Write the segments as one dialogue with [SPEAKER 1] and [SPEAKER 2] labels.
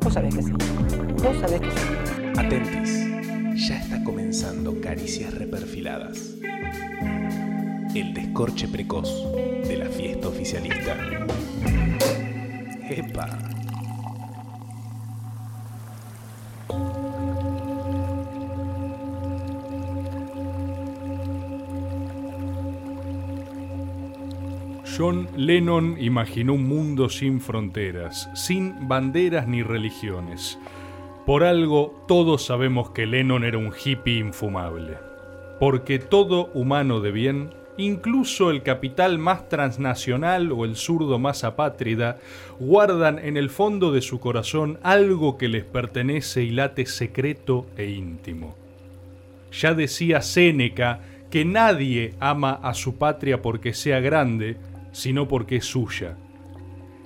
[SPEAKER 1] Vos sabés que sí. Vos sabés que sí.
[SPEAKER 2] Atentis, ya está comenzando Caricias Reperfiladas. El descorche precoz de la fiesta oficialista. ¡Epa!
[SPEAKER 3] John Lennon imaginó un mundo sin fronteras, sin banderas ni religiones. Por algo todos sabemos que Lennon era un hippie infumable. Porque todo humano de bien, incluso el capital más transnacional o el zurdo más apátrida, guardan en el fondo de su corazón algo que les pertenece y late secreto e íntimo. Ya decía Séneca que nadie ama a su patria porque sea grande, sino porque es suya.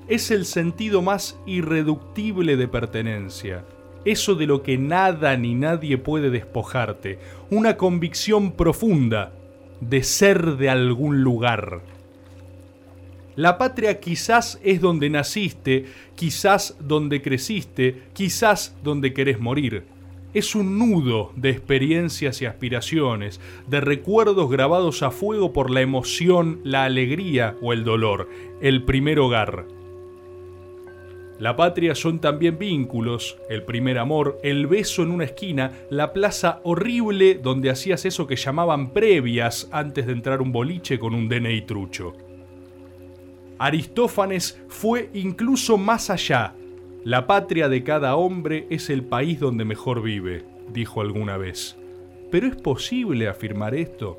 [SPEAKER 3] Es el sentido más irreductible de pertenencia, eso de lo que nada ni nadie puede despojarte, una convicción profunda de ser de algún lugar. La patria quizás es donde naciste, quizás donde creciste, quizás donde querés morir. Es un nudo de experiencias y aspiraciones, de recuerdos grabados a fuego por la emoción, la alegría o el dolor, el primer hogar. La patria son también vínculos, el primer amor, el beso en una esquina, la plaza horrible donde hacías eso que llamaban previas antes de entrar un boliche con un DNI trucho. Aristófanes fue incluso más allá. La patria de cada hombre es el país donde mejor vive, dijo alguna vez. ¿Pero es posible afirmar esto?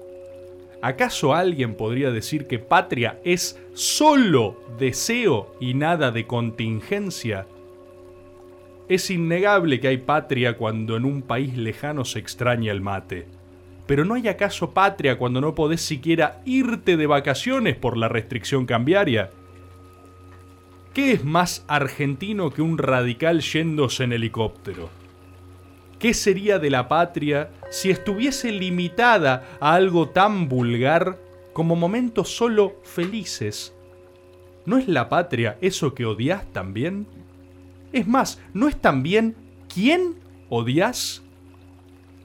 [SPEAKER 3] ¿Acaso alguien podría decir que patria es solo deseo y nada de contingencia? Es innegable que hay patria cuando en un país lejano se extraña el mate. Pero ¿no hay acaso patria cuando no podés siquiera irte de vacaciones por la restricción cambiaria? ¿Qué es más argentino que un radical yéndose en helicóptero? ¿Qué sería de la patria si estuviese limitada a algo tan vulgar como momentos solo felices? ¿No es la patria eso que odias también? Es más, ¿no es también quién odias?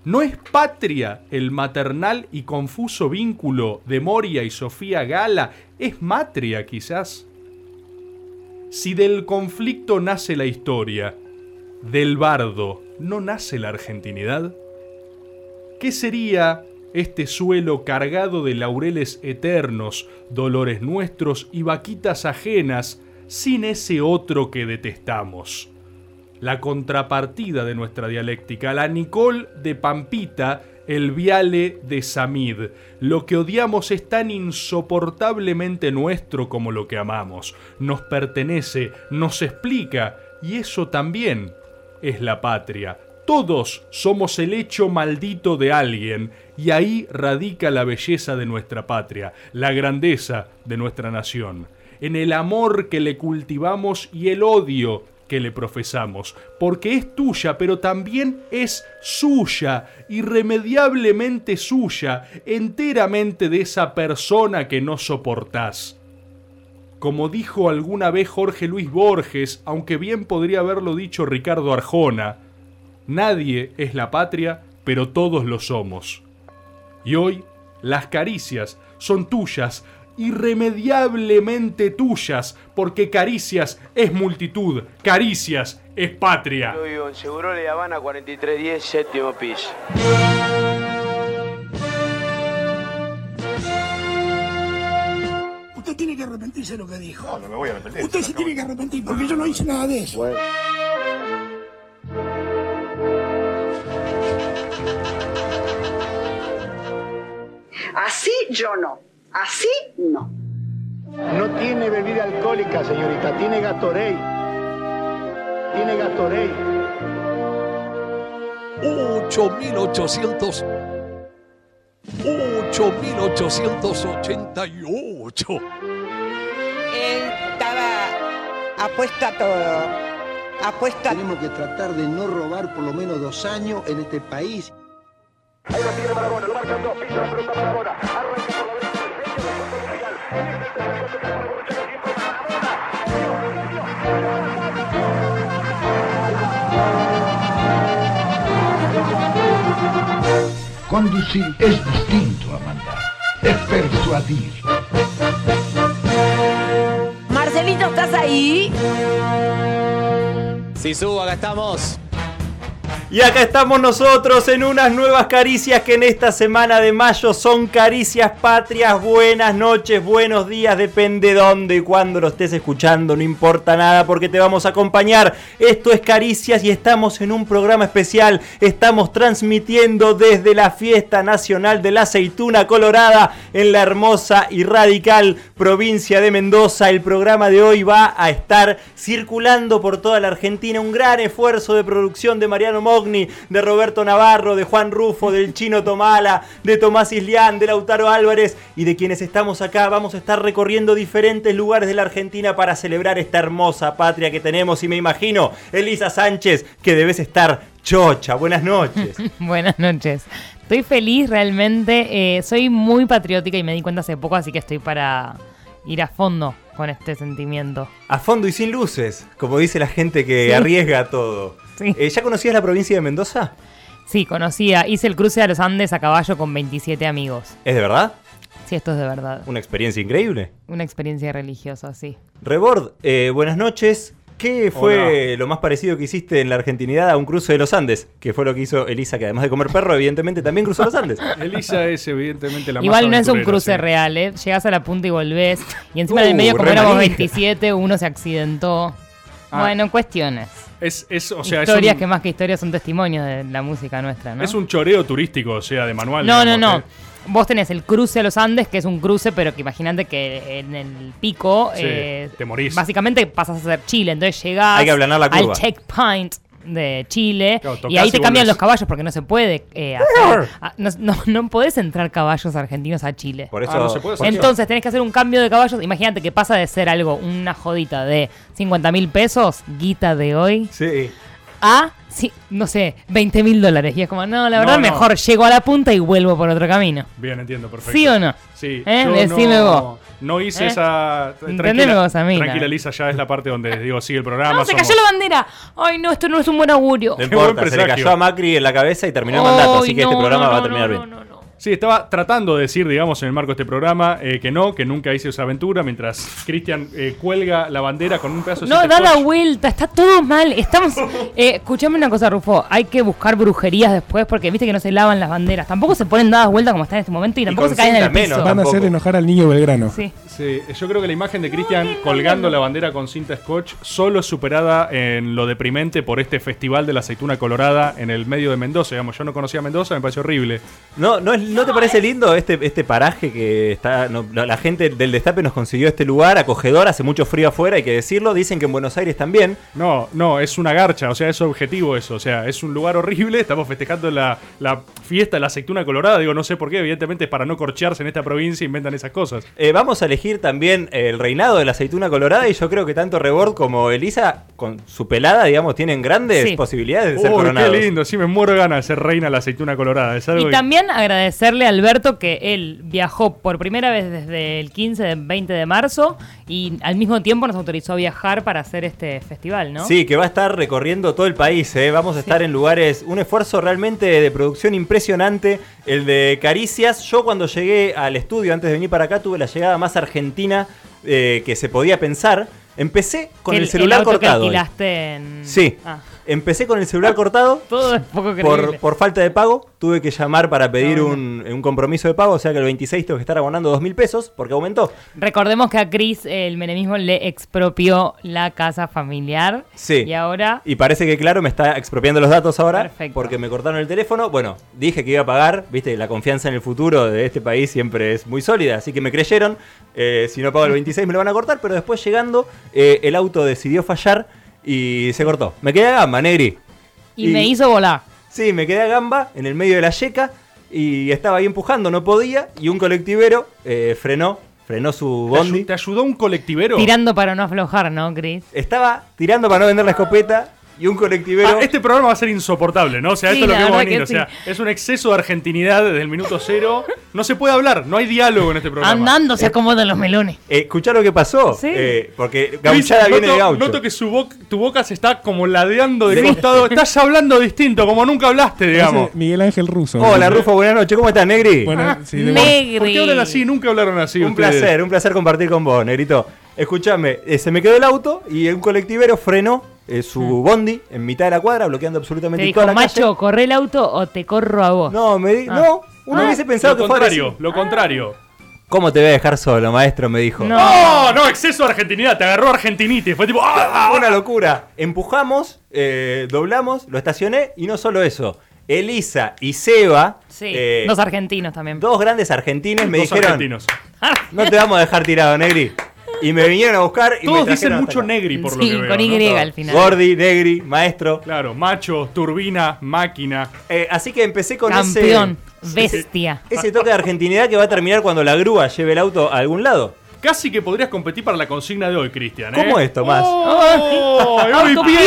[SPEAKER 3] ¿No es patria el maternal y confuso vínculo de Moria y Sofía Gala? ¿Es matria quizás? Si del conflicto nace la historia, del bardo, ¿no nace la argentinidad? ¿Qué sería este suelo cargado de laureles eternos, dolores nuestros y vaquitas ajenas sin ese otro que detestamos? La contrapartida de nuestra dialéctica, la Nicole de Pampita, el Viale de Samid. Lo que odiamos es tan insoportablemente nuestro como lo que amamos. Nos pertenece, nos explica, y eso también es la patria. Todos somos el hecho maldito de alguien y ahí radica la belleza de nuestra patria, la grandeza de nuestra nación, en el amor que le cultivamos y el odio que le profesamos, porque es tuya, pero también es suya, irremediablemente suya, enteramente de esa persona que no soportás. Como dijo alguna vez Jorge Luis Borges, aunque bien podría haberlo dicho Ricardo Arjona, nadie es la patria, pero todos lo somos. Y hoy, las caricias son tuyas, irremediablemente tuyas, porque caricias es multitud, caricias es patria.
[SPEAKER 4] Luis Seguro Le Habana 4310, séptimo piso.
[SPEAKER 5] Usted tiene que arrepentirse de lo que dijo.
[SPEAKER 6] No, no me voy a arrepentir.
[SPEAKER 5] Usted se tiene que arrepentir porque yo no hice nada de eso.
[SPEAKER 7] Así yo no. Así no.
[SPEAKER 8] No tiene bebida alcohólica, señorita, tiene Gatorade. Tiene Gatorade.
[SPEAKER 9] 8800 8888
[SPEAKER 10] Él estaba apuesto a todo. Apuesto a
[SPEAKER 11] Tenemos que tratar de no robar por lo menos dos años en este país.
[SPEAKER 6] Ahí lo tiene Marabona, lo marcan dos, pisa la pelota Marabona. Arranca por la derecha, el centro del punto final. En el tercer cuarto que Marabona llega siempre Marabona. Dios, Dios, Dios, Dios, Dios, Dios, Dios, Dios, Dios, Dios.
[SPEAKER 12] Conducir es distinto a mandar, es persuadir.
[SPEAKER 13] Marcelito, ¿estás ahí?
[SPEAKER 14] Si subo, acá estamos.
[SPEAKER 15] Y acá estamos nosotros en unas nuevas caricias que en esta semana de mayo son caricias patrias. Buenas noches, buenos días, depende dónde y cuándo lo estés escuchando, no importa nada porque te vamos a acompañar. Esto es Caricias y estamos en un programa especial. Estamos transmitiendo desde la Fiesta Nacional de la Aceituna Colorada en la hermosa y radical provincia de Mendoza. El programa de hoy va a estar circulando por toda la Argentina. Un gran esfuerzo de producción de Mariano Mog de Roberto Navarro, de Juan Rufo, del Chino Tomala, de Tomás Islián, de Lautaro Álvarez y de quienes estamos acá. Vamos a estar recorriendo diferentes lugares de la Argentina para celebrar esta hermosa patria que tenemos. Y me imagino, Elisa Sánchez, que debes estar chocha. Buenas noches.
[SPEAKER 16] Buenas noches. Estoy feliz realmente. Eh, soy muy patriótica y me di cuenta hace poco, así que estoy para ir a fondo con este sentimiento.
[SPEAKER 15] A fondo y sin luces, como dice la gente que sí. arriesga todo. Sí. Eh, ¿Ya conocías la provincia de Mendoza?
[SPEAKER 16] Sí, conocía. Hice el cruce a los Andes a caballo con 27 amigos.
[SPEAKER 15] ¿Es de verdad?
[SPEAKER 16] Sí, esto es de verdad.
[SPEAKER 15] ¿Una experiencia increíble?
[SPEAKER 16] Una experiencia religiosa, sí.
[SPEAKER 15] Rebord, eh, buenas noches. ¿Qué fue Hola. lo más parecido que hiciste en la argentinidad a un cruce de los Andes? Que fue lo que hizo Elisa, que además de comer perro, evidentemente también cruzó los Andes.
[SPEAKER 3] Elisa es evidentemente la
[SPEAKER 16] Igual no es un cruce sí. real, ¿eh? Llegás a la punta y volvés. Y encima uh, del medio, como éramos 27, uno se accidentó. Ah. Bueno, cuestiones.
[SPEAKER 3] Es, es, o sea,
[SPEAKER 16] historias
[SPEAKER 3] es un,
[SPEAKER 16] que más que historias son testimonios de la música nuestra, ¿no?
[SPEAKER 3] Es un choreo turístico, o sea, de manual.
[SPEAKER 16] No, digamos, no, no. ¿eh? Vos tenés el cruce a los Andes, que es un cruce, pero que imagínate que en el pico.
[SPEAKER 3] Sí, eh, te morís.
[SPEAKER 16] Básicamente pasas a ser Chile, entonces llegás
[SPEAKER 15] Hay que aplanar la curva.
[SPEAKER 16] al checkpoint de Chile claro, y ahí te cambian los caballos porque no se puede eh, hacer, no, no, no, podés entrar caballos argentinos a Chile
[SPEAKER 15] por eso ah, no se puede,
[SPEAKER 16] entonces tenés que hacer un cambio de caballos imagínate que pasa de ser algo una jodita de 50 mil pesos guita de hoy
[SPEAKER 15] sí.
[SPEAKER 16] a sí, no sé 20 mil dólares y es como no la verdad mejor llego a la punta y vuelvo por otro camino
[SPEAKER 3] bien entiendo perfecto
[SPEAKER 16] sí o no
[SPEAKER 3] sí
[SPEAKER 16] ¿Eh? decime vos
[SPEAKER 3] no hice ¿Eh? esa.
[SPEAKER 16] Tranquila, vos a mí,
[SPEAKER 3] tranquila, Lisa, ya es la parte donde digo, sigue el programa.
[SPEAKER 16] No, se somos... cayó la bandera. Ay, no, esto no es un buen augurio.
[SPEAKER 15] No importa, se le cayó a Macri en la cabeza y terminó el mandato, así que
[SPEAKER 16] no,
[SPEAKER 15] este programa
[SPEAKER 16] no,
[SPEAKER 15] va a terminar bien.
[SPEAKER 3] Sí, estaba tratando de decir, digamos, en el marco de este programa, eh, que no, que nunca hice esa aventura, mientras Cristian eh, cuelga la bandera con un pedazo de...
[SPEAKER 16] No, da la vuelta, está todo mal. Estamos... Eh, escuchame una cosa, Rufo, hay que buscar brujerías después porque viste que no se lavan las banderas. Tampoco se ponen dadas vueltas como está en este momento y tampoco y se caen en el piso.
[SPEAKER 17] Van a
[SPEAKER 16] tampoco.
[SPEAKER 17] hacer enojar al niño Belgrano.
[SPEAKER 16] Sí.
[SPEAKER 3] sí. Yo creo que la imagen de Cristian no, colgando no, no. la bandera con cinta scotch solo es superada en lo deprimente por este festival de la aceituna colorada en el medio de Mendoza. Digamos, yo no conocía a Mendoza, me pareció horrible.
[SPEAKER 15] No, no es ¿No te parece lindo este, este paraje que está. No, no, la gente del Destape nos consiguió este lugar acogedor, hace mucho frío afuera, hay que decirlo. Dicen que en Buenos Aires también.
[SPEAKER 3] No, no, eh. es una garcha, o sea, es objetivo eso. O sea, es un lugar horrible. Estamos festejando la, la fiesta de la aceituna colorada. Digo, no sé por qué, evidentemente es para no corchearse en esta provincia, inventan esas cosas.
[SPEAKER 15] Eh, vamos a elegir también el reinado de la aceituna colorada. Y yo creo que tanto Rebord como Elisa, con su pelada, digamos, tienen grandes sí. posibilidades de ser
[SPEAKER 3] oh,
[SPEAKER 15] coronados.
[SPEAKER 3] Qué lindo, sí, me muero ganas de ser reina la aceituna colorada. Es algo
[SPEAKER 16] y también agradecer agradecerle a Alberto que él viajó por primera vez desde el 15 de 20 de marzo y al mismo tiempo nos autorizó a viajar para hacer este festival, ¿no?
[SPEAKER 15] Sí, que va a estar recorriendo todo el país, ¿eh? vamos a estar sí. en lugares, un esfuerzo realmente de producción impresionante, el de Caricias. Yo cuando llegué al estudio antes de venir para acá tuve la llegada más argentina eh, que se podía pensar. Empecé con el, el celular
[SPEAKER 16] el auto
[SPEAKER 15] cortado.
[SPEAKER 16] Que en...
[SPEAKER 15] Sí. Ah. Empecé con el celular cortado.
[SPEAKER 16] Todo es poco Ah,
[SPEAKER 15] por, por, falta de pago, tuve que llamar para pedir no, no. Un, un, compromiso de pago, o sea que el 26 tengo que estar abonando dos mil pesos porque aumentó.
[SPEAKER 16] Recordemos que a Cris el menemismo le expropió la casa familiar.
[SPEAKER 15] Sí.
[SPEAKER 16] Y ahora.
[SPEAKER 15] Y parece que, claro, me está expropiando los datos ahora Perfecto. porque me cortaron el teléfono. Bueno, dije que iba a pagar, viste, la confianza en el futuro de este país siempre es muy sólida, así que me creyeron. Eh, si no pago el 26 me lo van a cortar, pero después llegando, eh, el auto decidió fallar y se cortó. Me quedé a gamba, Negri.
[SPEAKER 16] Y, y, me hizo volar.
[SPEAKER 15] Sí, me quedé a gamba en el medio de la yeca y estaba ahí empujando, no podía, y un colectivero eh, frenó. Frenó su bondi.
[SPEAKER 3] ¿Te ayudó un colectivero?
[SPEAKER 16] Tirando para no aflojar, ¿no, Chris?
[SPEAKER 15] Estaba tirando para no vender la escopeta y un colectivero.
[SPEAKER 3] Ah, este programa va a ser insoportable, ¿no? O sea,
[SPEAKER 16] Sí,
[SPEAKER 3] esto es
[SPEAKER 16] la
[SPEAKER 3] lo que vamos
[SPEAKER 16] verdad
[SPEAKER 3] venir.
[SPEAKER 16] que
[SPEAKER 3] O sea, es un exceso de argentinidad desde el minuto cero. No se puede hablar, no hay diálogo en este programa.
[SPEAKER 16] Andando se acomodan los melones.
[SPEAKER 15] Eh, escuchá lo que pasó.
[SPEAKER 16] Sí.
[SPEAKER 15] eh, porque
[SPEAKER 3] Luis,
[SPEAKER 15] Gauchada viene
[SPEAKER 3] noto,
[SPEAKER 15] de Gaucho.
[SPEAKER 3] noto que su boc- tu boca se está como ladeando de
[SPEAKER 15] Sí.
[SPEAKER 3] costado. Estás hablando distinto, como nunca hablaste, digamos.
[SPEAKER 14] Parece Miguel Ángel Russo.
[SPEAKER 15] Hola Rufo, buenas noches. ¿Cómo estás, Negri?
[SPEAKER 14] Bueno, sí, de-
[SPEAKER 3] ¿Por qué hablan así? Ah, Nunca hablaron así.
[SPEAKER 15] Un
[SPEAKER 3] ustedes.
[SPEAKER 15] placer, un placer compartir con vos, Negrito. Escuchame, eh, se me quedó el auto y un colectivero frenó eh, su bondi en mitad de la cuadra, bloqueando
[SPEAKER 16] Ah. Te
[SPEAKER 15] absolutamente
[SPEAKER 16] dijo,
[SPEAKER 15] toda la calle.
[SPEAKER 16] macho, corre el auto o te corro a vos. Ah.
[SPEAKER 15] No, me di- no, uno hubiese pensado
[SPEAKER 3] Lo
[SPEAKER 15] que fuera
[SPEAKER 3] contrario, lo contrario.
[SPEAKER 15] ¿Cómo te voy a dejar solo, maestro? Me dijo.
[SPEAKER 3] No, no, exceso de argentinidad. Te agarró argentinitis. Fue tipo. ¡ah!
[SPEAKER 15] Una locura. Empujamos, eh, doblamos, lo estacioné y no solo eso. Elisa y Seba,
[SPEAKER 16] Sí,
[SPEAKER 15] eh,
[SPEAKER 16] dos argentinos también.
[SPEAKER 15] dos grandes argentines, me
[SPEAKER 3] Dos
[SPEAKER 15] dijeron:
[SPEAKER 3] argentinos.
[SPEAKER 15] No te vamos a dejar tirado, Negri. Y me vinieron a buscar y
[SPEAKER 3] Todos
[SPEAKER 15] me
[SPEAKER 3] dicen
[SPEAKER 15] trajeron hasta
[SPEAKER 3] mucho
[SPEAKER 15] acá.
[SPEAKER 3] negri, por lo
[SPEAKER 16] Sí,
[SPEAKER 3] que veo.
[SPEAKER 16] con
[SPEAKER 3] ¿no?
[SPEAKER 16] Y al final.
[SPEAKER 15] Gordi, Negri, maestro.
[SPEAKER 3] Claro, macho, turbina, máquina.
[SPEAKER 15] Eh, así que empecé con
[SPEAKER 16] Campeón,
[SPEAKER 15] ese.
[SPEAKER 16] bestia.
[SPEAKER 15] Ese toque de argentinidad que va a terminar cuando la grúa lleve el auto a algún lado.
[SPEAKER 3] Casi que podrías competir para la consigna de hoy, Cristian. ¿eh?
[SPEAKER 15] ¿Cómo es, Tomás?
[SPEAKER 3] ¡Oh! hoy
[SPEAKER 16] Auto
[SPEAKER 3] pies,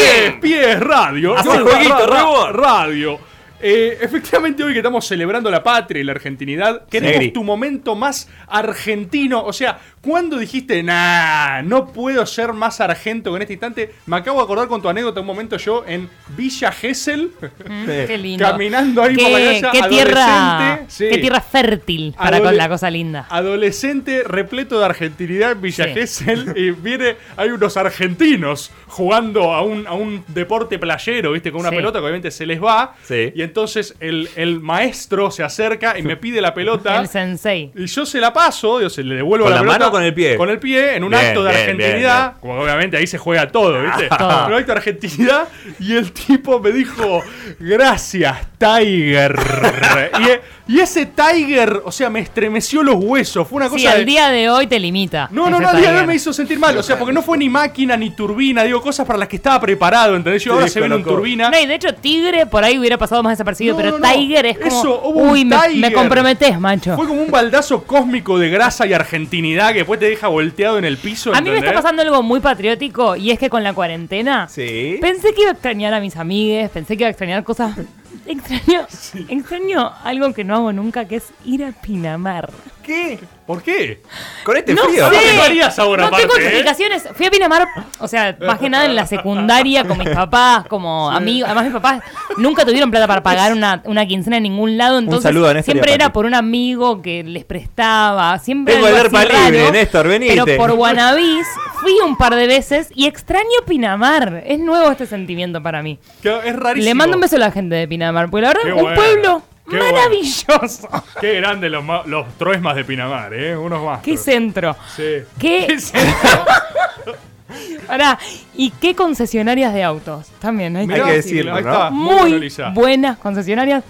[SPEAKER 16] pie.
[SPEAKER 3] pies, radio.
[SPEAKER 15] Hace
[SPEAKER 3] Ra-
[SPEAKER 15] jueguito,
[SPEAKER 3] ra-
[SPEAKER 15] Rabo.
[SPEAKER 3] radio. Eh, efectivamente, hoy que estamos celebrando la patria y la argentinidad, queremos
[SPEAKER 15] Negri.
[SPEAKER 3] tu momento más argentino. O sea, cuando dijiste, nah, no puedo ser más argento que en este instante, me acabo de acordar con tu anécdota un momento yo en Villa Gesell,
[SPEAKER 16] Mm, Qué lindo.
[SPEAKER 3] caminando ahí por la
[SPEAKER 16] Qué,
[SPEAKER 3] calle,
[SPEAKER 16] qué tierra,
[SPEAKER 3] adolescente. Sí.
[SPEAKER 16] qué tierra fértil para
[SPEAKER 3] Adole-
[SPEAKER 16] con la cosa linda.
[SPEAKER 3] Adolescente repleto de argentinidad en Villa
[SPEAKER 16] Sí.
[SPEAKER 3] Gesell y viene, hay unos argentinos jugando a un, a un deporte playero, ¿viste? Con una
[SPEAKER 16] Sí.
[SPEAKER 3] pelota que obviamente se les va.
[SPEAKER 15] Sí.
[SPEAKER 3] Y entonces el, el maestro se acerca y me pide la pelota.
[SPEAKER 16] El sensei.
[SPEAKER 3] Y yo se la paso, yo se le devuelvo
[SPEAKER 15] ¿Con
[SPEAKER 3] la,
[SPEAKER 15] la
[SPEAKER 3] pelota.
[SPEAKER 15] mano o con el pie?
[SPEAKER 3] Con el pie, en un
[SPEAKER 15] Bien,
[SPEAKER 3] acto de
[SPEAKER 15] bien,
[SPEAKER 3] argentinidad.
[SPEAKER 15] bien,
[SPEAKER 3] Como que obviamente ahí se juega todo, ¿viste?
[SPEAKER 16] Ah,
[SPEAKER 15] Todo.
[SPEAKER 3] En un acto de argentinidad. Y el tipo me dijo, gracias, Tiger. y, e- y ese Tiger, o sea, me estremeció los huesos. Fue una
[SPEAKER 16] Sí,
[SPEAKER 3] cosa.
[SPEAKER 16] al
[SPEAKER 3] de-
[SPEAKER 16] día de hoy te limita.
[SPEAKER 3] no, no,
[SPEAKER 16] ese
[SPEAKER 3] no, al día de
[SPEAKER 16] Tiger.
[SPEAKER 3] hoy me hizo sentir mal. O sea, porque no fue ni máquina ni turbina, digo, cosas para las que estaba preparado, ¿entendés? Yo
[SPEAKER 15] Te
[SPEAKER 3] ahora se viene un
[SPEAKER 15] descolocó.
[SPEAKER 3] turbina.
[SPEAKER 16] No, y de hecho, Tigre por ahí hubiera pasado más desapercibido,
[SPEAKER 3] No,
[SPEAKER 16] pero
[SPEAKER 3] no, no.
[SPEAKER 16] Tiger es como.
[SPEAKER 3] Eso, hubo un
[SPEAKER 16] uy, me, me
[SPEAKER 3] Tiger".
[SPEAKER 16] comprometés, macho.
[SPEAKER 3] Fue como un baldazo cósmico de grasa y argentinidad que después te deja volteado en el piso.
[SPEAKER 16] A mí me está
[SPEAKER 3] ¿entendés?
[SPEAKER 16] pasando algo muy patriótico y es que con la cuarentena
[SPEAKER 15] Sí.
[SPEAKER 16] pensé que iba a extrañar a mis amigues, pensé que iba a extrañar cosas. Extraño, extraño algo que no hago nunca, que es ir a Pinamar.
[SPEAKER 15] ¿Qué?
[SPEAKER 3] ¿Por qué?
[SPEAKER 15] Con este
[SPEAKER 16] no
[SPEAKER 15] frío.
[SPEAKER 16] sé.
[SPEAKER 3] ¿Qué lo harías ahora,
[SPEAKER 16] no tengo
[SPEAKER 3] aparte, eh?
[SPEAKER 16] explicaciones. Fui a Pinamar, o sea, más que nada en la secundaria con mis papás, como amigos. Además, mis papás nunca tuvieron plata para pagar una, una quincena en ningún lado. Entonces,
[SPEAKER 15] saludo a Néstor y a
[SPEAKER 16] siempre era
[SPEAKER 15] Pati.
[SPEAKER 16] por un amigo que les prestaba. Siempre
[SPEAKER 15] Vengo
[SPEAKER 16] algo
[SPEAKER 15] a dar
[SPEAKER 16] así
[SPEAKER 15] palibre,
[SPEAKER 16] raro.
[SPEAKER 15] Néstor, venite.
[SPEAKER 16] Pero por Guanabís fui un par de veces y extraño Pinamar. Es nuevo este sentimiento para mí.
[SPEAKER 3] Claro, Es rarísimo.
[SPEAKER 16] Le mando un beso a la gente de Pinamar, porque la verdad
[SPEAKER 3] Qué
[SPEAKER 16] es un
[SPEAKER 3] bueno,
[SPEAKER 16] pueblo
[SPEAKER 3] qué bueno.
[SPEAKER 16] maravilloso.
[SPEAKER 3] Qué grande los, ma- los troesmas de Pinamar, ¿eh? Unos más.
[SPEAKER 16] Qué centro.
[SPEAKER 3] Sí.
[SPEAKER 16] ¿Qué? Pará, ¿y qué concesionarias de autos? También hay
[SPEAKER 15] Mirá,
[SPEAKER 16] que decirlo.
[SPEAKER 3] ahí está, muy
[SPEAKER 16] Muy
[SPEAKER 3] analizada.
[SPEAKER 16] buenas concesionarias.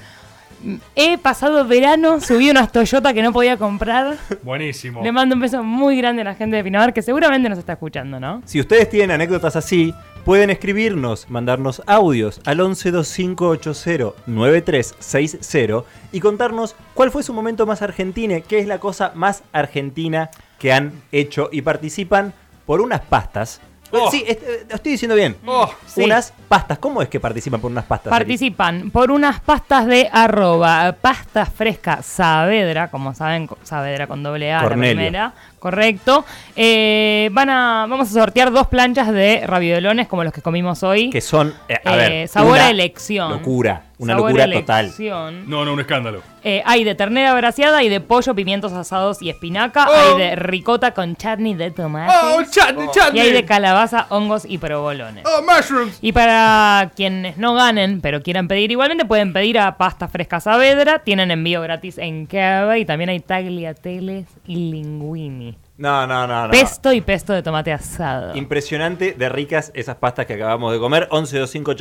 [SPEAKER 16] He pasado verano, subí unas Toyota que no podía comprar.
[SPEAKER 3] Buenísimo.
[SPEAKER 16] Le mando un beso muy grande a la gente de Pinamar que seguramente nos está escuchando, ¿no?
[SPEAKER 15] Si ustedes tienen anécdotas así, pueden escribirnos, mandarnos audios al 1125809360 y contarnos cuál fue su momento más argentino, qué es la cosa más argentina que han hecho y participan por unas pastas.
[SPEAKER 3] Oh.
[SPEAKER 15] Sí, est- eh, lo estoy diciendo bien.
[SPEAKER 3] Oh,
[SPEAKER 16] sí.
[SPEAKER 15] Unas pastas. ¿Cómo es que participan por unas pastas? Ari?
[SPEAKER 16] Participan por unas pastas de arroba, pasta fresca Saavedra, como saben, co- Saavedra con doble A,
[SPEAKER 15] Cornelio.
[SPEAKER 16] la primera, correcto. Eh, van a, vamos a sortear dos planchas de raviolones como los que comimos hoy.
[SPEAKER 15] que son, eh, a
[SPEAKER 16] Eh,
[SPEAKER 15] ver,
[SPEAKER 16] sabor
[SPEAKER 15] una
[SPEAKER 16] a elección.
[SPEAKER 15] Locura, una
[SPEAKER 16] Sabor
[SPEAKER 15] locura
[SPEAKER 16] a
[SPEAKER 15] total.
[SPEAKER 16] elección.
[SPEAKER 3] No, no, un escándalo.
[SPEAKER 16] Eh, hay de ternera braseada, hay de pollo, pimientos asados y espinaca, hay de ricota con chutney de tomate.
[SPEAKER 3] ¡Oh, chutney, chutney!
[SPEAKER 16] Y hay de calabaza, hongos y probolones.
[SPEAKER 3] ¡Oh, mushrooms!
[SPEAKER 16] Y para quienes no ganen, pero quieran pedir igualmente, pueden pedir a Pasta Fresca Saavedra. Tienen envío gratis en Cava y también hay tagliateles y linguini.
[SPEAKER 15] No, no, no, no.
[SPEAKER 16] Pesto y pesto de tomate asado.
[SPEAKER 15] Impresionante de ricas esas pastas que acabamos de comer.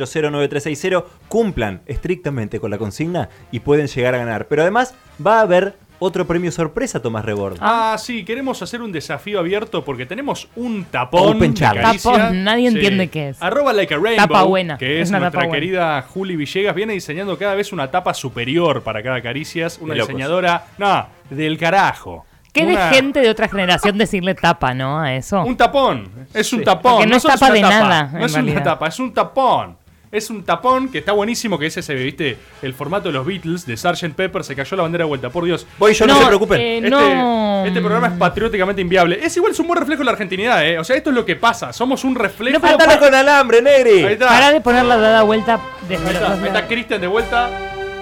[SPEAKER 15] 1125809360 cumplan estrictamente con la consigna y pueden llegar a ganar. Pero además va a haber otro premio sorpresa, Tomás Rebord.
[SPEAKER 3] Ah, sí, queremos hacer un desafío abierto porque tenemos un tapón.
[SPEAKER 15] Open
[SPEAKER 3] de
[SPEAKER 15] challenge.
[SPEAKER 3] Caricia.
[SPEAKER 16] Tapón, nadie entiende qué es.
[SPEAKER 3] Arroba like a rainbow.
[SPEAKER 16] Tapa buena,
[SPEAKER 3] Que es,
[SPEAKER 16] es una
[SPEAKER 3] nuestra
[SPEAKER 16] tapa buena.
[SPEAKER 3] querida Juli Villegas. Viene diseñando cada vez una tapa superior para cada caricias. Una
[SPEAKER 15] De locos.
[SPEAKER 3] diseñadora. No, del carajo.
[SPEAKER 16] Qué
[SPEAKER 3] Una-
[SPEAKER 16] de gente de otra generación decirle tapa, ¿no? A eso.
[SPEAKER 3] Un tapón. Es un tapón.
[SPEAKER 16] Porque no es
[SPEAKER 3] sos
[SPEAKER 16] tapa
[SPEAKER 3] una
[SPEAKER 16] de nada,
[SPEAKER 3] No
[SPEAKER 16] en
[SPEAKER 3] es una
[SPEAKER 16] realidad.
[SPEAKER 3] tapa, es un tapón. Es un tapón que está buenísimo, que es ese, viste, el formato de los Beatles, de Sgt. Pepper, se cayó la bandera de vuelta, por Dios.
[SPEAKER 15] Voy yo, no No, se preocupen. eh,
[SPEAKER 3] este,
[SPEAKER 15] no.
[SPEAKER 3] este programa es patrióticamente inviable. Es igual, es un buen reflejo de la argentinidad, eh. O sea, esto es lo que pasa. Somos un reflejo.
[SPEAKER 15] Atalo con alambre, negri.
[SPEAKER 3] Ahí está.
[SPEAKER 16] Pará de ponerla de la vuelta desde
[SPEAKER 3] Ahí
[SPEAKER 16] los
[SPEAKER 3] está,
[SPEAKER 16] dos
[SPEAKER 3] ahí
[SPEAKER 16] lados.
[SPEAKER 3] está Cristian de vuelta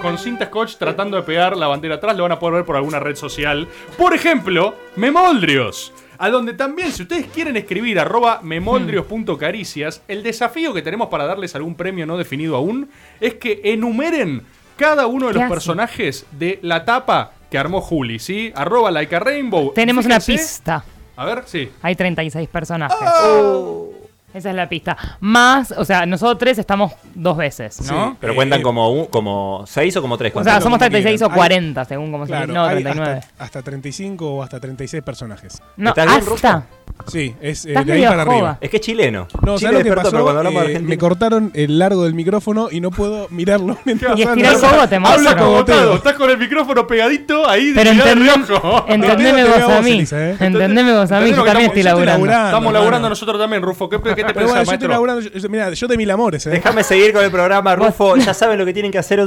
[SPEAKER 3] con cinta scotch tratando de pegar la bandera atrás. Lo van a poder ver por alguna red social. Por ejemplo, Memoldrios. A donde también, si ustedes quieren escribir arroba memoldrios.caricias, el desafío que tenemos para darles algún premio no definido aún es que enumeren cada uno de
[SPEAKER 16] ¿Qué
[SPEAKER 3] los
[SPEAKER 16] hace?
[SPEAKER 3] personajes de la tapa que armó Juli, ¿sí? Arroba like a rainbow.
[SPEAKER 16] Tenemos una
[SPEAKER 3] Fíjense.
[SPEAKER 16] pista.
[SPEAKER 3] A ver, sí.
[SPEAKER 16] Hay 36 personajes.
[SPEAKER 15] Oh.
[SPEAKER 16] Esa es la pista. Más, o sea, nosotros tres estamos dos veces, ¿no?
[SPEAKER 15] Pero cuentan como, un- como seis o como tres.
[SPEAKER 16] Ah, O sea,
[SPEAKER 15] ¿cuántos?
[SPEAKER 16] somos 36 o
[SPEAKER 14] Hay-
[SPEAKER 16] 40, según como
[SPEAKER 14] Claro,
[SPEAKER 16] se No,
[SPEAKER 14] hay
[SPEAKER 16] 39.
[SPEAKER 14] Hasta, hasta 35 o hasta 36 personajes.
[SPEAKER 16] No, ¿Estás bien, hasta.
[SPEAKER 14] Sí, es eh,
[SPEAKER 16] Estás
[SPEAKER 14] de ahí
[SPEAKER 16] medio
[SPEAKER 14] para
[SPEAKER 16] joda.
[SPEAKER 14] arriba.
[SPEAKER 15] Es que es chileno.
[SPEAKER 14] No,
[SPEAKER 15] Chile
[SPEAKER 14] ¿sabes lo que
[SPEAKER 15] despertó,
[SPEAKER 14] pasó?
[SPEAKER 15] pero cuando hablamos de
[SPEAKER 14] Eh,
[SPEAKER 15] Argentina-
[SPEAKER 14] me cortaron el largo del micrófono y no puedo mirarlo mientras
[SPEAKER 16] Y estirar
[SPEAKER 14] hablo.
[SPEAKER 16] el cogote, monstruo.
[SPEAKER 14] Habla
[SPEAKER 3] Cogotado,
[SPEAKER 14] cogotado.
[SPEAKER 3] estás con el micrófono pegadito ahí.
[SPEAKER 16] Pero
[SPEAKER 3] mirá de
[SPEAKER 16] entendem-
[SPEAKER 3] reojo.
[SPEAKER 16] entendeme
[SPEAKER 14] Te veo, te
[SPEAKER 16] vos
[SPEAKER 14] veo
[SPEAKER 16] a
[SPEAKER 14] vos,
[SPEAKER 16] mí.
[SPEAKER 14] Elisa, ¿eh?
[SPEAKER 16] Entendeme vos a mí.
[SPEAKER 14] Entendés
[SPEAKER 16] Yo
[SPEAKER 14] lo que
[SPEAKER 16] también
[SPEAKER 14] estamos-
[SPEAKER 16] estoy
[SPEAKER 14] yo estoy
[SPEAKER 16] laburando.
[SPEAKER 3] Estamos
[SPEAKER 14] hermano.
[SPEAKER 3] laburando nosotros también, Rufo. ¿Qué, qué te
[SPEAKER 14] Pero
[SPEAKER 3] pensás,
[SPEAKER 14] bueno, yo estoy
[SPEAKER 3] maestro?
[SPEAKER 14] laburando, yo- yo- mira, yo de mil amores, eh.
[SPEAKER 15] Déjame seguir con el programa, Rufo. Ya saben lo que tienen que hacer,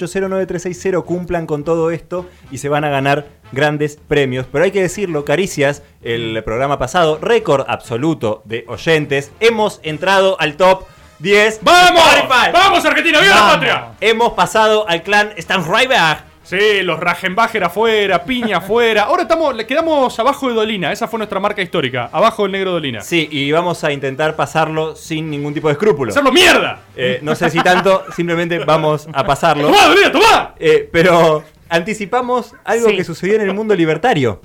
[SPEAKER 15] 1125809360. Cumplan con todo esto y se van a ganar grandes premios. Pero hay que decirlo, Caricias, el programa pasado, récord absoluto de oyentes. Hemos entrado al top 10.
[SPEAKER 3] ¡Vamos!
[SPEAKER 15] Spotify.
[SPEAKER 3] ¡Vamos, Argentina! ¡Viva la
[SPEAKER 15] Vamos.
[SPEAKER 3] patria!
[SPEAKER 15] Hemos pasado al clan Stan Ryback.
[SPEAKER 3] Sí, los Ragenbacher afuera, Piña afuera. Ahora estamos, le quedamos abajo de Dolina. Esa fue nuestra marca histórica. Abajo del negro Dolina.
[SPEAKER 15] Sí, y vamos a intentar pasarlo sin ningún tipo de escrúpulo.
[SPEAKER 3] ¡Hacerlo mierda!
[SPEAKER 15] Eh, no sé si tanto, simplemente vamos a pasarlo.
[SPEAKER 3] ¡Tomá, Dolina, tomá!
[SPEAKER 15] Eh, pero anticipamos algo
[SPEAKER 3] Sí.
[SPEAKER 15] que sucedió en el mundo libertario,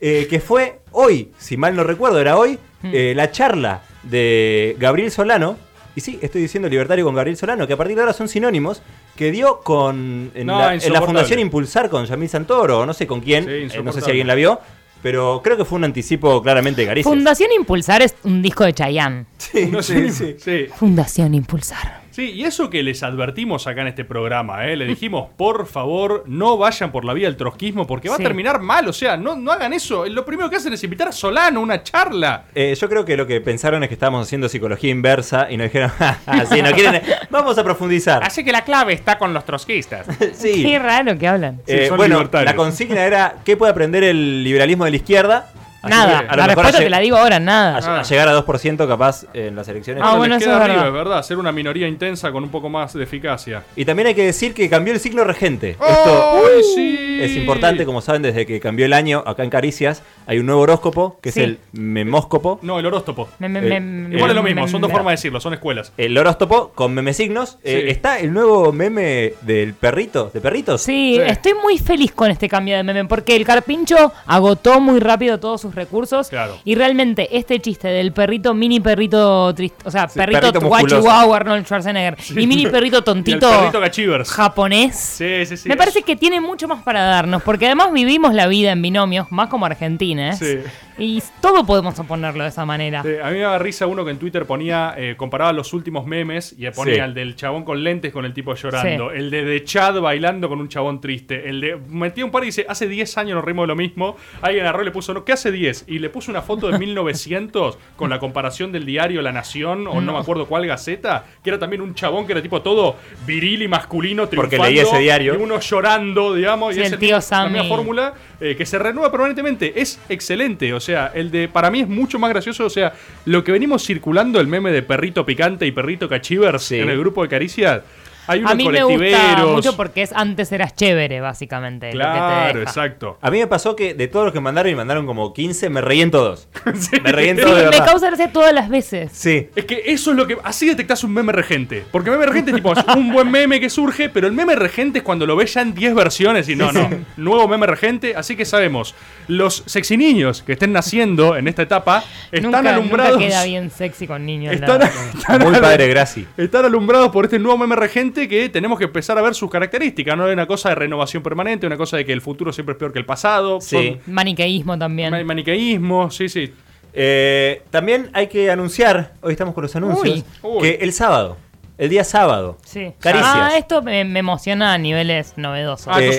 [SPEAKER 15] eh, que fue hoy, si mal no recuerdo, era hoy, eh, la charla de Gabriel Solano. Y sí, estoy diciendo libertario con Gabriel Solano, que a partir de ahora son sinónimos, que dio con en,
[SPEAKER 3] No,
[SPEAKER 15] la, en la
[SPEAKER 3] insoportable.
[SPEAKER 15] Fundación Impulsar con Yamil Santoro, o no sé con quién,
[SPEAKER 3] Sí,
[SPEAKER 15] eh, no sé
[SPEAKER 3] insoportable.
[SPEAKER 15] si alguien la vio, pero creo que fue un anticipo claramente de Caricias.
[SPEAKER 16] Fundación Impulsar es un disco de Chayanne.
[SPEAKER 3] No sé, sí.
[SPEAKER 16] Fundación Impulsar.
[SPEAKER 3] Sí, y eso que les advertimos acá en este programa, ¿eh? le dijimos, por favor, no vayan por la vía del trotskismo porque va
[SPEAKER 15] Sí.
[SPEAKER 3] a terminar mal, o sea, no, no hagan eso. Lo primero que hacen es invitar a Solano a una charla.
[SPEAKER 15] Eh, yo creo que lo que pensaron es que estábamos haciendo psicología inversa y nos dijeron, así no quieren, vamos a profundizar.
[SPEAKER 3] Así que la clave está con los trotskistas.
[SPEAKER 15] Sí.
[SPEAKER 16] Qué raro que hablan.
[SPEAKER 15] Eh, bueno, la consigna era ¿qué puede aprender el liberalismo de la izquierda? Así
[SPEAKER 16] Nada.
[SPEAKER 15] que
[SPEAKER 16] La respuesta
[SPEAKER 15] a,
[SPEAKER 16] te la digo ahora, nada.
[SPEAKER 15] a- a llegar a 2% capaz eh, en las elecciones.
[SPEAKER 3] Ah, bueno,
[SPEAKER 16] bueno,
[SPEAKER 3] les
[SPEAKER 16] eso
[SPEAKER 3] queda
[SPEAKER 16] es
[SPEAKER 3] arriba,
[SPEAKER 16] verdad.
[SPEAKER 3] es verdad, ser una minoría intensa con un poco más de eficacia.
[SPEAKER 15] Y también hay que decir que cambió el signo regente. Esto
[SPEAKER 3] ¡Ay, ¡Oh, sí!
[SPEAKER 15] es importante, como saben, desde que cambió el año acá en Caricias hay un nuevo horóscopo, que
[SPEAKER 16] Sí.
[SPEAKER 15] es el memóscopo.
[SPEAKER 3] No, el horóstopo.
[SPEAKER 16] Me- me-
[SPEAKER 15] Eh,
[SPEAKER 16] me-
[SPEAKER 3] Igual es lo
[SPEAKER 16] me-
[SPEAKER 3] mismo, son dos
[SPEAKER 16] me-
[SPEAKER 3] formas de decirlo, son escuelas.
[SPEAKER 15] El horóscopo con memesignos. Eh,
[SPEAKER 3] Sí.
[SPEAKER 15] está el nuevo meme del perrito, de perritos.
[SPEAKER 16] Sí, estoy muy feliz con este cambio de meme porque el carpincho agotó muy rápido todos sus recursos
[SPEAKER 15] Claro.
[SPEAKER 16] y realmente este chiste del perrito mini perrito triste, o sea,
[SPEAKER 15] Sí,
[SPEAKER 16] perrito,
[SPEAKER 15] perrito
[SPEAKER 16] guachi
[SPEAKER 15] musculoso.
[SPEAKER 16] guau, Arnold Schwarzenegger y mini perrito tontito
[SPEAKER 3] Y el perrito gachivers.
[SPEAKER 16] japonés.
[SPEAKER 3] Sí, sí, sí.
[SPEAKER 16] Me parece que tiene mucho más para darnos porque además vivimos la vida en binomios, más como argentines.
[SPEAKER 3] ¿Eh? Sí.
[SPEAKER 16] Y todo podemos oponerlo de esa manera.
[SPEAKER 3] Sí, a mí me daba risa uno que en Twitter ponía, eh, comparaba los últimos memes y ponía
[SPEAKER 15] Sí.
[SPEAKER 3] el del chabón con lentes con el tipo llorando, el de, de Chad bailando con un chabón triste, el de. Metía un par y dice, hace 10 años nos rimos de lo mismo. Alguien agarró y le puso, no, ¿qué hace 10? Y le puso una foto de 1900 con la comparación del diario La Nación o no, me acuerdo cuál gaceta, que era también un chabón que era tipo todo viril y masculino,
[SPEAKER 15] Porque
[SPEAKER 3] triunfando.
[SPEAKER 15] leía ese diario.
[SPEAKER 3] Y uno llorando, digamos.
[SPEAKER 16] Sí,
[SPEAKER 3] y
[SPEAKER 16] el
[SPEAKER 3] ese
[SPEAKER 16] tío
[SPEAKER 3] tipo- La
[SPEAKER 16] Sammy.
[SPEAKER 3] misma fórmula película, eh, que se renueva permanentemente. Es excelente. O sea, el de. Para mí es mucho más gracioso. O sea, lo que venimos circulando, el meme de perrito picante y perrito cachivers en el grupo de Caricias. Hay unos
[SPEAKER 16] A mí me gusta
[SPEAKER 3] colectiveros.
[SPEAKER 16] mucho porque es antes eras chévere, básicamente. lo que te deja.
[SPEAKER 3] exacto.
[SPEAKER 15] A mí me pasó que de todos los que mandaron y mandaron como 15, me reí en todos. Me reí en
[SPEAKER 16] Sí,
[SPEAKER 15] todos. de
[SPEAKER 16] me
[SPEAKER 15] verdad.
[SPEAKER 16] causa gracia todas las veces.
[SPEAKER 15] Sí.
[SPEAKER 3] Es que eso es lo que. Así detectás un meme regente. Porque meme regente tipo, es un buen meme que surge, pero el meme regente es cuando lo ves ya en 10 versiones y no, no. Nuevo meme regente. Así que sabemos, los sexy niños que estén naciendo en esta etapa están
[SPEAKER 16] nunca, nunca
[SPEAKER 3] alumbrados.
[SPEAKER 16] queda bien sexy con niños. la
[SPEAKER 3] Están,
[SPEAKER 16] verdad.
[SPEAKER 3] están
[SPEAKER 15] Muy
[SPEAKER 3] alum-
[SPEAKER 15] padre, Graci.
[SPEAKER 3] Están alumbrados por este nuevo meme regente que tenemos que empezar a ver sus características. No hay una cosa de renovación permanente, una cosa de que el futuro siempre es peor que el pasado.
[SPEAKER 15] Sí.
[SPEAKER 16] Maniqueísmo también.
[SPEAKER 3] Hay maniqueísmo, sí, sí.
[SPEAKER 15] Eh, también hay que anunciar, hoy estamos con los anuncios,
[SPEAKER 16] Uy.
[SPEAKER 15] que el sábado El día sábado.
[SPEAKER 16] Sí.
[SPEAKER 15] Caricias.
[SPEAKER 16] Ah, esto me, me emociona a niveles novedosos.
[SPEAKER 3] Ah,
[SPEAKER 15] Eh,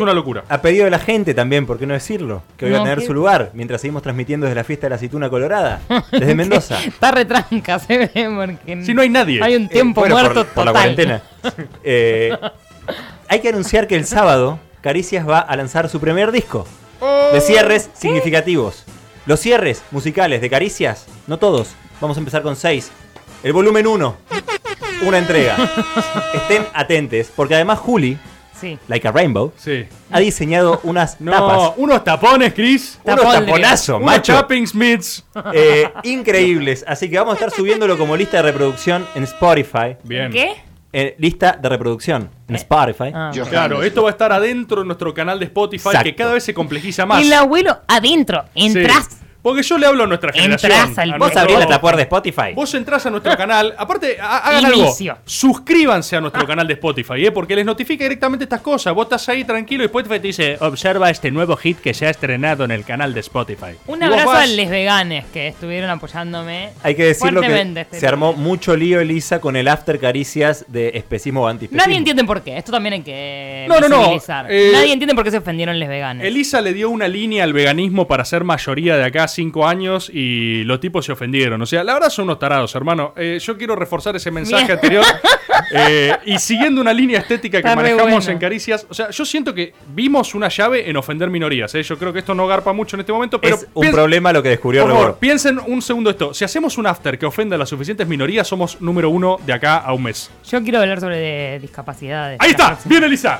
[SPEAKER 15] A pedido de la gente también, ¿por qué no decirlo? Que hoy va a
[SPEAKER 16] No,
[SPEAKER 15] tener
[SPEAKER 16] qué-
[SPEAKER 15] su lugar mientras seguimos transmitiendo desde la fiesta de la aceituna colorada, desde Mendoza.
[SPEAKER 16] Está retranca, se ve, porque
[SPEAKER 15] Si no hay nadie.
[SPEAKER 16] Hay un tiempo
[SPEAKER 15] Eh, bueno,
[SPEAKER 16] muerto
[SPEAKER 15] por, por la
[SPEAKER 16] total.
[SPEAKER 15] cuarentena. Eh, hay que anunciar que el sábado Caricias va a lanzar su primer disco
[SPEAKER 3] Oh.
[SPEAKER 15] de cierres significativos. Los cierres musicales de Caricias, no todos, vamos a empezar con seis. El volumen 1, una entrega. Estén atentes, porque además Juli,
[SPEAKER 16] Sí.
[SPEAKER 15] Like a Rainbow, ha diseñado unas
[SPEAKER 3] No,
[SPEAKER 15] tapas.
[SPEAKER 3] unos tapones, Chris.
[SPEAKER 15] Unos Tapón, taponazos,
[SPEAKER 3] Unos
[SPEAKER 15] macho.
[SPEAKER 3] tapping smiths.
[SPEAKER 15] eh, increíbles, así que vamos a estar subiéndolo como lista de reproducción en Spotify.
[SPEAKER 3] Bien.
[SPEAKER 16] ¿Qué?
[SPEAKER 15] Eh, lista de reproducción en Spotify.
[SPEAKER 3] Eh. Ah, Claro, esto va a estar adentro de nuestro canal de Spotify que
[SPEAKER 15] Exacto.
[SPEAKER 3] cada vez se complejiza más.
[SPEAKER 16] El abuelo adentro. Entras.
[SPEAKER 3] Sí. Porque yo le hablo a nuestra
[SPEAKER 16] Entrás
[SPEAKER 3] generación.
[SPEAKER 16] al-
[SPEAKER 3] a
[SPEAKER 16] Vos
[SPEAKER 3] nuestro-
[SPEAKER 15] abrís la tapuer de Spotify.
[SPEAKER 3] Vos entrás a nuestro canal. Aparte, ha- hagan
[SPEAKER 16] Ah. Inicio.
[SPEAKER 3] algo. Suscríbanse a nuestro canal de Spotify, ¿eh? porque les notifica directamente estas cosas. Vos estás ahí tranquilo y Spotify te dice: Observa este nuevo hit que se ha estrenado en el canal de Spotify.
[SPEAKER 16] Un
[SPEAKER 3] Y vos
[SPEAKER 16] abrazo
[SPEAKER 3] vas-
[SPEAKER 16] a les veganes que estuvieron apoyándome.
[SPEAKER 15] Hay que decirlo
[SPEAKER 16] fuertemente
[SPEAKER 15] que
[SPEAKER 16] este
[SPEAKER 15] se armó mucho lío, Elisa, con el after caricias de especismo o antiespecismo.
[SPEAKER 16] Nadie entiende por qué. Esto también hay que
[SPEAKER 3] No, no, no.
[SPEAKER 16] visibilizar.
[SPEAKER 3] Eh,
[SPEAKER 16] Nadie entiende por qué se ofendieron los veganes.
[SPEAKER 3] Elisa le dio una línea al veganismo para ser mayoría de acá cinco años y los tipos se ofendieron. O sea, la verdad son unos tarados, hermano. Eh, yo quiero reforzar ese mensaje
[SPEAKER 16] Bien.
[SPEAKER 3] anterior eh, y siguiendo una línea estética que
[SPEAKER 16] Está re
[SPEAKER 3] manejamos
[SPEAKER 16] bueno.
[SPEAKER 3] en Caricias. O sea, yo siento que vimos una llave en ofender minorías. ¿eh? Yo creo que esto no garpa mucho en este momento, pero
[SPEAKER 15] es un
[SPEAKER 3] piensa-
[SPEAKER 15] problema lo que descubrió
[SPEAKER 3] por favor,
[SPEAKER 15] Rebor.
[SPEAKER 3] piensen un segundo esto. Si hacemos un after que ofenda a las suficientes minorías, somos número uno de acá a un mes.
[SPEAKER 16] Yo quiero hablar sobre de- eh, discapacidades.
[SPEAKER 3] ¡Ahí está! ¡Bien, Elisa!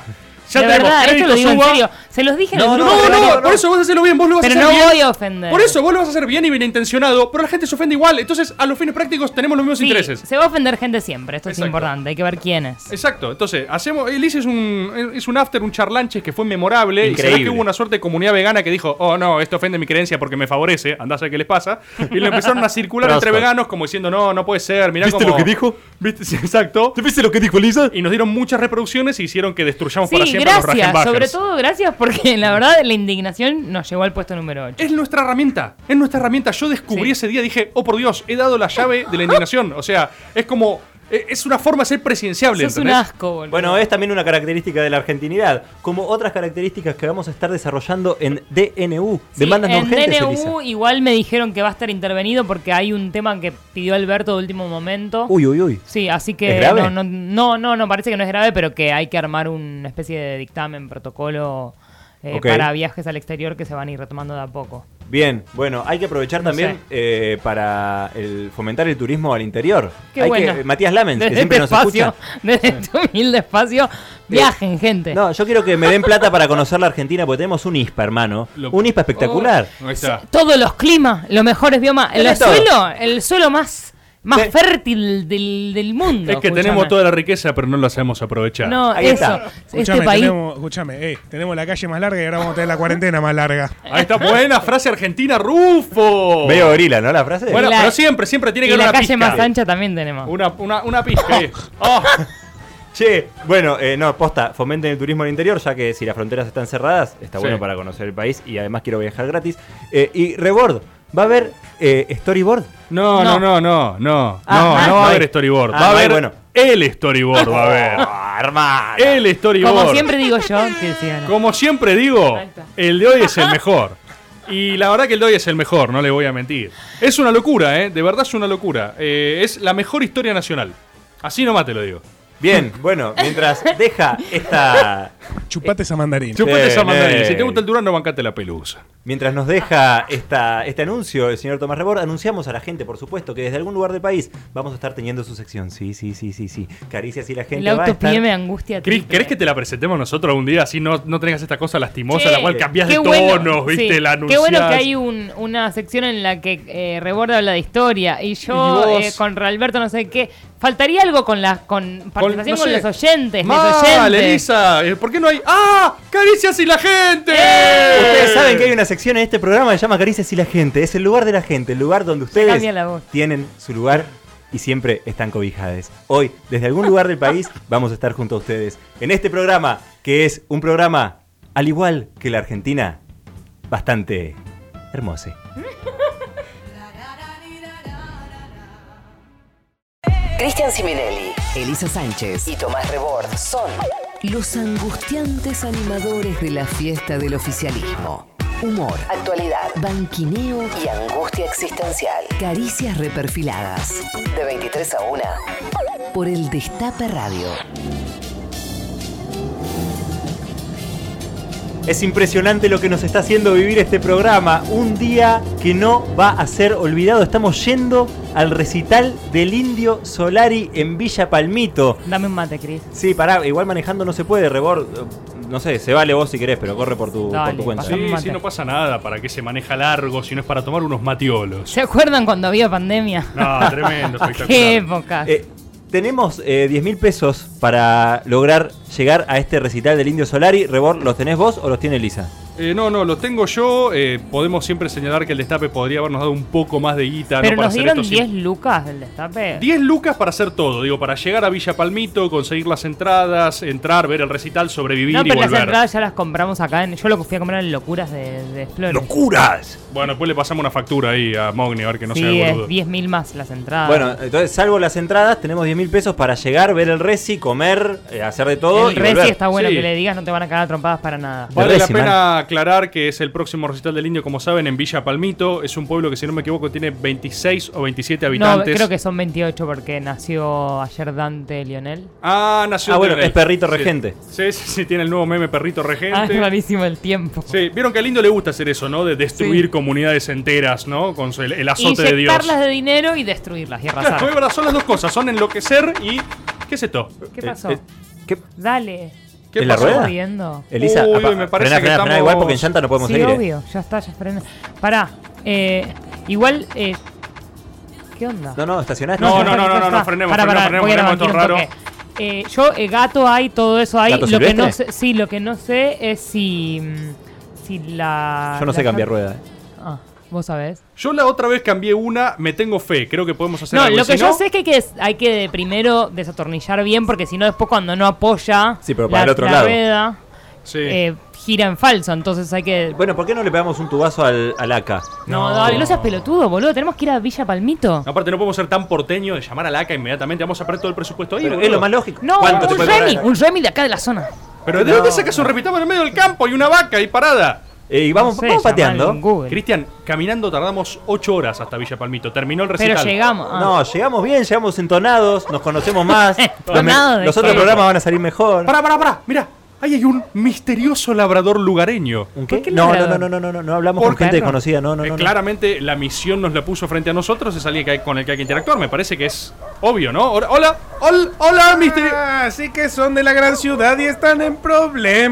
[SPEAKER 3] Ya
[SPEAKER 16] de
[SPEAKER 3] tenemos
[SPEAKER 16] verdad, esto
[SPEAKER 3] crédito,
[SPEAKER 16] lo digo en
[SPEAKER 3] suba.
[SPEAKER 16] serio. Se los dije en el
[SPEAKER 3] No, no,
[SPEAKER 16] grupo,
[SPEAKER 3] no,
[SPEAKER 16] pero-
[SPEAKER 3] no, por eso vos hacelo bien, vos lo vas
[SPEAKER 16] Pero
[SPEAKER 3] a hacer
[SPEAKER 16] no
[SPEAKER 3] bien.
[SPEAKER 16] voy a ofender.
[SPEAKER 3] Por eso vos lo vas a hacer bien y bien intencionado, pero la gente se ofende igual. Entonces, a los fines prácticos tenemos los mismos
[SPEAKER 16] Sí,
[SPEAKER 3] intereses.
[SPEAKER 16] se va a ofender gente siempre. Esto
[SPEAKER 3] Exacto.
[SPEAKER 16] es importante. Hay que ver quién es.
[SPEAKER 3] Exacto, entonces, hacemos. Elise es un, eh, es un after, un charlanches que fue memorable. Y se ve que
[SPEAKER 15] Increíble.
[SPEAKER 3] hubo una suerte de comunidad vegana que dijo, oh no, esto ofende mi creencia porque me favorece, andás a ver qué les pasa. Y lo empezaron a circular entre
[SPEAKER 15] Roscoe.
[SPEAKER 3] veganos como diciendo, no, no puede ser, mirá
[SPEAKER 9] ¿Viste
[SPEAKER 3] cómo-
[SPEAKER 9] lo que dijo?
[SPEAKER 3] ¿Viste? Sí, Exacto.
[SPEAKER 9] ¿Viste lo que dijo Elisa?
[SPEAKER 3] Y nos dieron muchas reproducciones y hicieron que destruyamos para
[SPEAKER 16] Sí,
[SPEAKER 3] siempre a los
[SPEAKER 16] gracias.
[SPEAKER 3] Ragenbachers.
[SPEAKER 16] Sobre todo gracias porque la verdad la indignación nos llevó al puesto número 8.
[SPEAKER 3] Es nuestra herramienta, es nuestra herramienta. Yo descubrí ese día, dije, oh por Dios, he dado la llave de la indignación. O sea, es como. e- Es una forma de ser presidenciable. ¿entendés?
[SPEAKER 16] boludo.
[SPEAKER 15] Bueno, es también una característica de la argentinidad, como otras características que vamos a estar desarrollando en DNU, demandas no
[SPEAKER 16] en
[SPEAKER 15] urgentes,
[SPEAKER 16] DNU
[SPEAKER 15] Elisa.
[SPEAKER 16] igual me dijeron que va a estar intervenido porque hay un tema que pidió Alberto de último momento.
[SPEAKER 15] Uy, uy, uy.
[SPEAKER 16] Sí, así que
[SPEAKER 15] ¿Es grave?
[SPEAKER 16] No, no, no, no, no, parece que no es grave, pero que hay que armar una especie de dictamen, protocolo eh,
[SPEAKER 15] Ok.
[SPEAKER 16] para viajes al exterior que se van a ir retomando de a poco.
[SPEAKER 15] Bien, bueno, hay que aprovechar
[SPEAKER 16] No
[SPEAKER 15] también
[SPEAKER 16] sé.
[SPEAKER 15] eh, para el, fomentar el turismo al interior.
[SPEAKER 16] Qué
[SPEAKER 15] Hay
[SPEAKER 16] bueno.
[SPEAKER 15] que- Matías Lamens, que
[SPEAKER 16] Desde
[SPEAKER 15] siempre
[SPEAKER 16] este
[SPEAKER 15] nos
[SPEAKER 16] espacio,
[SPEAKER 15] escucha.
[SPEAKER 16] Desde este humilde espacio, viajen, gente.
[SPEAKER 15] No, yo quiero que me den plata para conocer la Argentina porque tenemos un ISPA, hermano. Un ISPA espectacular.
[SPEAKER 3] Oh, Ahí está.
[SPEAKER 16] Todos los climas, los mejores biomas, el
[SPEAKER 15] Tenés todo.
[SPEAKER 16] suelo, el suelo más, más fértil del, del mundo.
[SPEAKER 3] Es que
[SPEAKER 16] escuchame.
[SPEAKER 3] tenemos toda la riqueza, pero no la sabemos aprovechar.
[SPEAKER 16] No, Ahí eso. está. Este
[SPEAKER 14] Escuchame,
[SPEAKER 16] país-
[SPEAKER 14] tenemos, escuchame, eh, tenemos la calle más larga y ahora vamos a tener la cuarentena más larga.
[SPEAKER 3] Ahí está, buena frase argentina, Rufo.
[SPEAKER 15] Medio gorila, ¿no? La frase.
[SPEAKER 3] Bueno,
[SPEAKER 16] Y la-
[SPEAKER 3] pero siempre, siempre tiene que
[SPEAKER 16] y
[SPEAKER 3] haber
[SPEAKER 16] la
[SPEAKER 3] una
[SPEAKER 16] calle
[SPEAKER 3] pizca.
[SPEAKER 16] más ancha también tenemos.
[SPEAKER 3] Una, una, una pizca. eh. Oh,
[SPEAKER 15] Che, bueno, eh, no, posta, fomenten el turismo al interior, ya que si las fronteras están cerradas, está
[SPEAKER 3] Sí.
[SPEAKER 15] bueno para conocer el país y además quiero viajar gratis. Eh, y Reboard, ¿va a haber eh, storyboard?
[SPEAKER 3] No, no, no, no, no. no,
[SPEAKER 15] ah,
[SPEAKER 3] no
[SPEAKER 15] no
[SPEAKER 3] va a
[SPEAKER 15] hay.
[SPEAKER 3] haber storyboard.
[SPEAKER 15] Ah,
[SPEAKER 3] va
[SPEAKER 15] no
[SPEAKER 3] a
[SPEAKER 15] hay,
[SPEAKER 3] haber
[SPEAKER 15] bueno. Oh,
[SPEAKER 3] el storyboard, va a haber.
[SPEAKER 15] Arma.
[SPEAKER 3] El storyboard.
[SPEAKER 16] Como siempre digo yo, que sí, Ana.
[SPEAKER 3] Como siempre digo,
[SPEAKER 16] Ahí está.
[SPEAKER 3] el de hoy es el mejor. Y la verdad que el de hoy es el mejor, no le voy a mentir. Es una locura, ¿eh? De verdad es una locura. Eh, es la mejor historia nacional. Así nomás te lo digo.
[SPEAKER 15] Bien, bueno, mientras deja esta.
[SPEAKER 14] Chupate esa mandarina.
[SPEAKER 3] Chupate
[SPEAKER 15] Bien,
[SPEAKER 3] esa mandarina.
[SPEAKER 15] bien.
[SPEAKER 3] Si te gusta el Durano, bancate la pelusa.
[SPEAKER 15] Mientras nos deja esta, este anuncio el señor Tomás Rebord, anunciamos a la gente, por supuesto, que desde algún lugar del país vamos a estar teniendo su sección. Sí, sí, sí, sí, sí. Caricias y la gente
[SPEAKER 16] El
[SPEAKER 15] va a estar...
[SPEAKER 16] autopie me angustia.
[SPEAKER 3] Cris,
[SPEAKER 16] triple.
[SPEAKER 3] ¿querés que te la presentemos nosotros algún día así no, no tengas esta cosa lastimosa
[SPEAKER 16] Che,
[SPEAKER 3] la cual cambias de
[SPEAKER 16] qué
[SPEAKER 3] tonos,
[SPEAKER 16] bueno,
[SPEAKER 3] viste?
[SPEAKER 16] sí.
[SPEAKER 3] La
[SPEAKER 16] Qué
[SPEAKER 3] anunciás?
[SPEAKER 16] bueno que hay un- una sección en la que eh, Reborda habla de historia y yo
[SPEAKER 3] Y vos-
[SPEAKER 16] eh, con Alberto no sé qué. Faltaría algo con la con participación
[SPEAKER 3] no
[SPEAKER 16] con,
[SPEAKER 3] sé.
[SPEAKER 16] los oyentes, los
[SPEAKER 3] Mal,
[SPEAKER 16] oyentes.
[SPEAKER 3] Elisa. Eh, ¿Por qué no hay? ¡Ah! ¡Caricias y la gente!
[SPEAKER 16] Eh,
[SPEAKER 15] Ustedes saben que hay una sección en este programa que se llama Caricias y la gente. Es el lugar de la gente, el lugar donde ustedes
[SPEAKER 16] cambia la voz.
[SPEAKER 15] tienen su lugar y siempre están cobijadas. Hoy, desde algún lugar del país, vamos a estar junto a ustedes en este programa, que es un programa, al igual que la Argentina, bastante hermoso.
[SPEAKER 13] Cristian Siminelli,
[SPEAKER 17] Elisa Sánchez y Tomás Rebord son los angustiantes animadores de la fiesta del oficialismo. Humor, actualidad, banquineo y angustia existencial. Caricias reperfiladas. De 23 a 1. Por el Destape Radio.
[SPEAKER 15] Es impresionante lo que nos está haciendo vivir este programa. Un día que no va a ser olvidado. Estamos yendo al recital del Indio Solari en Villa Palmito.
[SPEAKER 16] Dame un mate, Cris.
[SPEAKER 15] Sí, pará, igual manejando no se puede, Rebord. No sé, se vale vos si querés, pero corre por tu, por
[SPEAKER 3] Dale,
[SPEAKER 15] tu cuenta.
[SPEAKER 3] Sí, sí, no pasa nada. ¿Para qué se maneja largo si no es para tomar unos matiolos?
[SPEAKER 16] ¿Se acuerdan cuando había pandemia?
[SPEAKER 3] No, tremendo, espectacular.
[SPEAKER 16] Qué época.
[SPEAKER 15] Eh, tenemos eh, 10 mil pesos para lograr llegar a este recital del Indio Solari. Rebord, ¿los tenés vos o los tiene Lisa?
[SPEAKER 3] Eh, no, no, lo tengo yo. eh, podemos siempre señalar que el destape podría habernos dado un poco más de guita.
[SPEAKER 16] Pero
[SPEAKER 3] no
[SPEAKER 16] nos
[SPEAKER 3] para hacer
[SPEAKER 16] dieron
[SPEAKER 3] esto
[SPEAKER 16] 10
[SPEAKER 3] sin-
[SPEAKER 16] lucas del destape.
[SPEAKER 3] 10 lucas para hacer todo, digo, para llegar a Villa Palmito, conseguir las entradas, entrar, ver el recital, sobrevivir
[SPEAKER 16] no,
[SPEAKER 3] y
[SPEAKER 16] pero las
[SPEAKER 3] volver.
[SPEAKER 16] entradas ya las compramos acá. En, yo lo fui a comprar en Locuras de, de Flores.
[SPEAKER 3] Bueno, pues después le pasamos una factura ahí a Mogni, a ver que no sea
[SPEAKER 16] sí,
[SPEAKER 3] boludo.
[SPEAKER 16] es 10 mil más las entradas.
[SPEAKER 15] Bueno, entonces, salvo las entradas, tenemos 10 mil pesos para llegar, ver el Reci, comer, eh, hacer de todo.
[SPEAKER 16] el
[SPEAKER 15] y
[SPEAKER 16] Reci
[SPEAKER 15] volver.
[SPEAKER 16] está bueno
[SPEAKER 3] Sí.
[SPEAKER 16] que le digas, no te van a cagar trompadas para nada.
[SPEAKER 3] Vale la pena aclarar que es el próximo recital del Indio, como saben, en Villa Palmito. Es un pueblo que, si no me equivoco, tiene 26 o 27
[SPEAKER 16] No,
[SPEAKER 3] habitantes.
[SPEAKER 16] creo que son 28 porque nació ayer Dante Lionel.
[SPEAKER 3] Ah, nació
[SPEAKER 15] Ah, bueno,
[SPEAKER 3] Lionel.
[SPEAKER 15] es perrito
[SPEAKER 3] Sí.
[SPEAKER 15] regente.
[SPEAKER 3] Sí, sí, sí, tiene el nuevo meme perrito regente.
[SPEAKER 16] Ah, es rarísimo el tiempo.
[SPEAKER 3] Sí, vieron que al Indio le gusta hacer eso, ¿no? De destruir comunidades enteras, ¿no? Con su- el, el azote de Dios.
[SPEAKER 16] Eh, Inyectarlas de dinero y destruirlas y
[SPEAKER 3] Claro,
[SPEAKER 16] arrasar.
[SPEAKER 3] bueno, son las dos cosas, son enloquecer y. ¿Qué es esto?
[SPEAKER 16] ¿Qué pasó?
[SPEAKER 3] Eh,
[SPEAKER 16] Dale.
[SPEAKER 3] ¿Qué ¿Es la pasó? rueda?
[SPEAKER 16] Estoy viendo.
[SPEAKER 15] Elisa,
[SPEAKER 3] Uy,
[SPEAKER 15] apa- frená,
[SPEAKER 3] me parece que
[SPEAKER 15] frená, frená
[SPEAKER 3] estamos-
[SPEAKER 15] igual porque en llanta no podemos
[SPEAKER 16] Sí,
[SPEAKER 15] seguir. eh.
[SPEAKER 16] obvio. Ya está, ya frena. Pará. eh, igual, eh, ¿qué onda?
[SPEAKER 15] No, no, estacionás.
[SPEAKER 3] No, no,
[SPEAKER 16] está,
[SPEAKER 3] no, no,
[SPEAKER 16] está,
[SPEAKER 3] no,
[SPEAKER 16] está.
[SPEAKER 3] frenemos,
[SPEAKER 16] Pará,
[SPEAKER 3] frenemos,
[SPEAKER 16] pará,
[SPEAKER 3] frenemos,
[SPEAKER 16] voy a
[SPEAKER 3] frenemos,
[SPEAKER 16] levantar
[SPEAKER 3] esto
[SPEAKER 16] un toque. Eh, yo, eh, gato hay, todo eso hay.
[SPEAKER 15] ¿Gato
[SPEAKER 16] Lo que no
[SPEAKER 15] silvestre?
[SPEAKER 16] sé, sí, lo que no sé es si. mm, Si la.
[SPEAKER 15] Yo no sé
[SPEAKER 16] la
[SPEAKER 15] cambiar
[SPEAKER 16] llanta-
[SPEAKER 15] rueda. eh.
[SPEAKER 16] Ah, vos sabés.
[SPEAKER 3] Yo la otra vez cambié una, me tengo fe, creo que podemos hacer
[SPEAKER 16] No,
[SPEAKER 3] algo.
[SPEAKER 16] lo
[SPEAKER 3] y si
[SPEAKER 16] que yo
[SPEAKER 3] no-
[SPEAKER 16] sé es que hay que, des- hay que primero desatornillar bien, porque si no, después cuando no apoya
[SPEAKER 15] Sí, pero para
[SPEAKER 16] la,
[SPEAKER 15] el otro
[SPEAKER 16] la
[SPEAKER 15] lado.
[SPEAKER 16] rueda, eh, gira en falso. Entonces hay que.
[SPEAKER 15] Bueno, ¿por qué no le pegamos un tubazo al, al AK?
[SPEAKER 16] No, dale, no seas pelotudo, boludo. Tenemos que ir a Villa Palmito.
[SPEAKER 3] Aparte, no podemos ser tan porteño de llamar a la ACA inmediatamente. Vamos a perder todo el presupuesto ahí.
[SPEAKER 15] Pero
[SPEAKER 3] boludo.
[SPEAKER 15] es lo más lógico.
[SPEAKER 16] No,
[SPEAKER 3] ¿Cuánto te
[SPEAKER 16] un
[SPEAKER 3] puede cobrar
[SPEAKER 16] remi,
[SPEAKER 3] la ACA?
[SPEAKER 16] un remi de acá de la zona.
[SPEAKER 3] Pero ¿de dónde sacas un repitado en el medio del campo y una vaca ahí parada?
[SPEAKER 15] Eh, y vamos- No sé, vamos llamar pateando. en Google.
[SPEAKER 3] Cristian, caminando tardamos 8 horas hasta Villa Palmito. Terminó el
[SPEAKER 16] Pero
[SPEAKER 3] recital.
[SPEAKER 16] llegamos. ah.
[SPEAKER 15] No, llegamos bien, llegamos entonados, nos conocemos más. los, me-
[SPEAKER 16] Entonado de
[SPEAKER 15] los otros
[SPEAKER 16] qué.
[SPEAKER 15] programas van a salir mejor.
[SPEAKER 3] Pará, pará, pará. Mirá, ahí hay un misterioso labrador lugareño.
[SPEAKER 15] ¿Un qué? No, no, no, no, no, no, no, no hablamos con gente desconocida, no, no,
[SPEAKER 3] Eh,
[SPEAKER 15] no. no.
[SPEAKER 3] Claramente la misión nos la puso frente a nosotros, es alguien que hay- con el que hay que interactuar, me parece que es obvio, ¿no? Hola, hola, hola, hola misterio.
[SPEAKER 14] Así Ah, que son de la gran ciudad y están en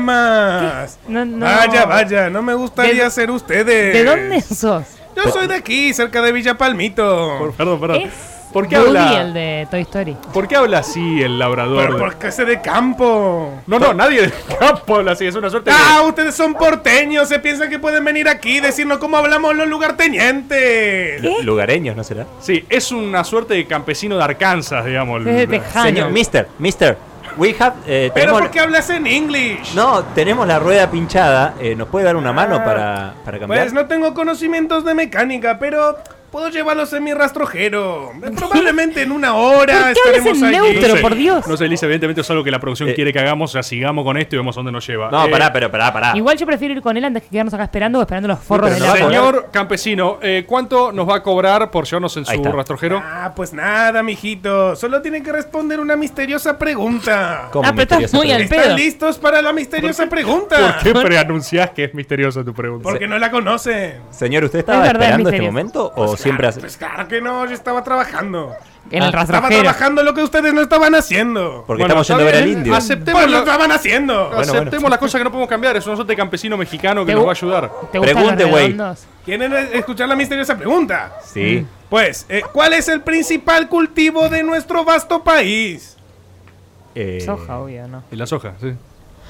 [SPEAKER 14] problemas.
[SPEAKER 16] No, no.
[SPEAKER 14] Vaya, vaya, no me gustaría
[SPEAKER 16] ¿De-
[SPEAKER 14] ser ustedes.
[SPEAKER 16] ¿De dónde sos?
[SPEAKER 14] Yo soy de aquí, cerca de Villa Palmito.
[SPEAKER 3] perdón, perdón.
[SPEAKER 16] Es
[SPEAKER 3] ¿Por qué
[SPEAKER 16] Woody,
[SPEAKER 3] habla?
[SPEAKER 16] el de Eh, Toy Story.
[SPEAKER 3] ¿Por qué habla así el labrador?
[SPEAKER 14] Pero porque es de campo.
[SPEAKER 3] No, no, nadie del campo habla así, es una suerte.
[SPEAKER 14] Ah, ustedes son porteños, se piensan que pueden venir aquí y decirnos cómo hablamos los lugartenientes.
[SPEAKER 15] Lu- Lugareños, ¿no será?
[SPEAKER 3] Sí, es una suerte de campesino de Arkansas, digamos. el-
[SPEAKER 15] Señor, mister, mister, we have. eh,
[SPEAKER 14] Pero
[SPEAKER 15] tenemos-
[SPEAKER 14] ¿por qué hablas en inglés?
[SPEAKER 15] No, tenemos la rueda pinchada. eh, ¿Nos puede dar una mano para, para cambiar?
[SPEAKER 14] Pues no tengo conocimientos de mecánica, pero puedo llevarlos en mi rastrojero. Probablemente en una hora
[SPEAKER 16] ¿Por qué hablas
[SPEAKER 14] estaremos
[SPEAKER 16] en
[SPEAKER 14] allí.
[SPEAKER 16] neutro, Pero, por Dios.
[SPEAKER 3] No sé, Elisa, evidentemente es algo que la producción quiere que hagamos, o sea, sigamos con esto y vemos a dónde nos lleva.
[SPEAKER 15] Eh. No,
[SPEAKER 3] Eh,
[SPEAKER 15] pará, pero pará, pará.
[SPEAKER 16] Igual yo prefiero ir con él antes que quedarnos acá esperando o esperando los forros
[SPEAKER 3] Pero
[SPEAKER 16] de la
[SPEAKER 3] Señor campesino, eh, ¿cuánto nos va a cobrar por llevarnos en su rastrojero?
[SPEAKER 14] Ah, pues nada, mijito. Solo tienen que responder una misteriosa pregunta.
[SPEAKER 3] ¿Cómo Ah, pero estás misteriosa muy al pregunta?
[SPEAKER 14] ¿Están
[SPEAKER 3] pedo.
[SPEAKER 14] listos para la misteriosa pregunta?
[SPEAKER 3] ¿Por qué preanunciás que es misteriosa tu pregunta?
[SPEAKER 14] Porque no la conocen.
[SPEAKER 15] Señor, ¿usted estaba
[SPEAKER 14] Es verdad,
[SPEAKER 15] esperando este
[SPEAKER 14] misterio.
[SPEAKER 15] momento o siempre hace.?
[SPEAKER 14] Pues claro que no, yo estaba trabajando.
[SPEAKER 15] En el
[SPEAKER 14] Estaba
[SPEAKER 15] rastrojero.
[SPEAKER 14] trabajando lo que ustedes no estaban haciendo.
[SPEAKER 15] Porque estamos yendo a ver al indio.
[SPEAKER 3] Aceptemos
[SPEAKER 14] Pues lo
[SPEAKER 3] la-
[SPEAKER 14] estaban haciendo.
[SPEAKER 3] Bueno, Aceptemos las cosas que no podemos cambiar, es un azote campesino mexicano que
[SPEAKER 14] ¿Te
[SPEAKER 3] nos
[SPEAKER 14] gu-
[SPEAKER 3] va a ayudar.
[SPEAKER 14] ¿Te gustan Pregunte, los güey. redondos? ¿Quieren eh, escuchar la misteriosa pregunta?
[SPEAKER 15] Sí.
[SPEAKER 16] Mm.
[SPEAKER 14] Pues, eh, ¿cuál es el principal cultivo de nuestro vasto país?
[SPEAKER 15] eh,
[SPEAKER 16] Soja, obvio, ¿no?
[SPEAKER 3] Y la soja, sí.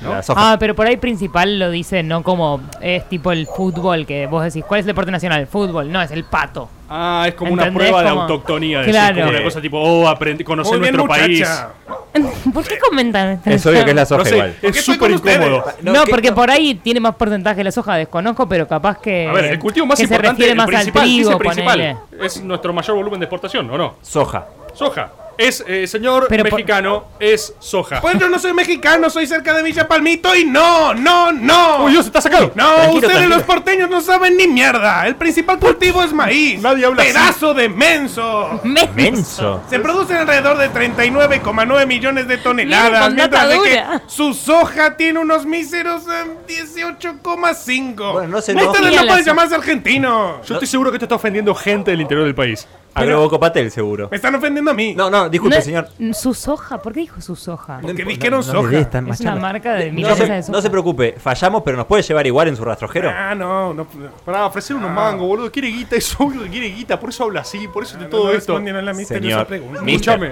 [SPEAKER 15] La soja.
[SPEAKER 16] Ah, pero por ahí principal lo dice, no como es tipo el fútbol, que vos decís, ¿cuál es el deporte nacional? El fútbol, no, es el pato.
[SPEAKER 3] Ah, es como una
[SPEAKER 16] ¿Entendés?
[SPEAKER 3] prueba de
[SPEAKER 16] Como-
[SPEAKER 3] autoctonía. De
[SPEAKER 16] Claro.
[SPEAKER 3] como una cosa tipo, oh, aprende, conocer
[SPEAKER 14] Muy bien,
[SPEAKER 3] nuestro
[SPEAKER 14] muchacha.
[SPEAKER 3] país.
[SPEAKER 16] ¿Por qué comentan?
[SPEAKER 15] Es obvio que es la soja
[SPEAKER 3] No sé,
[SPEAKER 15] igual.
[SPEAKER 3] Es súper incómodo.
[SPEAKER 16] No, porque por ahí tiene más porcentaje la soja, desconozco, pero capaz que.
[SPEAKER 3] A ver, el cultivo más
[SPEAKER 16] que
[SPEAKER 3] importante,
[SPEAKER 16] se refiere
[SPEAKER 3] el
[SPEAKER 16] más al
[SPEAKER 3] principal, dice
[SPEAKER 16] trigo,
[SPEAKER 3] principal,
[SPEAKER 16] ponele.
[SPEAKER 3] es nuestro mayor volumen de exportación, ¿o no?
[SPEAKER 15] Soja.
[SPEAKER 3] Soja. Es, eh, señor mexicano, es soja.
[SPEAKER 14] Pues yo no soy mexicano, soy cerca de Villa Palmito y no, no, no.
[SPEAKER 3] Uy, Dios, está sacado.
[SPEAKER 14] No,
[SPEAKER 3] Tranquilo,
[SPEAKER 14] ustedes
[SPEAKER 3] tranquilo.
[SPEAKER 14] los porteños no saben ni mierda. El principal cultivo es maíz. Nadie
[SPEAKER 3] habla así.
[SPEAKER 14] Pedazo de menso.
[SPEAKER 15] Menso.
[SPEAKER 14] Se producen alrededor de 39,9 millones de toneladas,
[SPEAKER 5] Mira, con
[SPEAKER 14] mientras de que
[SPEAKER 5] dura.
[SPEAKER 14] su soja tiene unos míseros eh, 18,5. Bueno,
[SPEAKER 15] no se enojen.
[SPEAKER 14] Ustedes Este no
[SPEAKER 15] Mira la
[SPEAKER 14] pueden
[SPEAKER 15] so-
[SPEAKER 14] llamarse argentino.
[SPEAKER 3] Yo estoy seguro que esto está ofendiendo gente del interior del país.
[SPEAKER 15] Agrobocopatel, seguro.
[SPEAKER 14] Me están ofendiendo a mí.
[SPEAKER 15] No, no, disculpe,
[SPEAKER 16] No-
[SPEAKER 15] señor.
[SPEAKER 16] Su soja, ¿por qué dijo su soja?
[SPEAKER 14] Porque dijeron
[SPEAKER 15] no le soja. des tan
[SPEAKER 16] Es una
[SPEAKER 15] machado.
[SPEAKER 16] marca de
[SPEAKER 15] No
[SPEAKER 16] milanesa
[SPEAKER 15] se,
[SPEAKER 16] de
[SPEAKER 15] no
[SPEAKER 16] soja.
[SPEAKER 15] se preocupe, fallamos, pero nos puede llevar igual en su rastrojero.
[SPEAKER 14] Ah, no, no.
[SPEAKER 3] Para ofrecer
[SPEAKER 14] Ah.
[SPEAKER 3] unos mangos, boludo. Quiere guita, es obvio que quiere guita. Por eso habla así, por eso de todo
[SPEAKER 14] Ah, no
[SPEAKER 3] esto.
[SPEAKER 14] respondieron a la misteriosa
[SPEAKER 15] Señor, pregunta. mister,
[SPEAKER 3] Escúchame,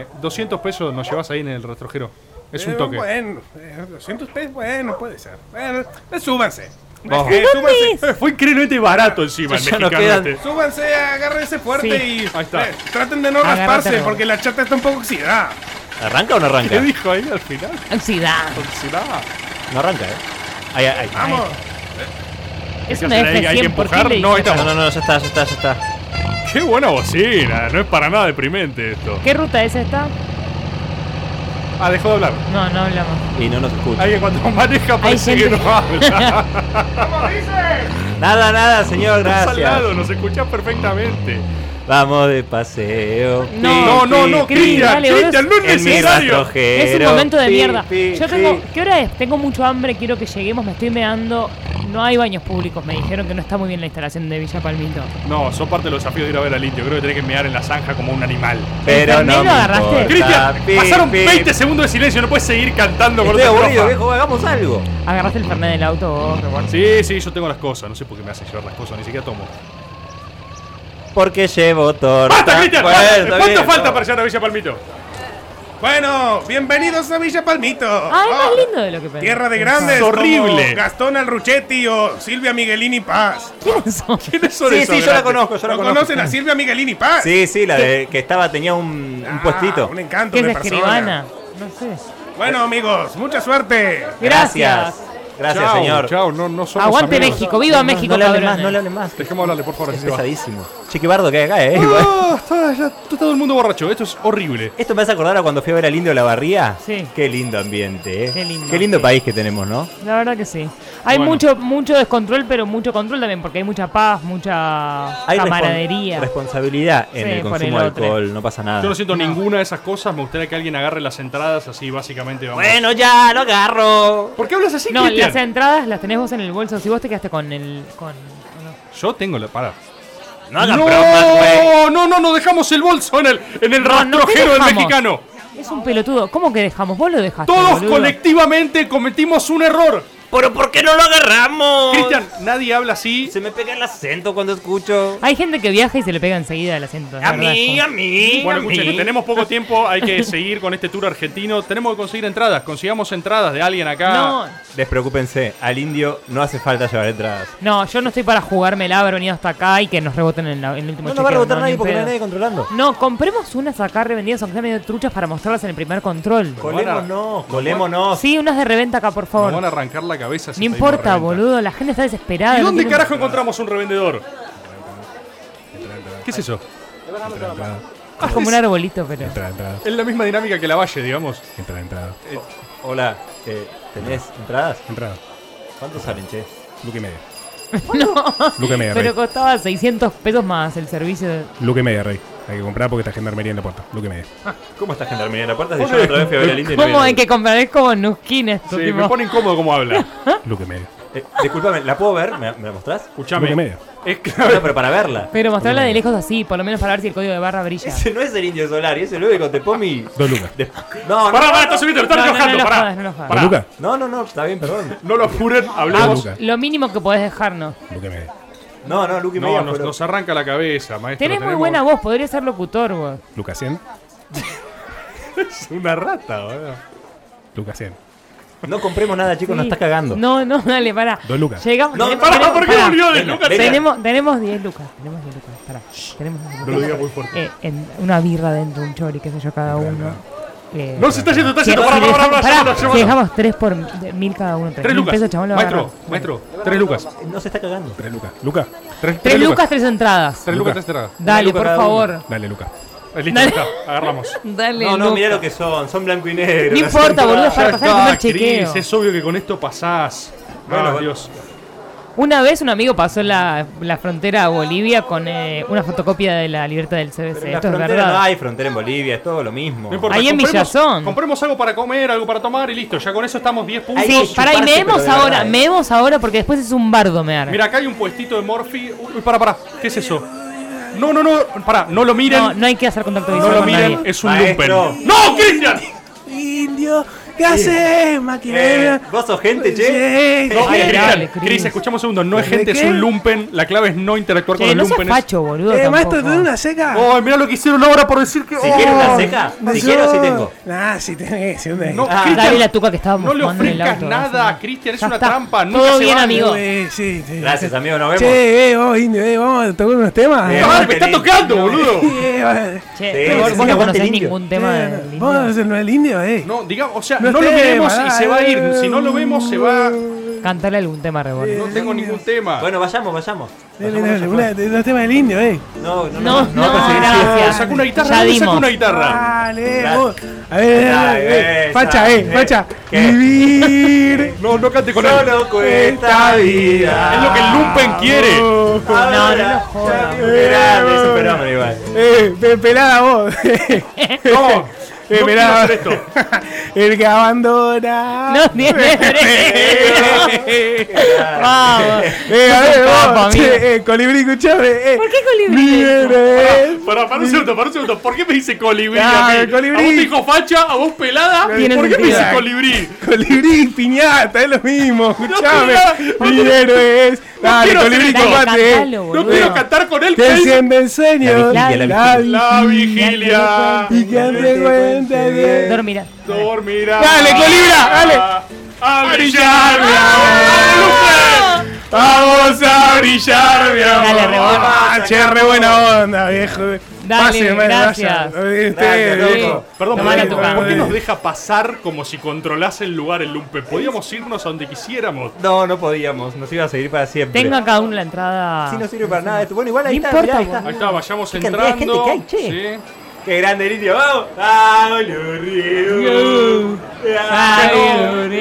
[SPEAKER 3] escúchame. 200 pesos nos llevas ahí en el rastrojero. Es un
[SPEAKER 14] Eh,
[SPEAKER 3] toque.
[SPEAKER 14] Bueno, eh, 200 pesos, bueno, puede ser. Bueno, eh, súbanse.
[SPEAKER 3] Vamos.
[SPEAKER 14] Eh, súbanse.
[SPEAKER 3] Fue increíblemente barato encima el
[SPEAKER 15] Ya
[SPEAKER 3] mexicano
[SPEAKER 15] nos quedan-
[SPEAKER 3] este.
[SPEAKER 14] Súbanse, agárrense fuerte
[SPEAKER 3] Sí.
[SPEAKER 14] y
[SPEAKER 3] Ahí está.
[SPEAKER 14] eh, traten de no
[SPEAKER 3] Agárrate,
[SPEAKER 14] rasparse
[SPEAKER 3] Ramón.
[SPEAKER 14] porque la chata está un poco oxidada.
[SPEAKER 15] ¿Arranca o no
[SPEAKER 3] ¿Qué
[SPEAKER 15] arranca?
[SPEAKER 3] dijo ahí al final?
[SPEAKER 16] Ansiedad.
[SPEAKER 3] Oxidada.
[SPEAKER 15] No arranca, eh. Ahí, ahí.
[SPEAKER 14] Vamos.
[SPEAKER 16] Es
[SPEAKER 3] Hay
[SPEAKER 16] una
[SPEAKER 3] que hacer ahí, hay que
[SPEAKER 16] F100 por
[SPEAKER 3] empujar.
[SPEAKER 16] Chile.
[SPEAKER 3] No, ahí
[SPEAKER 15] No,
[SPEAKER 3] estamos.
[SPEAKER 15] no, no, ya está, ya está, ya está.
[SPEAKER 3] Qué buena bocina. No es para nada deprimente esto.
[SPEAKER 16] ¿Qué ruta es esta?
[SPEAKER 3] Ah, dejó de hablar.
[SPEAKER 16] No, no hablamos.
[SPEAKER 15] Y no nos escucha.
[SPEAKER 3] Alguien cuando maneja parece que
[SPEAKER 16] gente-
[SPEAKER 3] no habla.
[SPEAKER 15] Nada, nada, señor,
[SPEAKER 3] Estás al lado,
[SPEAKER 15] gracias.
[SPEAKER 3] nos escuchás perfectamente.
[SPEAKER 15] Vamos de paseo.
[SPEAKER 3] No, no, no,
[SPEAKER 16] Cris,
[SPEAKER 3] Cristian,
[SPEAKER 16] dale, boludo.
[SPEAKER 3] Cristian, no es
[SPEAKER 15] En mi
[SPEAKER 3] necesario.
[SPEAKER 15] rastrojero.
[SPEAKER 16] Es un momento de
[SPEAKER 15] Pi,
[SPEAKER 16] mierda.
[SPEAKER 15] pi,
[SPEAKER 16] Yo tengo.
[SPEAKER 15] pi.
[SPEAKER 16] ¿Qué hora es? Tengo mucho hambre, quiero que lleguemos, me estoy meando. No hay baños públicos, me dijeron que no está muy bien la instalación de Villa Palmito.
[SPEAKER 3] No, sos parte de los desafíos de ir a ver al indio. Creo que tenés que mear en la zanja como un animal.
[SPEAKER 15] Pero no.
[SPEAKER 16] También
[SPEAKER 15] me
[SPEAKER 16] lo agarraste.
[SPEAKER 15] importa.
[SPEAKER 3] Cristian,
[SPEAKER 15] Pi,
[SPEAKER 3] pasaron
[SPEAKER 15] pi.
[SPEAKER 3] 20 segundos de silencio. No puedes seguir cantando con
[SPEAKER 15] Estoy
[SPEAKER 3] otra
[SPEAKER 15] aburrido,
[SPEAKER 3] estrofa.
[SPEAKER 15] viejo, hagamos algo.
[SPEAKER 16] Agarraste el fernet del auto vos, Reborn.
[SPEAKER 3] Sí, sí, yo tengo las cosas. No sé por qué me hacen llevar las cosas. Ni siquiera tomo.
[SPEAKER 15] Porque llevo torta.
[SPEAKER 3] ¡Basta, Cristian!
[SPEAKER 15] Bueno,
[SPEAKER 3] basta.
[SPEAKER 15] está
[SPEAKER 3] ¿Cuánto
[SPEAKER 15] bien,
[SPEAKER 3] falta
[SPEAKER 15] no.
[SPEAKER 3] para llegar a Villa Palmito?
[SPEAKER 14] Bueno, bienvenidos a Villa Palmito.
[SPEAKER 16] Ah, es
[SPEAKER 14] Oh,
[SPEAKER 16] más lindo de lo que pensé.
[SPEAKER 14] Tierra de grandes.
[SPEAKER 3] Es horrible.
[SPEAKER 14] como Gastón Alruchetti o Silvia Miguelini Paz.
[SPEAKER 16] ¿Quiénes son?
[SPEAKER 3] ¿Quiénes son
[SPEAKER 15] Sí,
[SPEAKER 3] esos,
[SPEAKER 15] sí, yo la
[SPEAKER 3] gratis?
[SPEAKER 15] conozco, yo la
[SPEAKER 14] ¿No
[SPEAKER 15] conozco.
[SPEAKER 14] conocen a Silvia Miguelini
[SPEAKER 3] Ah.
[SPEAKER 14] Paz?
[SPEAKER 15] Sí, sí, la de que estaba, tenía un, un
[SPEAKER 14] Ah,
[SPEAKER 15] puestito.
[SPEAKER 14] Un encanto
[SPEAKER 16] ¿Qué es
[SPEAKER 14] de
[SPEAKER 16] escribana?
[SPEAKER 14] persona.
[SPEAKER 16] No sé.
[SPEAKER 14] Bueno, amigos, mucha suerte.
[SPEAKER 16] Gracias.
[SPEAKER 15] Gracias,
[SPEAKER 3] Chau,
[SPEAKER 15] señor.
[SPEAKER 3] Chau, no, no somos
[SPEAKER 16] Aguante
[SPEAKER 3] amigos.
[SPEAKER 16] México, viva
[SPEAKER 15] No,
[SPEAKER 16] México,
[SPEAKER 15] No le hables más,
[SPEAKER 16] cabrones.
[SPEAKER 15] no le hables más.
[SPEAKER 3] Dejemos hablarle, por favor.
[SPEAKER 15] Es
[SPEAKER 3] así se va.
[SPEAKER 15] pesadísimo. Che, qué bardo que hay acá, eh.
[SPEAKER 3] Ah, está, ya- está todo el mundo borracho. Esto es horrible.
[SPEAKER 15] Esto me hace acordar a cuando fui a ver al Indio La Barría.
[SPEAKER 16] Sí.
[SPEAKER 15] Qué lindo ambiente, eh.
[SPEAKER 16] Qué lindo.
[SPEAKER 15] país que tenemos, ¿no?
[SPEAKER 16] La verdad que sí. Hay
[SPEAKER 3] Bueno.
[SPEAKER 16] mucho mucho descontrol, pero mucho control también, porque hay mucha paz, mucha
[SPEAKER 15] Hay respon-
[SPEAKER 16] camaradería.
[SPEAKER 15] responsabilidad en
[SPEAKER 16] Sí,
[SPEAKER 15] el
[SPEAKER 16] por
[SPEAKER 15] consumo
[SPEAKER 16] el
[SPEAKER 15] de
[SPEAKER 16] otro.
[SPEAKER 15] alcohol, no pasa nada.
[SPEAKER 3] Yo no siento ninguna de esas cosas. Me gustaría que alguien agarre las entradas así, básicamente. Vamos.
[SPEAKER 15] Bueno, ya, lo agarro.
[SPEAKER 3] ¿Por qué hablas así,
[SPEAKER 16] no,
[SPEAKER 3] Cristian?
[SPEAKER 16] las entradas las tenés vos en el bolso. Si vos te quedaste con el. Con,
[SPEAKER 3] Yo tengo la. Para.
[SPEAKER 15] No hagas
[SPEAKER 3] no,
[SPEAKER 15] bromas, güey.
[SPEAKER 3] no, no, no, dejamos el bolso en el, en el
[SPEAKER 16] No, no, ¿qué
[SPEAKER 3] rastrojero del
[SPEAKER 16] dejamos?
[SPEAKER 3] mexicano.
[SPEAKER 16] Es un pelotudo. ¿Cómo que dejamos? Vos lo dejaste.
[SPEAKER 3] Todos
[SPEAKER 16] boludo.
[SPEAKER 3] colectivamente cometimos un error.
[SPEAKER 15] Pero ¿por qué no lo agarramos?
[SPEAKER 3] Cristian, nadie habla así.
[SPEAKER 15] se me pega el acento cuando escucho.
[SPEAKER 16] Hay gente que viaja y se le pega enseguida el acento. la
[SPEAKER 3] Ah,
[SPEAKER 15] A
[SPEAKER 16] verdad,
[SPEAKER 15] mí,
[SPEAKER 16] es
[SPEAKER 15] a mí.
[SPEAKER 3] Bueno,
[SPEAKER 15] a mí.
[SPEAKER 3] escuchen, tenemos poco tiempo, hay que seguir con este tour argentino. Tenemos que conseguir entradas, consigamos entradas de alguien acá.
[SPEAKER 16] como- No,
[SPEAKER 15] Despreocúpense, al indio no hace falta llevar entradas.
[SPEAKER 16] no, yo no estoy para jugarme el haber venido hasta acá y que nos reboten en, la- en el último
[SPEAKER 15] No nos va a
[SPEAKER 16] chequeo,
[SPEAKER 15] rebotar
[SPEAKER 16] ni
[SPEAKER 15] nadie
[SPEAKER 16] en
[SPEAKER 15] porque no
[SPEAKER 16] pedo.
[SPEAKER 15] hay nadie controlando.
[SPEAKER 16] No, compremos unas acá revendidas, aunque sean medio truchas, para mostrarlas en el primer control.
[SPEAKER 15] Colémonos, colémonos.
[SPEAKER 16] Sí, unas de reventa acá, por
[SPEAKER 3] Nos
[SPEAKER 16] favor.
[SPEAKER 3] van a arrancar la cabeza. si
[SPEAKER 16] No
[SPEAKER 3] pedimos
[SPEAKER 16] importa,
[SPEAKER 3] reventa.
[SPEAKER 16] boludo, la gente está desesperada.
[SPEAKER 3] ¿Y
[SPEAKER 16] no
[SPEAKER 3] dónde
[SPEAKER 16] tiene-
[SPEAKER 3] carajo encontramos un revendedor? ¿Qué es eso?
[SPEAKER 16] Es como un arbolito, pero.
[SPEAKER 3] Es la misma dinámica que la Valle, digamos.
[SPEAKER 15] Hola, eh, ¿tenés entradas? Entradas. ¿Cuántos salen, che?
[SPEAKER 14] Luke y media.
[SPEAKER 16] No,
[SPEAKER 14] y media,
[SPEAKER 16] pero costaba 600 pesos más el servicio. de-
[SPEAKER 14] Luca y media, Rey. Hay que comprar porque está gendarmería en la puerta. Luca y media.
[SPEAKER 15] ¿Cómo estás, Gendarmería? En la puerta si yo la otra vez fui a ver al indio y no
[SPEAKER 16] ¿Cómo
[SPEAKER 15] había
[SPEAKER 16] hay que comprar? Es como Nuskin esto,
[SPEAKER 3] Sí,
[SPEAKER 16] tipo.
[SPEAKER 3] me pone incómodo cómo habla.
[SPEAKER 14] Luca y media.
[SPEAKER 15] nadie. Eh, disculpame, ¿la puedo ver? ¿Me, me la mostrás?
[SPEAKER 14] Luca y
[SPEAKER 3] Escuchame.
[SPEAKER 14] media.
[SPEAKER 3] Es que-
[SPEAKER 15] No, pero para verla.
[SPEAKER 16] Pero mostrarla de lejos así, por lo menos para ver si el código de barra brilla.
[SPEAKER 15] Ese no es el indio solar, ese luego con Tepomi.
[SPEAKER 14] Dos lucas.
[SPEAKER 15] De- No, no.
[SPEAKER 3] Pará, pará, está subiendo, está
[SPEAKER 16] No, no, no
[SPEAKER 3] enojando,
[SPEAKER 16] lo
[SPEAKER 3] pará.
[SPEAKER 16] jodas, no lo jodas.
[SPEAKER 3] Pará.
[SPEAKER 14] ¿Dos lucas?
[SPEAKER 15] No, no, no, está bien, perdón.
[SPEAKER 3] No lo apuren,
[SPEAKER 14] Dos
[SPEAKER 3] hablemos.
[SPEAKER 14] lucas.
[SPEAKER 16] Lo mínimo que podés dejarnos.
[SPEAKER 14] Luca y media.
[SPEAKER 15] No, no, Luke y media,
[SPEAKER 3] No, nos,
[SPEAKER 15] pero-
[SPEAKER 3] nos arranca la cabeza, maestro.
[SPEAKER 16] Tenés muy
[SPEAKER 3] Tenemos
[SPEAKER 16] buena voz, podrías ser locutor, vos.
[SPEAKER 14] Luca 100.
[SPEAKER 3] Una rata, boludo.
[SPEAKER 14] Luca 100.
[SPEAKER 15] no compremos nada, chicos, nos
[SPEAKER 16] Sí.
[SPEAKER 15] estás cagando.
[SPEAKER 16] No, no, dale, pará.
[SPEAKER 14] Dos lucas.
[SPEAKER 16] Llegamos.
[SPEAKER 15] No,
[SPEAKER 16] tenemos-
[SPEAKER 15] pará,
[SPEAKER 16] tenemos-
[SPEAKER 3] ¿por qué
[SPEAKER 16] pará.
[SPEAKER 3] volvió de
[SPEAKER 15] Venga,
[SPEAKER 3] lucas?
[SPEAKER 15] venga.
[SPEAKER 16] Tenemos, tenemos 10 lucas. Tenemos 10 lucas, pará. Tenemos 10 lucas.
[SPEAKER 3] No lo digas muy fuerte.
[SPEAKER 16] Eh, en una birra dentro, un chori, qué sé yo, cada uno. Eh,
[SPEAKER 3] No, se está yendo, está
[SPEAKER 16] si-
[SPEAKER 3] yendo.
[SPEAKER 16] si
[SPEAKER 3] Pará,
[SPEAKER 16] le
[SPEAKER 3] pará,
[SPEAKER 16] dejamos-
[SPEAKER 3] pará,
[SPEAKER 16] pará,
[SPEAKER 3] llévalo,
[SPEAKER 16] si
[SPEAKER 3] llévalo.
[SPEAKER 16] dejamos 3 por de- mil cada uno, 3
[SPEAKER 3] Tres lucas.
[SPEAKER 16] pesos, chabón, lo va a
[SPEAKER 3] Maestro,
[SPEAKER 16] agarrar.
[SPEAKER 3] maestro, tres lucas.
[SPEAKER 15] Nos Eh, está cagando.
[SPEAKER 14] Tres lucas. Luca.
[SPEAKER 3] Tres,
[SPEAKER 16] 3 lucas, 3 entradas.
[SPEAKER 3] Tres lucas, tres entradas.
[SPEAKER 16] Dale,
[SPEAKER 15] lucas
[SPEAKER 16] por
[SPEAKER 15] cada
[SPEAKER 16] favor.
[SPEAKER 15] uno.
[SPEAKER 14] Dale, Luca.
[SPEAKER 3] Listo,
[SPEAKER 16] Dale.
[SPEAKER 3] acá, agarramos.
[SPEAKER 16] Dale,
[SPEAKER 15] No, no,
[SPEAKER 16] loco.
[SPEAKER 15] mirá lo que son, son blanco y negro.
[SPEAKER 16] No importa, boludo, es para
[SPEAKER 3] Ya
[SPEAKER 16] pasar el primer
[SPEAKER 3] está,
[SPEAKER 16] chequeo.
[SPEAKER 3] Cris, es obvio que con esto pasás.
[SPEAKER 15] Bueno,
[SPEAKER 3] Ah,
[SPEAKER 15] bueno.
[SPEAKER 3] Dios.
[SPEAKER 16] Una vez un amigo pasó la, la frontera a Bolivia con eh, una fotocopia de la libertad del CBC.
[SPEAKER 15] En la
[SPEAKER 16] Esto es
[SPEAKER 15] frontera
[SPEAKER 16] verdad.
[SPEAKER 15] no hay frontera en Bolivia, es todo lo mismo.
[SPEAKER 3] No importa,
[SPEAKER 16] Ahí en
[SPEAKER 3] compremos-
[SPEAKER 16] Villazón.
[SPEAKER 3] Compremos algo para comer, algo para tomar y listo. Ya con eso estamos 10 puntos.
[SPEAKER 16] Sí, para y meemos
[SPEAKER 3] pero de
[SPEAKER 16] ahora,
[SPEAKER 3] verdad, eh.
[SPEAKER 16] meemos ahora porque después es un bardo
[SPEAKER 15] eh.
[SPEAKER 16] mear.
[SPEAKER 3] Mira, acá hay un puestito de Morphy. Uy, uy, para, para. ¿Qué es eso? No, no, no. Para, no lo miren.
[SPEAKER 16] No, no hay que hacer contacto
[SPEAKER 3] No
[SPEAKER 16] visual
[SPEAKER 3] lo
[SPEAKER 16] con
[SPEAKER 3] miren,
[SPEAKER 16] nadie.
[SPEAKER 3] es un
[SPEAKER 15] Maestro.
[SPEAKER 3] lumpen. ¡No, Cristian!
[SPEAKER 14] Indio, ¿qué haces,
[SPEAKER 15] Eh,
[SPEAKER 14] maquinera?
[SPEAKER 15] ¿Vos sos gente, che?
[SPEAKER 14] Sí,
[SPEAKER 3] No,
[SPEAKER 15] Ay,
[SPEAKER 3] Cristian,
[SPEAKER 15] mirá.
[SPEAKER 3] Cris, escuchamos un segundo. No es
[SPEAKER 14] ¿De
[SPEAKER 3] gente, es
[SPEAKER 14] qué?
[SPEAKER 3] un lumpen. La clave es no interactuar
[SPEAKER 16] Che,
[SPEAKER 3] con
[SPEAKER 16] no
[SPEAKER 3] los
[SPEAKER 16] seas
[SPEAKER 3] lumpenes.
[SPEAKER 16] facho, boludo.
[SPEAKER 14] Eh,
[SPEAKER 16] tampoco.
[SPEAKER 14] maestro, ¿tenés una seca?
[SPEAKER 3] Ay, Oh, mirá lo que hicieron ahora por decir que.
[SPEAKER 15] Si quiero una
[SPEAKER 3] Oh,
[SPEAKER 15] seca, si
[SPEAKER 14] Mayor.
[SPEAKER 15] quiero, sí tengo.
[SPEAKER 14] Ah, si tenés, si tenés.
[SPEAKER 3] No,
[SPEAKER 16] Ah,
[SPEAKER 3] Cristian,
[SPEAKER 16] dale la tuca que estábamos
[SPEAKER 3] no le
[SPEAKER 16] fumando en el
[SPEAKER 3] ofrezcas
[SPEAKER 16] auto,
[SPEAKER 3] nada
[SPEAKER 16] así.
[SPEAKER 3] a Cristian, es
[SPEAKER 16] Ya
[SPEAKER 3] una
[SPEAKER 16] está.
[SPEAKER 3] trampa. nunca
[SPEAKER 16] Todo
[SPEAKER 3] se
[SPEAKER 16] bien,
[SPEAKER 3] van.
[SPEAKER 16] amigo.
[SPEAKER 14] Eh, sí, sí.
[SPEAKER 15] Gracias, amigo, nos vemos.
[SPEAKER 14] Che, eh, vos, indio, eh, vamos a tocar unos temas.
[SPEAKER 15] Eh,
[SPEAKER 14] Eh,
[SPEAKER 3] Ah, ¡Me está
[SPEAKER 15] Evangelín.
[SPEAKER 3] tocando, boludo!
[SPEAKER 14] eh, vale.
[SPEAKER 16] Che,
[SPEAKER 15] Sí,
[SPEAKER 16] vos
[SPEAKER 15] sí,
[SPEAKER 16] vos
[SPEAKER 15] aguante
[SPEAKER 16] no conocés
[SPEAKER 15] el indio.
[SPEAKER 16] ningún tema
[SPEAKER 14] Eh,
[SPEAKER 16] del indio.
[SPEAKER 14] Vos no sos el indio, eh.
[SPEAKER 3] No, digamos, o sea, no,
[SPEAKER 14] No eh.
[SPEAKER 3] lo
[SPEAKER 14] tema,
[SPEAKER 3] queremos y
[SPEAKER 14] dale.
[SPEAKER 3] se va a ir. Si no lo vemos, se va. No
[SPEAKER 16] Cantale algún tema reborde.
[SPEAKER 3] tengo ningún tema.
[SPEAKER 15] Bueno, vayamos, vayamos.
[SPEAKER 14] Dale,
[SPEAKER 15] Vayamos,
[SPEAKER 14] dale,
[SPEAKER 15] ya fue.
[SPEAKER 14] una- de- Los temas del indio, eh.
[SPEAKER 15] No, no,
[SPEAKER 16] No,
[SPEAKER 15] no.
[SPEAKER 16] no, gracias.
[SPEAKER 3] Saca una guitarra,
[SPEAKER 16] Ya
[SPEAKER 3] dale, saca
[SPEAKER 16] dimos.
[SPEAKER 3] una guitarra.
[SPEAKER 14] Dale,
[SPEAKER 15] Dale.
[SPEAKER 14] Ah, eh, vos. A ver, dale,
[SPEAKER 15] Dale,
[SPEAKER 14] dale, eh.
[SPEAKER 15] eh,
[SPEAKER 14] Facha, eh,
[SPEAKER 15] dale.
[SPEAKER 14] facha.
[SPEAKER 15] ¿Qué?
[SPEAKER 14] Vivir.
[SPEAKER 3] No, no cante con él.
[SPEAKER 15] Solo cuesta vida.
[SPEAKER 3] Es lo que el lumpen quiere.
[SPEAKER 15] Ahora,
[SPEAKER 16] no
[SPEAKER 15] ya vi un grande, es un fenómeno igual.
[SPEAKER 14] Eh, pe- pelada vos.
[SPEAKER 3] No,
[SPEAKER 14] Eh,
[SPEAKER 3] no quiero
[SPEAKER 14] pelada.
[SPEAKER 3] hacer esto.
[SPEAKER 14] El que abandona.
[SPEAKER 16] No tiene freno. Vamos.
[SPEAKER 14] Eh, a
[SPEAKER 16] Sos
[SPEAKER 14] ver,
[SPEAKER 16] un
[SPEAKER 14] vos,
[SPEAKER 16] capo, amigo.
[SPEAKER 14] che, eh, colibrí, escuchame. Eh,
[SPEAKER 16] ¿Por qué colibrí?
[SPEAKER 14] Mire,
[SPEAKER 3] Pará, pará un segundo, pará un segundo. ¿Por qué me dice colibrí?
[SPEAKER 14] Ah,
[SPEAKER 3] a mí?
[SPEAKER 14] el colibrí.
[SPEAKER 3] A vos te dijo facha, a vos pelada. ¿Por qué
[SPEAKER 16] tiene
[SPEAKER 3] me
[SPEAKER 16] sentido.
[SPEAKER 3] dice colibrí?
[SPEAKER 14] colibrí, piñata, es lo mismo. Escuchame.
[SPEAKER 3] no,
[SPEAKER 14] Mi
[SPEAKER 3] no,
[SPEAKER 14] héroe es. Dale,
[SPEAKER 3] quiero
[SPEAKER 14] colibrí,
[SPEAKER 3] hacer
[SPEAKER 16] esto. Dale,
[SPEAKER 14] combate. eh.
[SPEAKER 16] cantalo,
[SPEAKER 3] No
[SPEAKER 16] boludo.
[SPEAKER 3] quiero cantar con él.
[SPEAKER 14] Que
[SPEAKER 3] Ken.
[SPEAKER 14] enciende el sueño.
[SPEAKER 15] La vigilia, la
[SPEAKER 3] La vigilia.
[SPEAKER 14] Y que te cuente bien.
[SPEAKER 16] Dormirá.
[SPEAKER 3] Dormirá.
[SPEAKER 14] Dale, colibra, dale.
[SPEAKER 3] A brillar, mi amor. Vamos a brillar, mi amor.
[SPEAKER 16] Dale, rebota.
[SPEAKER 14] Ah, che, re buena onda, viejo.
[SPEAKER 16] Dale,
[SPEAKER 14] Pase, vaya.
[SPEAKER 16] gracias.
[SPEAKER 14] Este,
[SPEAKER 15] Gracias, loco.
[SPEAKER 3] Perdón,
[SPEAKER 16] Nos
[SPEAKER 3] ¿por,
[SPEAKER 16] van a
[SPEAKER 3] qué-
[SPEAKER 16] tocar.
[SPEAKER 3] por qué nos deja pasar como si controlase el lugar el lumpe? Podíamos irnos a donde quisiéramos.
[SPEAKER 15] No, no podíamos, nos iba a seguir para siempre.
[SPEAKER 16] Tenga cada uno la entrada.
[SPEAKER 15] Sí, no sirve para nada esto. Bueno, igual ahí
[SPEAKER 16] No
[SPEAKER 15] está,
[SPEAKER 16] importa,
[SPEAKER 15] mirá, ahí
[SPEAKER 16] boludo.
[SPEAKER 15] está.
[SPEAKER 3] Ahí está, vayamos
[SPEAKER 15] Qué
[SPEAKER 3] entrando.
[SPEAKER 15] cantidad de gente que hay, che.
[SPEAKER 3] Sí.
[SPEAKER 15] ¡Qué grande el indio! ¡Vamos! Ah, ¡Vamos, los ríos! ¡Vamos!
[SPEAKER 3] Ah,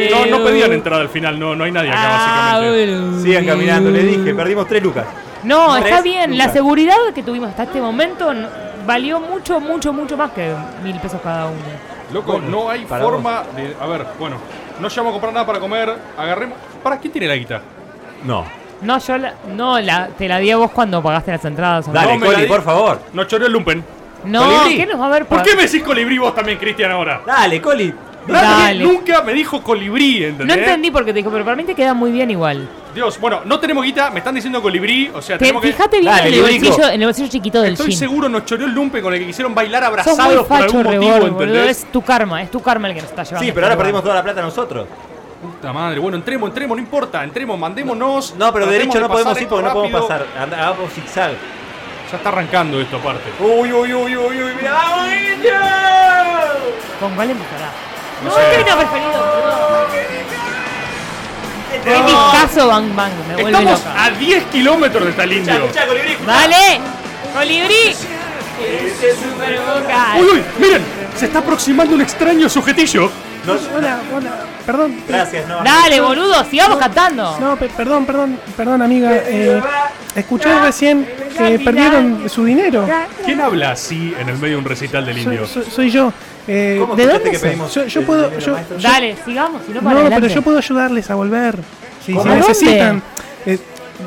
[SPEAKER 3] No, no pedían entrada al final, no, no hay nadie acá,
[SPEAKER 16] Ah,
[SPEAKER 3] básicamente.
[SPEAKER 16] boludo.
[SPEAKER 15] Sigan caminando, le dije, perdimos tres lucas.
[SPEAKER 16] No,
[SPEAKER 15] Tres
[SPEAKER 16] está bien. La
[SPEAKER 15] lucas.
[SPEAKER 16] seguridad que tuvimos hasta este momento no- valió mucho, mucho, mucho más que mil pesos cada uno.
[SPEAKER 3] Loco, no hay
[SPEAKER 15] paramos.
[SPEAKER 3] forma de. A ver, bueno, no llevamos a comprar nada para comer. Agarremos. ¿Para quién tiene la guita?
[SPEAKER 15] No.
[SPEAKER 16] No, yo la, no, la, te la di a vos cuando pagaste las entradas. ¿o no?
[SPEAKER 15] Dale,
[SPEAKER 3] me la
[SPEAKER 15] Coli,
[SPEAKER 3] di.
[SPEAKER 15] por favor.
[SPEAKER 3] Nos choreó el lumpen.
[SPEAKER 16] No,
[SPEAKER 15] Colibrí.
[SPEAKER 16] ¿qué nos va a ver
[SPEAKER 3] ¿Por qué me decís colibrí vos también, Cristian, ahora?
[SPEAKER 15] Dale, Coli.
[SPEAKER 16] Dale.
[SPEAKER 3] Nunca me dijo colibrí, ¿entendés?
[SPEAKER 16] No entendí por qué te dijo, pero para mí te queda muy bien igual.
[SPEAKER 3] Dios, bueno, no tenemos guita, me están diciendo colibrí, o sea,
[SPEAKER 16] Te-
[SPEAKER 3] tenemos que.
[SPEAKER 16] fíjate bien
[SPEAKER 15] Dale,
[SPEAKER 16] en, el
[SPEAKER 15] Ludico.
[SPEAKER 16] bolsillo, en el bolsillo chiquito del
[SPEAKER 3] Estoy
[SPEAKER 16] jean.
[SPEAKER 3] seguro nos choreó el lumpen con el que quisieron bailar
[SPEAKER 16] Sos muy
[SPEAKER 3] abrazados por
[SPEAKER 16] facho,
[SPEAKER 3] algún motivo,
[SPEAKER 16] rebol, boludo.
[SPEAKER 3] ¿entendés?
[SPEAKER 16] Es tu karma, es tu karma el que nos está llevando.
[SPEAKER 15] Sí,
[SPEAKER 16] a
[SPEAKER 15] pero
[SPEAKER 16] este
[SPEAKER 15] ahora
[SPEAKER 16] lugar.
[SPEAKER 15] perdimos toda la plata nosotros.
[SPEAKER 3] Puta madre, bueno, entremos, entremos, no importa, entremos, mandémonos.
[SPEAKER 15] No, pero
[SPEAKER 3] tratemos
[SPEAKER 15] derecho no
[SPEAKER 3] pasar
[SPEAKER 15] podemos ir
[SPEAKER 3] esto
[SPEAKER 15] porque no podemos
[SPEAKER 3] rápido.
[SPEAKER 15] pasar. Anda, Vamos zigzag.
[SPEAKER 3] Ya está arrancando esto aparte.
[SPEAKER 15] Uy, uy, uy, uy, uy. mirá, ¡Vamos, indio!
[SPEAKER 16] ¿Con cuál empezará?
[SPEAKER 3] No
[SPEAKER 16] No,
[SPEAKER 3] sé.
[SPEAKER 16] el trino preferido, boludo. Qué discazo Bang Bang, me vuelve
[SPEAKER 3] Estamos
[SPEAKER 16] loca.
[SPEAKER 3] a 10 kilómetros de esta
[SPEAKER 15] Escuchá,
[SPEAKER 3] indio.
[SPEAKER 15] escuchá, colibrí, escuchá.
[SPEAKER 16] ¡Dale! ¡Colibrí! Ese super boca.
[SPEAKER 3] Uy, uy, miren, se está aproximando un extraño sujetillo.
[SPEAKER 15] No,
[SPEAKER 14] Hola, hola, perdón. eh,
[SPEAKER 15] Gracias, no.
[SPEAKER 16] Dale, boludo, sigamos cantando.
[SPEAKER 14] No, pe- perdón, perdón, perdón, amiga. eh, escuché recién que perdieron su dinero.
[SPEAKER 3] ¿Quién habla así en el medio de un recital del
[SPEAKER 14] Soy,
[SPEAKER 3] indio?
[SPEAKER 14] soy- soy yo. Eh,
[SPEAKER 15] ¿Cómo
[SPEAKER 14] ¿De
[SPEAKER 15] escuchaste
[SPEAKER 14] dónde
[SPEAKER 15] que
[SPEAKER 14] son?
[SPEAKER 15] pedimos
[SPEAKER 14] Yo, yo
[SPEAKER 15] el
[SPEAKER 14] puedo.
[SPEAKER 15] dinero,
[SPEAKER 14] Yo,
[SPEAKER 15] maestro?
[SPEAKER 14] yo-
[SPEAKER 16] Dale, sigamos, si no para
[SPEAKER 14] no,
[SPEAKER 16] adelante.
[SPEAKER 14] pero yo puedo ayudarles a volver. Si, si
[SPEAKER 16] ¿Cómo?
[SPEAKER 14] necesitan. Eh,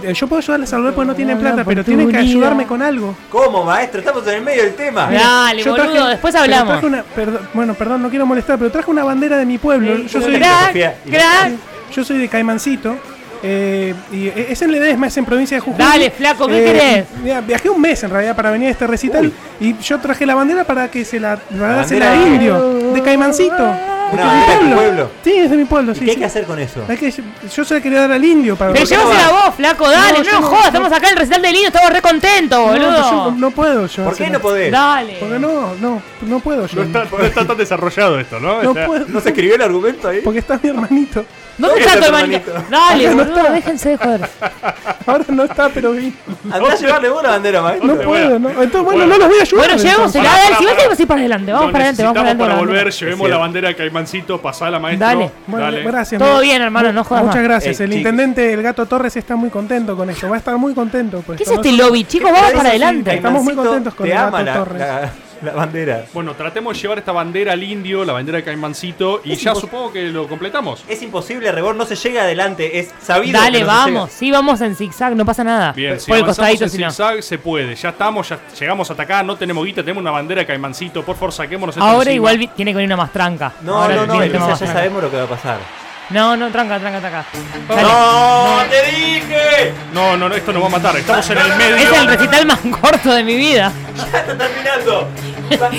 [SPEAKER 14] eh, yo puedo ayudarles a volver porque no tienen
[SPEAKER 16] Una
[SPEAKER 14] plata, pero tienen que
[SPEAKER 16] oportunidad.
[SPEAKER 14] ayudarme con algo.
[SPEAKER 15] ¿Cómo, maestro? Estamos en el medio del tema.
[SPEAKER 16] Mirá. Dale, boludo, después
[SPEAKER 14] pero
[SPEAKER 16] hablamos.
[SPEAKER 14] traje una- perdón- bueno, perdón, no quiero molestar, pero traje una bandera de mi pueblo.
[SPEAKER 15] Sí,
[SPEAKER 14] yo,
[SPEAKER 15] pero
[SPEAKER 14] soy,
[SPEAKER 15] mira.
[SPEAKER 16] Crack,
[SPEAKER 15] Sofía, y-
[SPEAKER 16] crack.
[SPEAKER 14] yo soy de Caimancito. eh, y eh, es en Ledesma, es en provincia de Jujuy. Eh,
[SPEAKER 16] Dale, flaco, ¿qué querés?
[SPEAKER 14] mira, Viajé un mes en realidad para venir a este recital y yo traje la bandera para que se la, la dásela
[SPEAKER 15] bandera
[SPEAKER 14] a
[SPEAKER 15] de-
[SPEAKER 14] Indio, de Caimancito.
[SPEAKER 15] No,
[SPEAKER 14] mi
[SPEAKER 15] es de tu
[SPEAKER 14] pueblo.
[SPEAKER 15] pueblo.
[SPEAKER 14] Sí, es de mi pueblo. Sí,
[SPEAKER 15] ¿Qué hay
[SPEAKER 14] sí.
[SPEAKER 15] que hacer con eso?
[SPEAKER 14] Hay que- yo se la quería dar al indio para.
[SPEAKER 16] Pero
[SPEAKER 14] porque no
[SPEAKER 16] llévasela
[SPEAKER 14] va.
[SPEAKER 16] vos, flaco, dale,
[SPEAKER 14] No,
[SPEAKER 16] no,
[SPEAKER 14] yo no-
[SPEAKER 16] nos jodas,
[SPEAKER 14] no-
[SPEAKER 16] estamos acá en el recital del niño, estamos re contentos,
[SPEAKER 14] No,
[SPEAKER 16] boludo.
[SPEAKER 14] pues yo no puedo yo.
[SPEAKER 16] ¿Por qué
[SPEAKER 14] hacer-
[SPEAKER 16] no podés? Dale.
[SPEAKER 14] Porque no, no, no puedo yo.
[SPEAKER 3] No está, no está tan desarrollado esto, ¿no?
[SPEAKER 14] No
[SPEAKER 3] O sea,
[SPEAKER 14] puedo.
[SPEAKER 3] ¿no se escribió el argumento ahí.
[SPEAKER 14] Porque está mi hermanito.
[SPEAKER 16] ¿Dónde está tu hermanito? Dale,
[SPEAKER 14] Ahora no
[SPEAKER 16] boludo,
[SPEAKER 14] está.
[SPEAKER 16] déjense de joder.
[SPEAKER 14] Ahora no está, pero vi.
[SPEAKER 15] Andá a llevarle vos la bandera, maestro.
[SPEAKER 14] No puedo, no. Entonces, bueno, no los voy a ayudar.
[SPEAKER 16] Bueno, llevamos el
[SPEAKER 14] entonces.
[SPEAKER 16] dale, si vas así para adelante, vamos
[SPEAKER 3] Lo
[SPEAKER 16] para adelante, vamos para
[SPEAKER 3] necesitamos
[SPEAKER 16] adelante.
[SPEAKER 3] para
[SPEAKER 16] vamos para
[SPEAKER 3] volver,
[SPEAKER 16] adelante.
[SPEAKER 3] llevemos la bandera de Caimancito, pasala, maestro.
[SPEAKER 16] Dale.
[SPEAKER 14] Bueno, gracias.
[SPEAKER 16] Todo
[SPEAKER 14] mira.
[SPEAKER 16] bien, hermano, no jodas
[SPEAKER 14] Muchas
[SPEAKER 16] más.
[SPEAKER 14] gracias.
[SPEAKER 16] Eh,
[SPEAKER 14] el
[SPEAKER 16] chicos.
[SPEAKER 14] intendente, el gato Torres, está muy contento con esto. Va a estar muy contento. Pues,
[SPEAKER 16] ¿Qué es este lobby, chicos? Vamos para adelante.
[SPEAKER 14] Estamos muy
[SPEAKER 16] Caimancito,
[SPEAKER 14] contentos con
[SPEAKER 3] te
[SPEAKER 14] el
[SPEAKER 3] ama
[SPEAKER 14] gato
[SPEAKER 3] la-
[SPEAKER 14] Torres.
[SPEAKER 15] La, la bandera.
[SPEAKER 3] Bueno, tratemos de llevar esta bandera al indio, la bandera de Caimancito, y
[SPEAKER 15] Es
[SPEAKER 3] ya
[SPEAKER 15] impos-
[SPEAKER 3] supongo que lo completamos.
[SPEAKER 15] Es imposible, Rebor, no se llega adelante, es sabido. que
[SPEAKER 16] Dale,
[SPEAKER 15] no se llega.
[SPEAKER 16] vamos, sí, vamos en zigzag, no pasa nada.
[SPEAKER 3] Bien, si
[SPEAKER 16] Por el
[SPEAKER 3] avanzamos
[SPEAKER 16] costadito,
[SPEAKER 3] en
[SPEAKER 16] si no.
[SPEAKER 3] zigzag, se puede. Ya estamos, ya llegamos hasta acá, no tenemos guita, tenemos una bandera de Caimancito. Por favor, saquémonos esto
[SPEAKER 16] Ahora
[SPEAKER 3] encima.
[SPEAKER 16] igual vi- tiene que venir una más tranca.
[SPEAKER 15] No,
[SPEAKER 16] Ahora
[SPEAKER 15] no, no,
[SPEAKER 16] viene el tema
[SPEAKER 15] Elisa,
[SPEAKER 16] más
[SPEAKER 15] ya
[SPEAKER 16] tranca.
[SPEAKER 15] sabemos lo que va a pasar.
[SPEAKER 16] No, no, tranca, tranca, tranca.
[SPEAKER 15] ¡No! ¡Te dije!
[SPEAKER 3] No, no, no, esto nos va a matar. Estamos en el medio.
[SPEAKER 16] Es el recital más corto de mi vida.
[SPEAKER 15] ¡Ya está terminando!
[SPEAKER 16] O sea,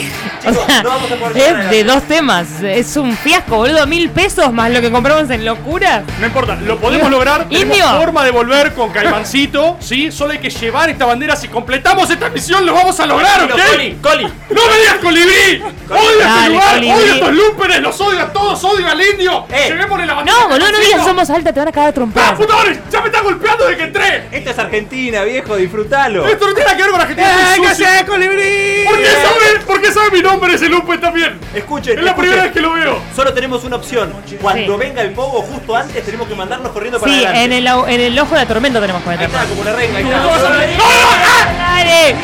[SPEAKER 15] no vamos a poder llegar
[SPEAKER 16] es de dos temas. Es un fiasco, boludo. Mil pesos más lo que compramos en locura.
[SPEAKER 3] No importa, lo podemos lograr. Tenemos
[SPEAKER 16] Indio.
[SPEAKER 3] forma de volver con Caimancito, ¿sí? Solo hay que llevar esta bandera. Si completamos esta misión, lo vamos a lograr, ¿ok?
[SPEAKER 15] Coli, Coli.
[SPEAKER 3] ¡No me digas colibrí! ¡Odio este
[SPEAKER 16] Dale,
[SPEAKER 3] lugar!
[SPEAKER 16] colibrí.
[SPEAKER 3] ¡Odio estos lúperes! ¡Los odio a todos! ¡Odio al indio!
[SPEAKER 15] Eh.
[SPEAKER 3] ¡Llevémosle la bandera!
[SPEAKER 16] No, boludo, no
[SPEAKER 3] Caimancito.
[SPEAKER 16] digas somos alta, te van a cagar a trompadas.
[SPEAKER 3] ¡Putadores! ¡Ya me está golpeando de que entré!
[SPEAKER 15] Esto es Argentina, viejo, disfrútalo.
[SPEAKER 3] ¡Esto no tiene nada que ver con Argentina!
[SPEAKER 14] ¡Eh,
[SPEAKER 3] soy
[SPEAKER 14] qué
[SPEAKER 3] sucio.
[SPEAKER 14] haces, colibrí!
[SPEAKER 3] ¿Por qué sabe, por qué sabe mi nombre ese lupe también?
[SPEAKER 15] Escuchen,
[SPEAKER 3] Es la
[SPEAKER 15] escuchen.
[SPEAKER 3] primera vez que lo veo.
[SPEAKER 15] Solo tenemos una opción. Cuando
[SPEAKER 16] Sí.
[SPEAKER 15] venga el pogo justo antes, tenemos que mandarnos corriendo para
[SPEAKER 16] Sí,
[SPEAKER 15] adelante.
[SPEAKER 16] en el, au- en el ojo de la tormenta tenemos que
[SPEAKER 15] Ahí
[SPEAKER 16] meter.
[SPEAKER 15] está, como la reina. Ahí
[SPEAKER 3] Tú
[SPEAKER 15] está.
[SPEAKER 3] no vas a
[SPEAKER 15] ¡Dale!
[SPEAKER 3] reír. ¡Ah!
[SPEAKER 16] ¡Dale!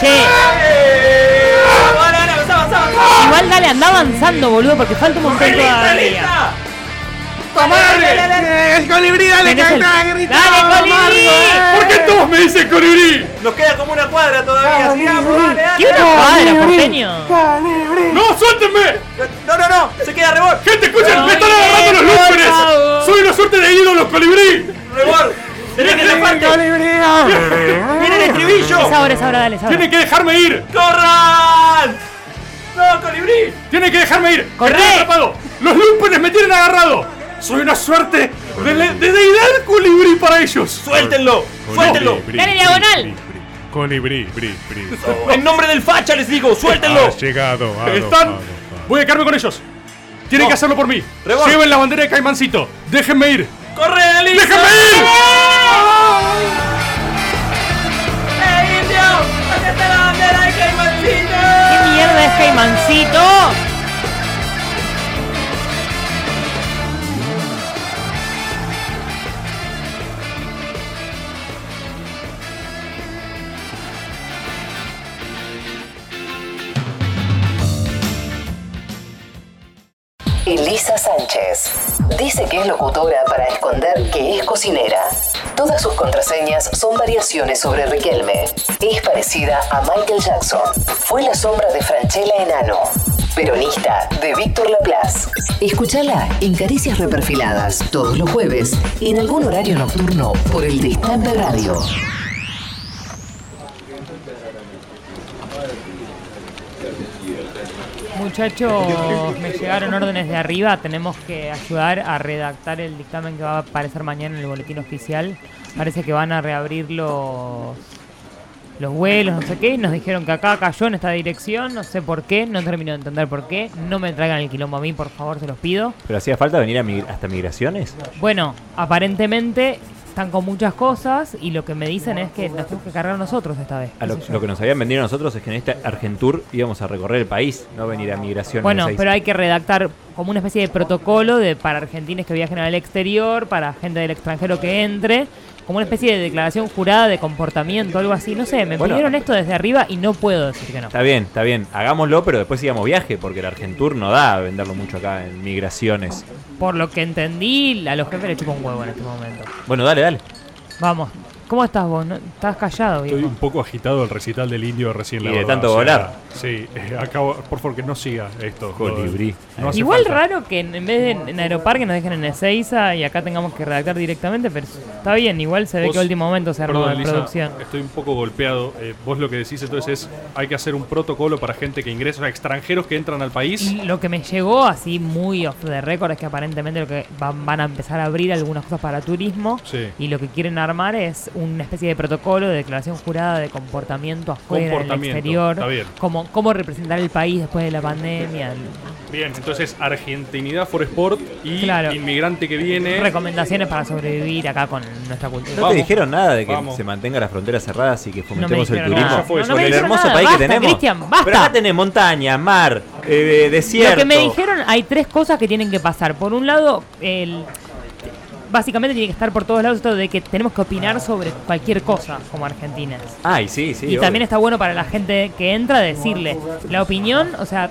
[SPEAKER 16] Che,
[SPEAKER 15] ¡Dale, dale, avanzá, avanzá, avanzá!
[SPEAKER 16] igual dale, anda avanzando, boludo, porque falta un montón
[SPEAKER 15] ¡Lista,
[SPEAKER 16] todavía.
[SPEAKER 15] lista!
[SPEAKER 14] Eh, el colibrí, dale,
[SPEAKER 16] Tenés el-
[SPEAKER 14] canta, grita.
[SPEAKER 16] ¡Dale, colibrí!
[SPEAKER 14] eh.
[SPEAKER 3] ¿Por qué todos me dicen colibrí?
[SPEAKER 15] Nos queda como una cuadra todavía. Sigamos, dale, dale.
[SPEAKER 16] ¡Qué una cuadra, porteño!
[SPEAKER 3] ¡No, suéltenme!
[SPEAKER 15] No, no, no. Se queda Rebor.
[SPEAKER 3] ¡Gente, escuchen! ¡Me están
[SPEAKER 16] Ay,
[SPEAKER 3] agarrando los
[SPEAKER 16] por
[SPEAKER 3] lúperes!
[SPEAKER 16] favor.
[SPEAKER 3] ¡Soy una suerte de ídolo colibrí!
[SPEAKER 15] Rebor. Tenés que taparte. Viene el
[SPEAKER 16] Es
[SPEAKER 15] estribillo.
[SPEAKER 16] ahora, es ahora, dale, es ahora.
[SPEAKER 3] ¡Tienen que dejarme ir!
[SPEAKER 15] ¡Corran! ¡No, colibrí!
[SPEAKER 3] ¡Tienen que dejarme ir!
[SPEAKER 16] ¡Corre!
[SPEAKER 3] ¡Estoy atrapado! ¡Los lúperes me tienen agarrado! ¡Soy una suerte de, le- de deidad colibrí para ellos!
[SPEAKER 15] ¡Suéltenlo! ¡Suéltenlo!
[SPEAKER 16] Dale, diagonal.
[SPEAKER 3] Colibrí, bri, bri.
[SPEAKER 15] En nombre del facha les digo, suéltenlo.
[SPEAKER 3] llegado, Están. Voy a quedarme con ellos. Tienen
[SPEAKER 15] No.
[SPEAKER 3] que hacerlo por mí.
[SPEAKER 15] Rebor.
[SPEAKER 3] Lleven la bandera de Caimancito. Déjenme ir.
[SPEAKER 15] ¡Corre, Alicia!
[SPEAKER 3] ¡Déjame ir!
[SPEAKER 15] ¡Eh, indio! ¡Acá está la bandera de
[SPEAKER 16] ¿Qué
[SPEAKER 15] Caimancito!
[SPEAKER 16] mierda es Caimancito?
[SPEAKER 17] Elisa Sánchez dice que es locutora para esconder que es cocinera. Todas sus contraseñas son variaciones sobre Riquelme. Es parecida a Michael Jackson. Fue la sombra de Franchella Enano. Peronista de Víctor Laplace. Escúchala en Caricias Reperfiladas todos los jueves y en algún horario nocturno por el Distante Radio.
[SPEAKER 16] Muchachos, me llegaron órdenes de arriba. Tenemos que ayudar a redactar el dictamen que va a aparecer mañana en el boletín oficial. Parece que van a reabrir los, los vuelos, no sé qué. Nos dijeron que acá cayó en esta dirección. No sé por qué. No termino de entender por qué. No me traigan el quilombo a mí, por favor, se los pido.
[SPEAKER 15] ¿Pero hacía falta venir hasta migraciones?
[SPEAKER 16] Bueno, aparentemente están con muchas cosas y lo que me dicen es que nos tenemos que cargar nosotros esta vez.
[SPEAKER 15] A lo,
[SPEAKER 16] qué sé yo.
[SPEAKER 15] lo que nos habían vendido a nosotros es que en este Argentur íbamos a recorrer el país, no venir a migraciones.
[SPEAKER 16] Bueno,
[SPEAKER 15] Ahí-
[SPEAKER 16] pero hay que redactar como una especie de protocolo de para argentines que viajen al exterior, para gente del extranjero que entre, como una especie de declaración jurada de comportamiento, algo así. No sé, me
[SPEAKER 15] Bueno.
[SPEAKER 16] pidieron esto desde arriba y no puedo decir que no.
[SPEAKER 15] Está bien, está bien. Hagámoslo, pero después sigamos viaje, porque el Argentur no da a venderlo mucho acá en migraciones.
[SPEAKER 16] Por lo que entendí, a los jefes les chupa un huevo en este momento.
[SPEAKER 15] Bueno, dale, dale.
[SPEAKER 16] Vamos, ¿cómo estás vos? No- estás callado,
[SPEAKER 3] Estoy
[SPEAKER 16] viejo.
[SPEAKER 3] un poco agitado el recital del indio recién
[SPEAKER 15] Y
[SPEAKER 3] la
[SPEAKER 15] de
[SPEAKER 3] verdad,
[SPEAKER 15] tanto
[SPEAKER 3] o sea,
[SPEAKER 15] volar.
[SPEAKER 3] Sí, eh, acabo, por favor, que no siga esto.
[SPEAKER 18] Colibrí.
[SPEAKER 3] No hace
[SPEAKER 16] Igual
[SPEAKER 3] falta.
[SPEAKER 16] raro que en en vez de en en Aeroparque nos dejen en Ezeiza y acá tengamos que redactar directamente, pero está bien, igual se ve
[SPEAKER 3] Vos-
[SPEAKER 16] que a último momento se armó
[SPEAKER 3] Perdón,
[SPEAKER 16] la
[SPEAKER 3] Lisa,
[SPEAKER 16] producción.
[SPEAKER 3] Estoy un poco golpeado. Eh, vos lo que decís entonces es, hay que hacer un protocolo para gente que ingresa, o sea, extranjeros que entran al país.
[SPEAKER 16] Y lo que me llegó así muy off the record es que aparentemente lo que van, van a empezar a abrir algunas cosas para turismo
[SPEAKER 3] Sí.
[SPEAKER 16] y lo que quieren armar es una especie de protocolo de declaración jurada de comportamiento afuera, en el
[SPEAKER 3] Comportamiento,
[SPEAKER 16] exterior,
[SPEAKER 3] está bien.
[SPEAKER 16] Como, cómo representar el país después de la pandemia,
[SPEAKER 3] Bien, entonces argentinidad for sport y
[SPEAKER 16] Claro.
[SPEAKER 3] inmigrante que viene.
[SPEAKER 16] recomendaciones para sobrevivir acá con nuestra cultura.
[SPEAKER 18] No te dijeron nada de que
[SPEAKER 3] vamos.
[SPEAKER 18] se mantenga las fronteras cerradas y que
[SPEAKER 16] me
[SPEAKER 18] fomentemos el
[SPEAKER 16] dijeron
[SPEAKER 18] turismo.
[SPEAKER 16] nada. Ya fue, No, no
[SPEAKER 18] con
[SPEAKER 16] me
[SPEAKER 18] el
[SPEAKER 16] dijeron
[SPEAKER 18] hermoso
[SPEAKER 16] nada.
[SPEAKER 18] país
[SPEAKER 16] Basta,
[SPEAKER 18] que tenemos.
[SPEAKER 16] Cristian, basta.
[SPEAKER 18] Pero acá tenés montaña, mar, eh, desierto.
[SPEAKER 16] Lo que me dijeron, hay tres cosas que tienen que pasar. Por un lado, el, básicamente tiene que estar por todos lados esto de que tenemos que opinar sobre cualquier cosa como argentinas.
[SPEAKER 18] Ay, sí, sí.
[SPEAKER 16] y
[SPEAKER 18] obvio.
[SPEAKER 16] también está bueno para la gente que entra decirle la opinión, o sea,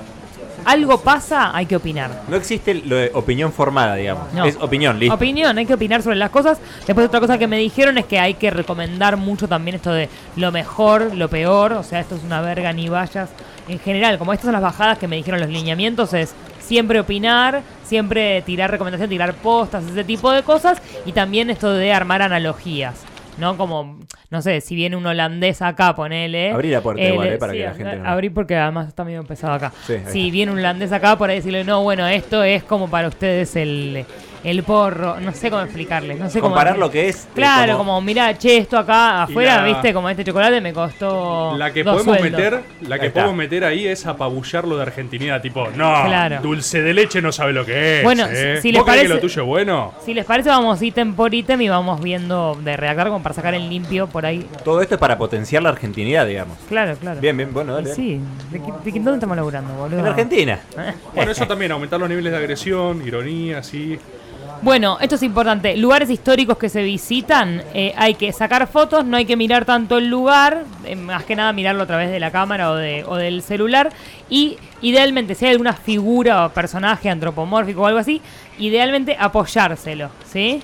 [SPEAKER 16] algo pasa, hay que opinar.
[SPEAKER 18] No existe lo de opinión formada, digamos.
[SPEAKER 16] No.
[SPEAKER 18] Es opinión, listo.
[SPEAKER 16] Opinión, hay que opinar sobre las cosas. Después otra cosa que me dijeron es que hay que recomendar mucho también esto de lo mejor, lo peor, o sea, esto es una verga ni vayas. En general, como estas son las bajadas que me dijeron los lineamientos, es siempre opinar, siempre tirar recomendación, tirar postas, ese tipo de cosas, y también esto de armar analogías. ¿No? Como, no sé, si viene un holandés acá, ponele.
[SPEAKER 18] Abrí la puerta
[SPEAKER 16] eh,
[SPEAKER 18] igual,
[SPEAKER 16] le-
[SPEAKER 18] eh, para que la gente no-
[SPEAKER 16] Abrí porque además está medio pesado acá.
[SPEAKER 18] Sí, ahí
[SPEAKER 16] si
[SPEAKER 18] está.
[SPEAKER 16] viene un holandés acá para decirle, no, bueno, esto es como para ustedes el, el porro. No sé cómo explicarles. No sé cómo
[SPEAKER 18] Comparar
[SPEAKER 16] decirles.
[SPEAKER 18] lo que es, eh,
[SPEAKER 16] Claro,
[SPEAKER 18] como-
[SPEAKER 16] como, mira, che, esto acá afuera,
[SPEAKER 3] la-
[SPEAKER 16] viste, como este chocolate me costó.
[SPEAKER 3] La que
[SPEAKER 16] dos
[SPEAKER 3] podemos
[SPEAKER 16] sueldos.
[SPEAKER 3] meter, la
[SPEAKER 18] Ahí
[SPEAKER 3] que
[SPEAKER 18] está.
[SPEAKER 3] podemos meter ahí es apabullar lo de argentinidad, tipo, no,
[SPEAKER 16] Claro.
[SPEAKER 3] dulce de leche no sabe lo que es.
[SPEAKER 16] Bueno,
[SPEAKER 3] ¿eh?
[SPEAKER 16] si- si les
[SPEAKER 3] ¿Vos creés que
[SPEAKER 16] parece-
[SPEAKER 3] lo tuyo es bueno?
[SPEAKER 16] Si les parece, vamos ítem por ítem y vamos viendo de redactar como para sacar el limpio por ahí.
[SPEAKER 18] Todo esto es para potenciar la argentinidad, digamos.
[SPEAKER 16] Claro, claro.
[SPEAKER 18] Bien, bien, bueno, dale.
[SPEAKER 16] Sí, ¿de, qué- de qué- dónde estamos laburando, boludo?
[SPEAKER 18] En Argentina.
[SPEAKER 3] Bueno, eso también, aumentar los niveles de agresión, ironía, sí.
[SPEAKER 16] Bueno, esto es importante. Lugares históricos que se visitan, eh, hay que sacar fotos, no hay que mirar tanto el lugar, eh, más que nada mirarlo a través de la cámara o, de- o del celular. Y idealmente, si hay alguna figura o personaje antropomórfico o algo así, idealmente apoyárselo, ¿sí?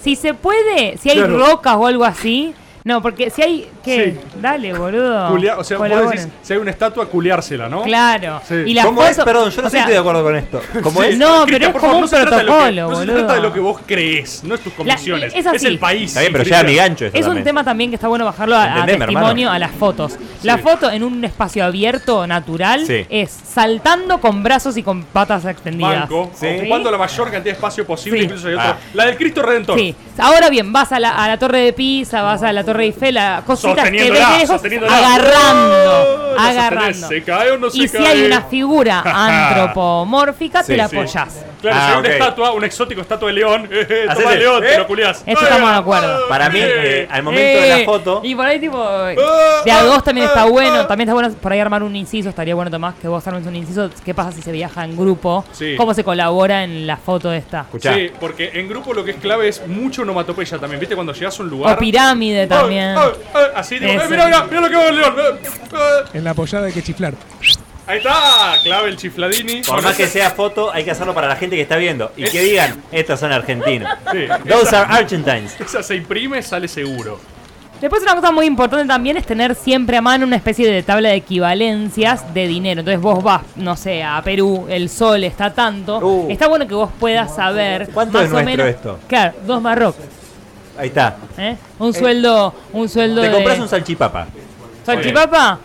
[SPEAKER 16] Si se puede, si hay
[SPEAKER 3] Claro.
[SPEAKER 16] rocas o algo así. No, porque si hay. ¿Qué? Dale, boludo.
[SPEAKER 3] Culea- o sea, vos
[SPEAKER 16] Colaboren.
[SPEAKER 3] decís, si hay una estatua, culeársela, ¿no?
[SPEAKER 16] Claro.
[SPEAKER 3] Sí.
[SPEAKER 16] Y las
[SPEAKER 18] ¿Cómo es?
[SPEAKER 16] fotos-
[SPEAKER 18] Perdón, yo no
[SPEAKER 16] o sea,
[SPEAKER 18] estoy de acuerdo con esto. ¿Cómo
[SPEAKER 3] Sí.
[SPEAKER 18] es?
[SPEAKER 16] No,
[SPEAKER 3] Cristian,
[SPEAKER 16] pero es
[SPEAKER 3] por
[SPEAKER 16] como
[SPEAKER 3] favor,
[SPEAKER 16] un
[SPEAKER 3] no se trata de lo que-
[SPEAKER 16] protocolo,
[SPEAKER 3] No se trata de
[SPEAKER 16] boludo.
[SPEAKER 3] lo que vos crees, no es tus convicciones.
[SPEAKER 16] es
[SPEAKER 3] es,
[SPEAKER 16] así.
[SPEAKER 3] el país.
[SPEAKER 18] Está bien, pero
[SPEAKER 3] Cristian.
[SPEAKER 18] llega mi gancho eso
[SPEAKER 16] Es un
[SPEAKER 18] también.
[SPEAKER 16] tema también que está bueno bajarlo a, a
[SPEAKER 18] Entendeme,
[SPEAKER 16] testimonio,
[SPEAKER 18] hermano.
[SPEAKER 16] a las fotos. La foto en un espacio abierto, natural,
[SPEAKER 18] Sí.
[SPEAKER 16] es saltando con brazos y con patas extendidas.
[SPEAKER 3] Banco,
[SPEAKER 16] ¿Sí?
[SPEAKER 3] ocupando la mayor cantidad de espacio posible,
[SPEAKER 16] Sí.
[SPEAKER 3] incluso hay otro-
[SPEAKER 18] Ah.
[SPEAKER 3] La del Cristo Redentor.
[SPEAKER 16] Sí. Ahora bien, vas a la, a la Torre de Pisa, vas a la Torre Eiffel, a cositas que
[SPEAKER 3] Sosteniéndola,
[SPEAKER 16] ves lejos,
[SPEAKER 3] sosteniéndola.
[SPEAKER 16] agarrando,
[SPEAKER 3] Oh, la
[SPEAKER 16] agarrando.
[SPEAKER 3] sostenés, ¿Se cae o no se
[SPEAKER 16] y si
[SPEAKER 3] cae?
[SPEAKER 16] hay una figura antropomórfica,
[SPEAKER 3] Ah. Sí,
[SPEAKER 16] te la
[SPEAKER 3] sí.
[SPEAKER 16] apoyás.
[SPEAKER 3] Claro,
[SPEAKER 18] Ah,
[SPEAKER 3] si hay
[SPEAKER 18] ok.
[SPEAKER 3] una estatua, un exótico estatua de león, eh, eh, toma
[SPEAKER 18] Hacele,
[SPEAKER 3] león, te
[SPEAKER 18] ¿eh?
[SPEAKER 3] lo culiás.
[SPEAKER 16] Eso
[SPEAKER 3] Ay,
[SPEAKER 16] estamos de acuerdo.
[SPEAKER 18] Para mí, eh, al momento de
[SPEAKER 16] Eh,
[SPEAKER 18] la foto.
[SPEAKER 16] Y por ahí, tipo.
[SPEAKER 3] Ah,
[SPEAKER 16] De a dos también está bueno. También está bueno por ahí armar un inciso. Estaría bueno, Tomás, que vos armes un inciso. ¿Qué pasa si se viaja en grupo?
[SPEAKER 3] Sí.
[SPEAKER 16] ¿Cómo se colabora en la foto esta?
[SPEAKER 3] Sí, porque en grupo lo que es clave es mucho onomatopeya también. ¿Viste cuando llegas a un lugar?
[SPEAKER 16] O pirámide también.
[SPEAKER 3] Ay, ay, ay, así digo,
[SPEAKER 16] Eso.
[SPEAKER 3] eh, mira, mira, mira lo que va el león. eh, eh.
[SPEAKER 14] En la apoyada hay que chiflar.
[SPEAKER 3] Ahí está, clave el chifladini.
[SPEAKER 18] Por más que sea foto, hay que hacerlo para la gente que está viendo. Y que digan, estos son argentinos.
[SPEAKER 3] Sí.
[SPEAKER 18] Those are Argentines.
[SPEAKER 3] Esa se imprime, sale seguro.
[SPEAKER 16] Después una cosa muy importante también es tener siempre a mano una especie de tabla de equivalencias de dinero. Entonces vos vas, no sé, a Perú, el sol está tanto.
[SPEAKER 18] Uh.
[SPEAKER 16] Está bueno que vos puedas saber
[SPEAKER 18] ¿Cuánto
[SPEAKER 16] más
[SPEAKER 18] es
[SPEAKER 16] o
[SPEAKER 18] nuestro
[SPEAKER 16] menos.
[SPEAKER 18] esto?
[SPEAKER 16] Claro, dos barrocos.
[SPEAKER 18] Ahí está.
[SPEAKER 16] ¿eh? Un sueldo, un sueldo
[SPEAKER 18] Te
[SPEAKER 16] de-
[SPEAKER 18] compras un salchipapa.
[SPEAKER 16] ¿Salchipapa?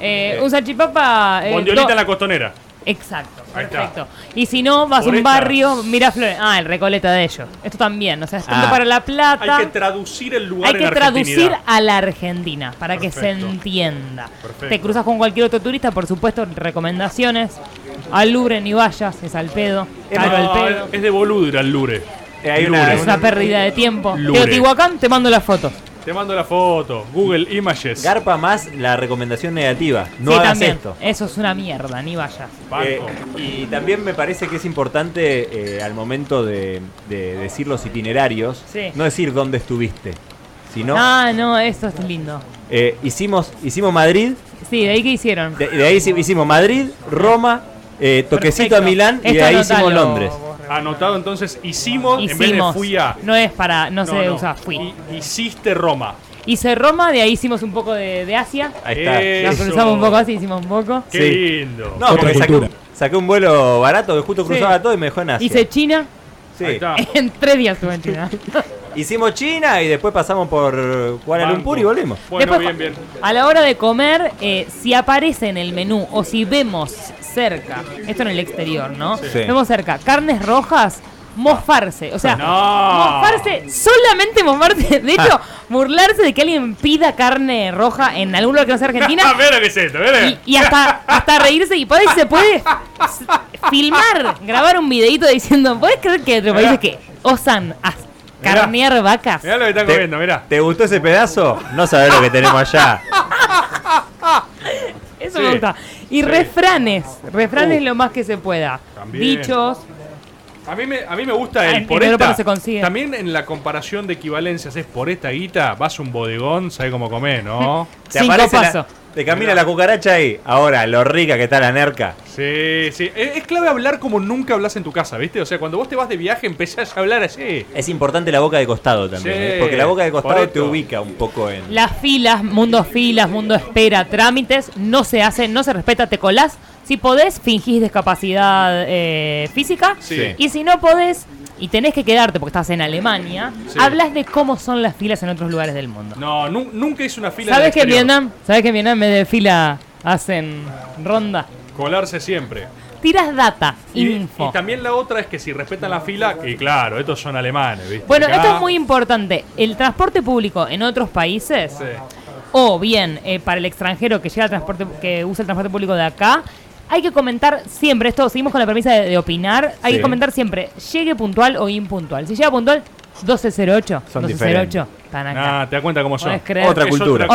[SPEAKER 16] Eh,
[SPEAKER 18] Eh.
[SPEAKER 16] Un salchipapa. eh,
[SPEAKER 3] Bondiolita
[SPEAKER 16] do-
[SPEAKER 3] en la costanera.
[SPEAKER 16] Exacto,
[SPEAKER 3] Ahí está.
[SPEAKER 16] perfecto. Y si no, vas a un
[SPEAKER 3] Floresta.
[SPEAKER 16] barrio, mira flores. Ah, el recoleta de ellos. Esto también, o sea, es tanto
[SPEAKER 3] Ah.
[SPEAKER 16] para La Plata.
[SPEAKER 3] Hay que traducir el lugar
[SPEAKER 16] Hay que
[SPEAKER 3] en
[SPEAKER 16] traducir
[SPEAKER 3] argentinidad.
[SPEAKER 16] a la Argentina para que se
[SPEAKER 3] Perfecto.
[SPEAKER 16] entienda.
[SPEAKER 3] Perfecto.
[SPEAKER 16] Te cruzas con cualquier otro turista, por supuesto, recomendaciones. Al Louvre ni vayas, es al pedo. Caro al
[SPEAKER 3] No,
[SPEAKER 16] pedo.
[SPEAKER 3] es de boludo ir al Lure.
[SPEAKER 18] Eh, hay
[SPEAKER 3] Lure.
[SPEAKER 18] una-
[SPEAKER 16] Es una pérdida de tiempo.
[SPEAKER 3] Louvre.
[SPEAKER 16] Teotihuacán, te mando las fotos.
[SPEAKER 3] Te mando la foto. Google Images.
[SPEAKER 18] Garpa más la recomendación negativa. No
[SPEAKER 16] sí,
[SPEAKER 18] hagas
[SPEAKER 16] también.
[SPEAKER 18] esto.
[SPEAKER 16] Eso es una mierda, ni vayas.
[SPEAKER 18] Eh, y también me parece que es importante eh, al momento de, de decir los itinerarios,
[SPEAKER 16] Sí.
[SPEAKER 18] no decir dónde estuviste, sino
[SPEAKER 16] Ah, no, eso es lindo.
[SPEAKER 18] eh, hicimos, hicimos Madrid,
[SPEAKER 16] Sí, de ahí que hicieron.
[SPEAKER 18] de, de ahí hici- hicimos Madrid, Roma, eh, toquecito
[SPEAKER 16] Perfecto.
[SPEAKER 18] a Milán y
[SPEAKER 16] Esto
[SPEAKER 18] de ahí
[SPEAKER 16] anotalo,
[SPEAKER 18] hicimos Londres.
[SPEAKER 3] Anotado entonces, hicimos, en vez de
[SPEAKER 16] Hicimos.
[SPEAKER 3] fui a.
[SPEAKER 16] No es para, no, se
[SPEAKER 3] no.
[SPEAKER 16] usa fui.
[SPEAKER 3] Hiciste Roma.
[SPEAKER 16] Hice Roma, de ahí hicimos un poco de, de Asia.
[SPEAKER 15] Ahí está.
[SPEAKER 16] Nos
[SPEAKER 15] Eso.
[SPEAKER 16] cruzamos un poco así, hicimos un poco.
[SPEAKER 15] Sí. No, porque saqué, saqué un vuelo barato que justo cruzaba
[SPEAKER 16] Sí.
[SPEAKER 15] todo y me dejó en Asia.
[SPEAKER 16] Hice China.
[SPEAKER 15] Sí.
[SPEAKER 16] En tres días estuve en China.
[SPEAKER 15] Hicimos China y después pasamos por Kuala Lumpur y volvimos.
[SPEAKER 16] Después, A la hora de comer, eh, si aparece en el menú o si vemos cerca, esto en el exterior, ¿no?
[SPEAKER 15] Sí.
[SPEAKER 16] Vemos cerca, carnes rojas, mofarse. O sea,
[SPEAKER 6] No.
[SPEAKER 16] mofarse, solamente mofarse. De hecho,
[SPEAKER 6] Ah.
[SPEAKER 16] burlarse de que alguien pida carne roja en algún lugar que no
[SPEAKER 3] ah,
[SPEAKER 16] sea Argentina.
[SPEAKER 6] A ver lo que es esto, ¿verdad?
[SPEAKER 16] Y hasta, hasta reírse y por ahí se puede s- filmar, grabar un videito diciendo, ¿puedes creer que hay otros países que osan as- carnear vacas?
[SPEAKER 15] lo que están comiendo, mirá. ¿Te gustó ese pedazo? No sabés lo que tenemos allá.
[SPEAKER 16] Eso
[SPEAKER 15] Sí.
[SPEAKER 16] me gusta. Y
[SPEAKER 3] Sí.
[SPEAKER 16] refranes, refranes
[SPEAKER 3] Uh.
[SPEAKER 16] lo más que se pueda.
[SPEAKER 3] También.
[SPEAKER 16] Dichos.
[SPEAKER 3] A mí me, a mí me gusta
[SPEAKER 16] Ah,
[SPEAKER 3] el
[SPEAKER 16] en
[SPEAKER 3] por
[SPEAKER 16] Europa
[SPEAKER 3] esta.
[SPEAKER 16] no se consigue.
[SPEAKER 3] También en la comparación de equivalencias es por esta guita, vas a un bodegón, sabes cómo comer, ¿no?
[SPEAKER 15] Te aparece la- te camina la cucaracha ahí. Ahora, lo rica que está la nerca.
[SPEAKER 3] Sí, sí. Es, es clave hablar como nunca hablas en tu casa, ¿viste? O sea, cuando vos te vas de viaje empezás a hablar así.
[SPEAKER 15] Es importante la boca de costado también,
[SPEAKER 3] Sí,
[SPEAKER 15] ¿eh? porque la boca de costado
[SPEAKER 3] por
[SPEAKER 15] te
[SPEAKER 3] esto.
[SPEAKER 15] ubica un poco en...
[SPEAKER 16] Las filas, mundo filas, mundo espera, trámites, no se hacen, no se respeta, te colás. Si podés, fingís discapacidad eh, física.
[SPEAKER 19] Sí.
[SPEAKER 16] Y si no podés y tenés que quedarte porque estás en Alemania,
[SPEAKER 3] Sí.
[SPEAKER 16] hablas de cómo son las filas en otros lugares del mundo.
[SPEAKER 3] No, nu- nunca hice una fila. en el
[SPEAKER 16] ¿Sabes que en
[SPEAKER 3] exterior.
[SPEAKER 16] Vietnam, sabes que en Vietnam en vez de fila hacen ronda?
[SPEAKER 3] Colarse siempre.
[SPEAKER 16] Tiras data,
[SPEAKER 3] Y,
[SPEAKER 16] info.
[SPEAKER 3] y también la otra es que si respetan la fila, y claro, estos son alemanes, ¿viste?
[SPEAKER 16] Bueno,
[SPEAKER 3] Acá-
[SPEAKER 16] esto es muy importante. El transporte público en otros países, o bien eh, para el extranjero que llega al transporte, que usa el transporte público de acá, hay que comentar siempre esto. Seguimos con la premisa de, de opinar. Hay
[SPEAKER 15] Sí.
[SPEAKER 16] que comentar siempre, llegue puntual o impuntual. Si llega puntual, 1208,
[SPEAKER 3] Son
[SPEAKER 16] 1208, están acá.
[SPEAKER 3] Ah, te das cuenta cómo son.
[SPEAKER 16] Podés creer.
[SPEAKER 3] Es Otra
[SPEAKER 16] Otra,
[SPEAKER 3] cultura.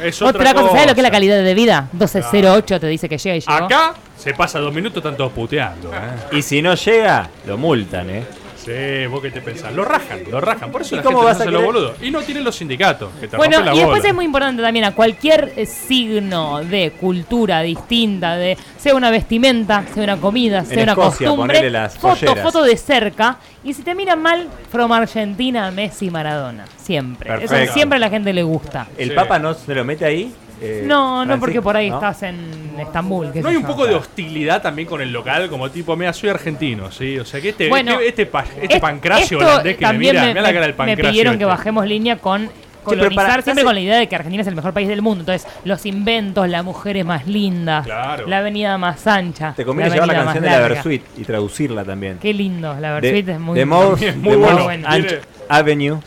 [SPEAKER 3] Es
[SPEAKER 16] otra
[SPEAKER 3] otra,
[SPEAKER 16] cosa.
[SPEAKER 3] cosa.
[SPEAKER 16] ¿Sabes lo que es la calidad de vida? 1208 te dice que llega y llegó.
[SPEAKER 3] Acá se pasa dos minutos, están todos puteando.
[SPEAKER 16] Ah.
[SPEAKER 15] Y si no llega, lo multan, ¿eh?
[SPEAKER 3] Ah. Sí, vos qué te pensás. Lo rajan, lo rajan. Por eso
[SPEAKER 15] ¿Y
[SPEAKER 3] la
[SPEAKER 15] cómo
[SPEAKER 3] gente
[SPEAKER 15] vas
[SPEAKER 3] no
[SPEAKER 15] a
[SPEAKER 3] hace los
[SPEAKER 15] querer?
[SPEAKER 3] boludos. Y no tienen los sindicatos, que te
[SPEAKER 16] Bueno,
[SPEAKER 3] rompen la
[SPEAKER 16] y después
[SPEAKER 3] bola.
[SPEAKER 16] es muy importante también a cualquier eh, signo de cultura distinta, de sea una vestimenta, sea una comida, sea una
[SPEAKER 15] Escocia,
[SPEAKER 16] costumbre,
[SPEAKER 15] ponele las
[SPEAKER 16] foto,
[SPEAKER 15] polleras.
[SPEAKER 16] foto de cerca, y si te miran mal, from Argentina, Messi, Maradona, siempre. Eso
[SPEAKER 15] Perfecto.
[SPEAKER 16] siempre a la gente le gusta.
[SPEAKER 15] ¿El Papa no se lo mete ahí? Eh,
[SPEAKER 16] No, no,
[SPEAKER 15] Francis,
[SPEAKER 16] porque por ahí
[SPEAKER 15] ¿no?
[SPEAKER 16] estás en Estambul. qué
[SPEAKER 3] ¿No
[SPEAKER 16] sé
[SPEAKER 3] hay un
[SPEAKER 16] yo.
[SPEAKER 3] poco de hostilidad también con el local? Como tipo, mira, soy argentino, ¿sí? O sea, que este,
[SPEAKER 16] Bueno,
[SPEAKER 3] este, este pa- este
[SPEAKER 16] Es-
[SPEAKER 3] pancracio
[SPEAKER 16] esto
[SPEAKER 3] holandés que me
[SPEAKER 16] también
[SPEAKER 3] mira, mirá la cara del
[SPEAKER 16] me
[SPEAKER 3] pancracio.
[SPEAKER 16] pidieron que
[SPEAKER 3] este.
[SPEAKER 16] bajemos línea con
[SPEAKER 3] pero
[SPEAKER 16] colonizar
[SPEAKER 3] para-
[SPEAKER 16] siempre con la idea de que Argentina es el mejor país del mundo. Entonces, los inventos, las mujeres más lindas,
[SPEAKER 15] Claro.
[SPEAKER 16] la avenida más ancha.
[SPEAKER 15] Te conviene llevar la canción de la Versuit y traducirla también.
[SPEAKER 16] Qué lindo, la Versuit es muy
[SPEAKER 15] The Most,
[SPEAKER 16] es
[SPEAKER 15] the most
[SPEAKER 16] Ancha.
[SPEAKER 15] Anch- Avenue.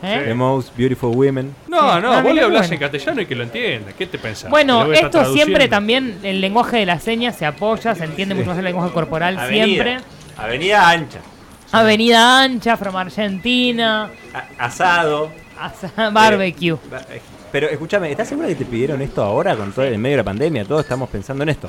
[SPEAKER 16] ¿Eh?
[SPEAKER 15] The Most Beautiful Women.
[SPEAKER 3] No,
[SPEAKER 16] Sí.
[SPEAKER 3] no,
[SPEAKER 16] Ah,
[SPEAKER 3] vos
[SPEAKER 16] mirá,
[SPEAKER 3] le hablás
[SPEAKER 16] bueno.
[SPEAKER 3] en castellano y que lo entienda. ¿Qué te pensás? Que lo
[SPEAKER 16] Bueno,
[SPEAKER 3] voy a estar
[SPEAKER 16] esto siempre
[SPEAKER 3] traduciendo.
[SPEAKER 16] también, el lenguaje de las señas se apoya, se entiende mucho más el lenguaje corporal
[SPEAKER 15] Avenida.
[SPEAKER 16] siempre.
[SPEAKER 15] Avenida Ancha.
[SPEAKER 16] Avenida Ancha, from Argentina,
[SPEAKER 15] A- Asado. eh,
[SPEAKER 16] asa- barbecue.
[SPEAKER 15] Pero escúchame, ¿estás segura que te pidieron esto ahora con todo en medio de la pandemia? Todos estamos pensando en esto.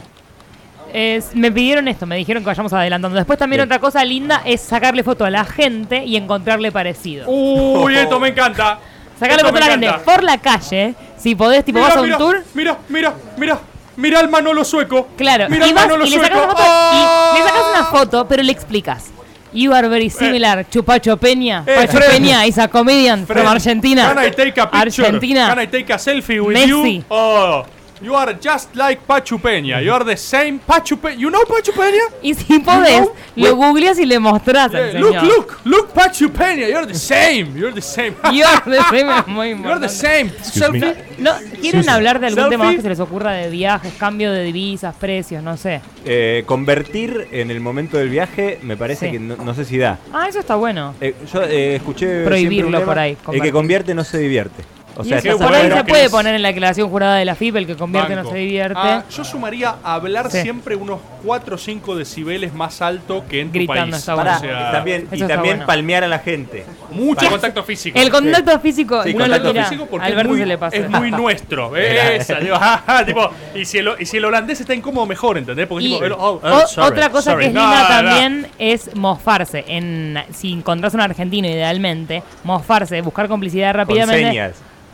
[SPEAKER 16] Es- me pidieron esto, me dijeron que vayamos adelantando. Después también
[SPEAKER 15] Bien.
[SPEAKER 16] otra cosa linda es sacarle foto a la gente y encontrarle parecido.
[SPEAKER 3] Uy, esto me encanta.
[SPEAKER 16] Sacarle
[SPEAKER 3] Esto
[SPEAKER 16] foto a la
[SPEAKER 3] me
[SPEAKER 16] gente
[SPEAKER 3] encanta.
[SPEAKER 16] por la calle, si podés, tipo vas a un
[SPEAKER 3] mira,
[SPEAKER 16] tour.
[SPEAKER 3] Mira, mira, mira. Mira al Manolo sueco.
[SPEAKER 16] Claro,
[SPEAKER 3] mira
[SPEAKER 16] y
[SPEAKER 3] al
[SPEAKER 16] vas
[SPEAKER 3] Manolo
[SPEAKER 16] y le sacas,
[SPEAKER 3] sueco.
[SPEAKER 16] una foto,
[SPEAKER 3] ¡Ah!
[SPEAKER 16] y le sacas una foto, pero le explicas. You are very similar, Chupacho Peña.
[SPEAKER 3] Eh,
[SPEAKER 16] Pacho
[SPEAKER 3] Fred.
[SPEAKER 16] Peña is a comedian
[SPEAKER 3] Fred,
[SPEAKER 16] from Argentina.
[SPEAKER 3] Can I take a picture?
[SPEAKER 16] Argentina.
[SPEAKER 3] Can I take a selfie with
[SPEAKER 16] Messi.
[SPEAKER 3] you? Oh, you are just like Pachu Peña. You are the same Pachu Peña. You know Pachu Peña?
[SPEAKER 16] Y si podés, lo googleas y le mostrás al
[SPEAKER 3] Yeah, look,
[SPEAKER 16] señor.
[SPEAKER 3] look, look, Pachu Peña. You're the same. You're the same.
[SPEAKER 16] You're the same. Es muy
[SPEAKER 3] You're the same.
[SPEAKER 16] Selfie.
[SPEAKER 3] Selfie.
[SPEAKER 16] No, ¿Quieren
[SPEAKER 15] Susi.
[SPEAKER 16] hablar de algún tema más
[SPEAKER 15] Selfie.
[SPEAKER 16] que se les ocurra de viajes, cambio de divisas, precios, no sé?
[SPEAKER 15] Eh, convertir en el momento del viaje me parece
[SPEAKER 16] Sí.
[SPEAKER 15] que no, no sé si da.
[SPEAKER 16] Ah, eso está bueno.
[SPEAKER 15] Eh, yo eh, escuché siempre un
[SPEAKER 16] Prohibirlo
[SPEAKER 15] lema,
[SPEAKER 16] por ahí,
[SPEAKER 15] El
[SPEAKER 16] convertir.
[SPEAKER 15] que convierte no se divierte. O sea,
[SPEAKER 16] y eso
[SPEAKER 15] estás
[SPEAKER 16] por ahí
[SPEAKER 15] afuera-
[SPEAKER 16] se puede poner en la declaración jurada de la FIP, el que convierte
[SPEAKER 3] Banco.
[SPEAKER 16] no se divierte.
[SPEAKER 3] Ah, yo sumaría a hablar
[SPEAKER 16] Sí.
[SPEAKER 3] siempre unos 4 o 5 decibeles más alto que en tu
[SPEAKER 16] Gritando,
[SPEAKER 3] país.
[SPEAKER 16] está bueno.
[SPEAKER 3] O sea,
[SPEAKER 15] Y también, y
[SPEAKER 16] Eso está
[SPEAKER 15] también
[SPEAKER 16] bueno.
[SPEAKER 15] palmear a la gente.
[SPEAKER 3] Mucho
[SPEAKER 15] Para-
[SPEAKER 3] contacto físico.
[SPEAKER 16] el contacto físico,
[SPEAKER 15] Sí,
[SPEAKER 16] no lo
[SPEAKER 15] contacto
[SPEAKER 16] mira.
[SPEAKER 15] físico
[SPEAKER 3] porque es
[SPEAKER 16] Alberto
[SPEAKER 3] muy,
[SPEAKER 16] se le pasa.
[SPEAKER 3] es muy nuestro.
[SPEAKER 15] Mirá.
[SPEAKER 3] Esa, digo, ah, ah, tipo, y, si el, y si el holandés está incómodo, mejor, ¿entendés? Porque
[SPEAKER 16] Y
[SPEAKER 3] tipo, el-
[SPEAKER 16] o-
[SPEAKER 3] oh, oh, sorry,
[SPEAKER 16] otra cosa
[SPEAKER 3] sorry.
[SPEAKER 16] que es
[SPEAKER 3] No,
[SPEAKER 16] linda
[SPEAKER 3] no,
[SPEAKER 16] también es mofarse. En, si encontrás un argentino, idealmente, mofarse, buscar complicidad
[SPEAKER 15] Con
[SPEAKER 16] rápidamente.
[SPEAKER 15] señas.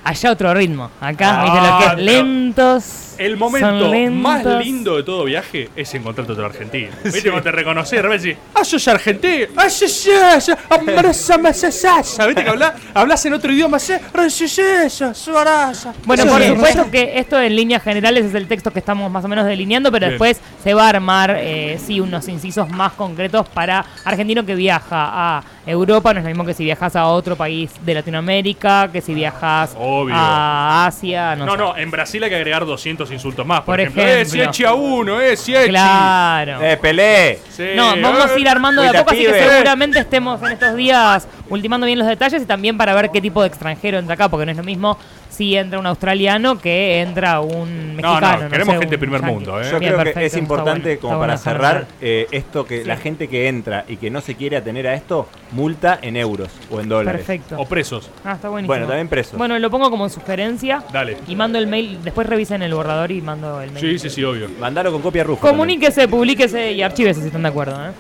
[SPEAKER 16] Allá otro ritmo. Acá,
[SPEAKER 3] Ah,
[SPEAKER 16] viste lo que es
[SPEAKER 3] no.
[SPEAKER 16] lentos.
[SPEAKER 3] El
[SPEAKER 16] son
[SPEAKER 3] momento
[SPEAKER 16] lentos.
[SPEAKER 3] más lindo de todo viaje es encontrarte otro argentino. Viste cuando te reconocí, de repente decís, ¡ah, sos argentino! ¡Ah, sí, sí, sí! ¡Amorosa, masasasa! ¿Viste que hablás, hablás en otro idioma? sí, re, sí, sí, sí, suaraza.
[SPEAKER 16] Bueno,
[SPEAKER 3] Sí,
[SPEAKER 16] por
[SPEAKER 3] sí,
[SPEAKER 16] supuesto
[SPEAKER 3] sí.
[SPEAKER 16] que esto en líneas generales es el texto que estamos más o menos delineando, pero
[SPEAKER 3] Bien.
[SPEAKER 16] después se va a armar, eh, sí, unos incisos más concretos para argentino que viaja a Europa. No es lo mismo que si viajas a otro país de Latinoamérica, que si viajas
[SPEAKER 3] Obvio.
[SPEAKER 16] a Asia. Ah, No,
[SPEAKER 3] No,
[SPEAKER 16] sé.
[SPEAKER 3] no, en Brasil hay que agregar 200 insultos más. Por,
[SPEAKER 16] Por
[SPEAKER 3] ejemplo, ¡eh,
[SPEAKER 16] ejemplo.
[SPEAKER 3] siechi a uno! ¡eh, siechi!
[SPEAKER 16] Claro.
[SPEAKER 18] Eh, Pelé.
[SPEAKER 16] No, vamos a ir armando de a
[SPEAKER 18] Cuida,
[SPEAKER 16] poco, así que
[SPEAKER 18] pibe.
[SPEAKER 16] seguramente estemos en estos días ultimando bien los detalles y también para ver qué tipo de extranjero entra acá, porque no es lo mismo si entra un australiano que entra un
[SPEAKER 3] No,
[SPEAKER 16] mexicano.
[SPEAKER 3] no, queremos
[SPEAKER 16] sé,
[SPEAKER 3] gente
[SPEAKER 16] un
[SPEAKER 3] primer
[SPEAKER 16] yanqui.
[SPEAKER 3] mundo, ¿eh?
[SPEAKER 16] Bien,
[SPEAKER 18] Yo creo
[SPEAKER 16] perfecto,
[SPEAKER 18] que es
[SPEAKER 16] está
[SPEAKER 18] importante
[SPEAKER 16] bueno,
[SPEAKER 18] como
[SPEAKER 16] está
[SPEAKER 18] para
[SPEAKER 16] bueno
[SPEAKER 18] cerrar
[SPEAKER 16] aclarar.
[SPEAKER 18] eh, esto que la gente que entra y que no se quiere atener a esto, multa en euros o en dólares.
[SPEAKER 16] Perfecto.
[SPEAKER 18] O
[SPEAKER 3] presos.
[SPEAKER 16] Ah, está buenísimo.
[SPEAKER 18] Bueno, también presos.
[SPEAKER 16] Bueno, lo pongo como sugerencia.
[SPEAKER 18] Dale.
[SPEAKER 16] Y mando el mail, después revisen el borrador y mando el mail.
[SPEAKER 3] Sí, sí, sí, obvio.
[SPEAKER 18] Mandalo con copia ruja.
[SPEAKER 16] Comuníquese, publíquese y archívese si están de acuerdo, ¿eh?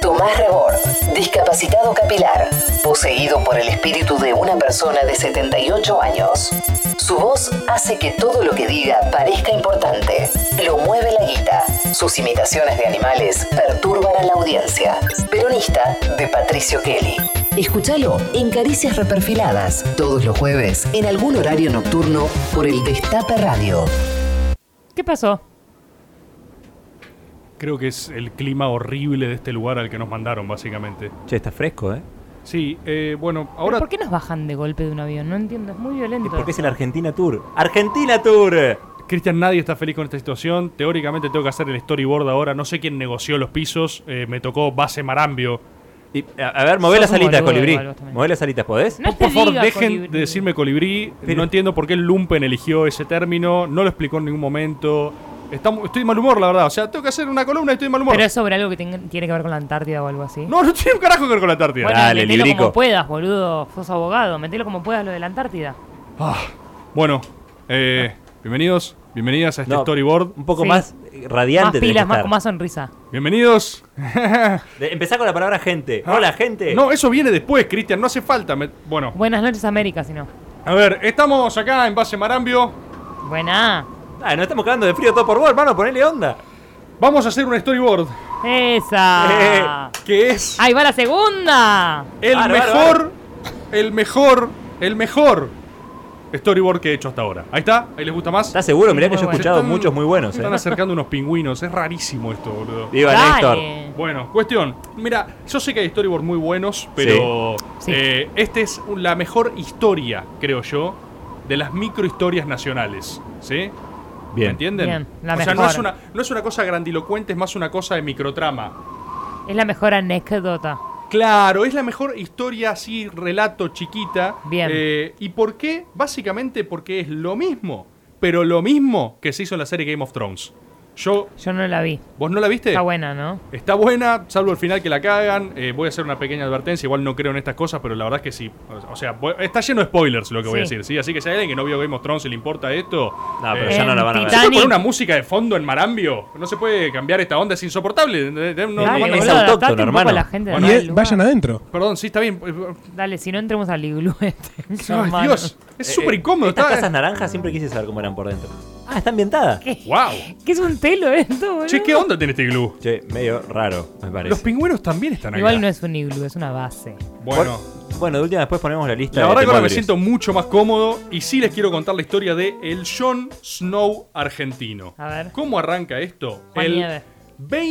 [SPEAKER 17] Tomás Rebord, discapacitado capilar, poseído por el espíritu de una persona de 78 años. Su voz hace que todo lo que diga parezca importante. Lo mueve la guita. Sus imitaciones de animales perturban a la audiencia. Peronista de Patricio Kelly. Escúchalo en Caricias Reperfiladas, todos los jueves, en algún horario nocturno, por el Destape Radio.
[SPEAKER 16] ¿Qué pasó?
[SPEAKER 3] Creo que es el clima horrible de este lugar al que nos mandaron, básicamente.
[SPEAKER 18] Che, está fresco, ¿eh?
[SPEAKER 3] Sí, eh, bueno,
[SPEAKER 16] ¿Pero
[SPEAKER 3] ahora.
[SPEAKER 16] ¿Por qué nos bajan de golpe de un avión? No entiendo, es muy violento.
[SPEAKER 18] Porque es el Argentina Tour. ¡Argentina Tour!
[SPEAKER 3] Cristian, nadie está feliz con esta situación. Teóricamente tengo que hacer el storyboard ahora. No sé quién negoció los pisos. Eh, me tocó base Marambio.
[SPEAKER 18] a, ver, Mover las alitas, colibrí. Mover las alitas, ¿podés?
[SPEAKER 16] No
[SPEAKER 3] por
[SPEAKER 16] te
[SPEAKER 3] favor,
[SPEAKER 16] diga
[SPEAKER 3] dejen
[SPEAKER 16] colibrí.
[SPEAKER 3] de decirme colibrí.
[SPEAKER 18] Pero-
[SPEAKER 3] no entiendo por qué el Lumpen eligió ese término. No lo explicó en ningún momento. Está mu- estoy de mal humor, la verdad. O sea, tengo que hacer una columna y estoy de mal humor.
[SPEAKER 16] Pero es sobre algo que tenga- tiene que ver con la Antártida o algo así.
[SPEAKER 3] No, no tiene un carajo que ver con la Antártida.
[SPEAKER 16] Bueno, metelo como puedas, boludo. Sos abogado. Metelo como puedas lo de la Antártida.
[SPEAKER 3] Bueno, eh, bienvenidos, bienvenidas a este storyboard. Un
[SPEAKER 18] Ah. poco
[SPEAKER 16] Sí. más,
[SPEAKER 18] radiante
[SPEAKER 16] Más pilas, más, con más sonrisa.
[SPEAKER 3] Bienvenidos. Ah,
[SPEAKER 18] De- empezá con la palabra gente. Hola, gente.
[SPEAKER 3] No, eso viene después, Cristian, no hace falta. me- Bueno,
[SPEAKER 16] Buenas noches, América, si no.
[SPEAKER 3] a ver, estamos acá en Base Marambio.
[SPEAKER 16] Buena.
[SPEAKER 18] Ah, nos estamos cagando de frío todo por vos, hermano. Ponele onda.
[SPEAKER 3] Vamos a hacer un storyboard
[SPEAKER 16] Esa.
[SPEAKER 3] que es
[SPEAKER 16] Ahí va la segunda.
[SPEAKER 3] el mejor, el mejor, el mejor storyboard que he hecho hasta ahora. Ahí está, ahí les gusta más. ¿Estás
[SPEAKER 18] seguro? Mirá que yo he escuchado muchos muy buenos,
[SPEAKER 3] Se
[SPEAKER 18] eh.
[SPEAKER 3] están acercando unos pingüinos, es rarísimo esto, boludo.
[SPEAKER 18] Viva Dale.
[SPEAKER 16] Néstor.
[SPEAKER 3] Bueno, cuestión. Mira, yo sé que hay storyboards muy buenos, pero
[SPEAKER 16] Sí.
[SPEAKER 3] eh, este es un- la mejor historia, creo yo, de las microhistorias nacionales. ¿Sí?
[SPEAKER 18] Bien.
[SPEAKER 3] ¿Me entienden?
[SPEAKER 16] Bien, la
[SPEAKER 3] o sea, no
[SPEAKER 16] mejor.
[SPEAKER 3] es, una, no es una cosa grandilocuente, es más una cosa de microtrama.
[SPEAKER 16] Es la mejor anécdota.
[SPEAKER 3] Claro, es la mejor historia así, relato chiquita.
[SPEAKER 16] Bien.
[SPEAKER 3] Eh, ¿Y por qué? Básicamente porque es lo mismo, pero lo mismo que se hizo en la serie Game of Thrones. Yo,
[SPEAKER 16] Yo no la vi.
[SPEAKER 3] ¿Vos no la viste?
[SPEAKER 16] Está buena, ¿no?
[SPEAKER 3] Está buena, salvo el final que la cagan. Eh, voy a hacer una pequeña advertencia. Igual no creo en estas cosas, pero la verdad es que sí. O sea, voy- está lleno de spoilers lo que voy a
[SPEAKER 16] Sí.
[SPEAKER 3] decir, ¿sí? Así que si hay alguien que no vio Game of Thrones y le importa esto. No,
[SPEAKER 18] pero ya no la van a ver.
[SPEAKER 3] ¿Se puede
[SPEAKER 16] Titanic.
[SPEAKER 3] poner una música de fondo en Marambio? No se puede cambiar esta onda, es insoportable. Eh, eh, no-
[SPEAKER 16] Dale,
[SPEAKER 3] no- no-
[SPEAKER 16] boludo,
[SPEAKER 3] no-
[SPEAKER 16] adaptate un poco a la gente de
[SPEAKER 3] Bueno,
[SPEAKER 16] acá
[SPEAKER 3] eh,
[SPEAKER 16] del lugar.
[SPEAKER 14] Vayan adentro.
[SPEAKER 3] Perdón, sí, está bien.
[SPEAKER 16] Dale, si no entremos al iglú este.
[SPEAKER 3] Ay,
[SPEAKER 16] hermano.
[SPEAKER 3] Dios, es súper incómodo.
[SPEAKER 18] Eh, Estas
[SPEAKER 3] está-
[SPEAKER 18] casas naranjas siempre quise saber cómo eran por dentro. Ah, está ambientada.
[SPEAKER 3] ¡Wow!
[SPEAKER 16] ¿Qué es un telo eh? esto, boludo?
[SPEAKER 3] Che, ¿qué onda tiene este iglú?
[SPEAKER 18] Che, medio raro, me
[SPEAKER 3] Los
[SPEAKER 18] parece.
[SPEAKER 3] pingüinos también están acá.
[SPEAKER 16] Igual no es un iglú, es una base.
[SPEAKER 3] Bueno.
[SPEAKER 18] Bueno, de última después ponemos la lista.
[SPEAKER 3] La
[SPEAKER 18] de
[SPEAKER 3] verdad que ahora me
[SPEAKER 18] temores.
[SPEAKER 3] siento mucho más cómodo y sí les quiero contar la historia de el Jon Snow argentino.
[SPEAKER 16] A ver.
[SPEAKER 3] ¿Cómo arranca esto?
[SPEAKER 16] Juan
[SPEAKER 3] el
[SPEAKER 16] Nieve.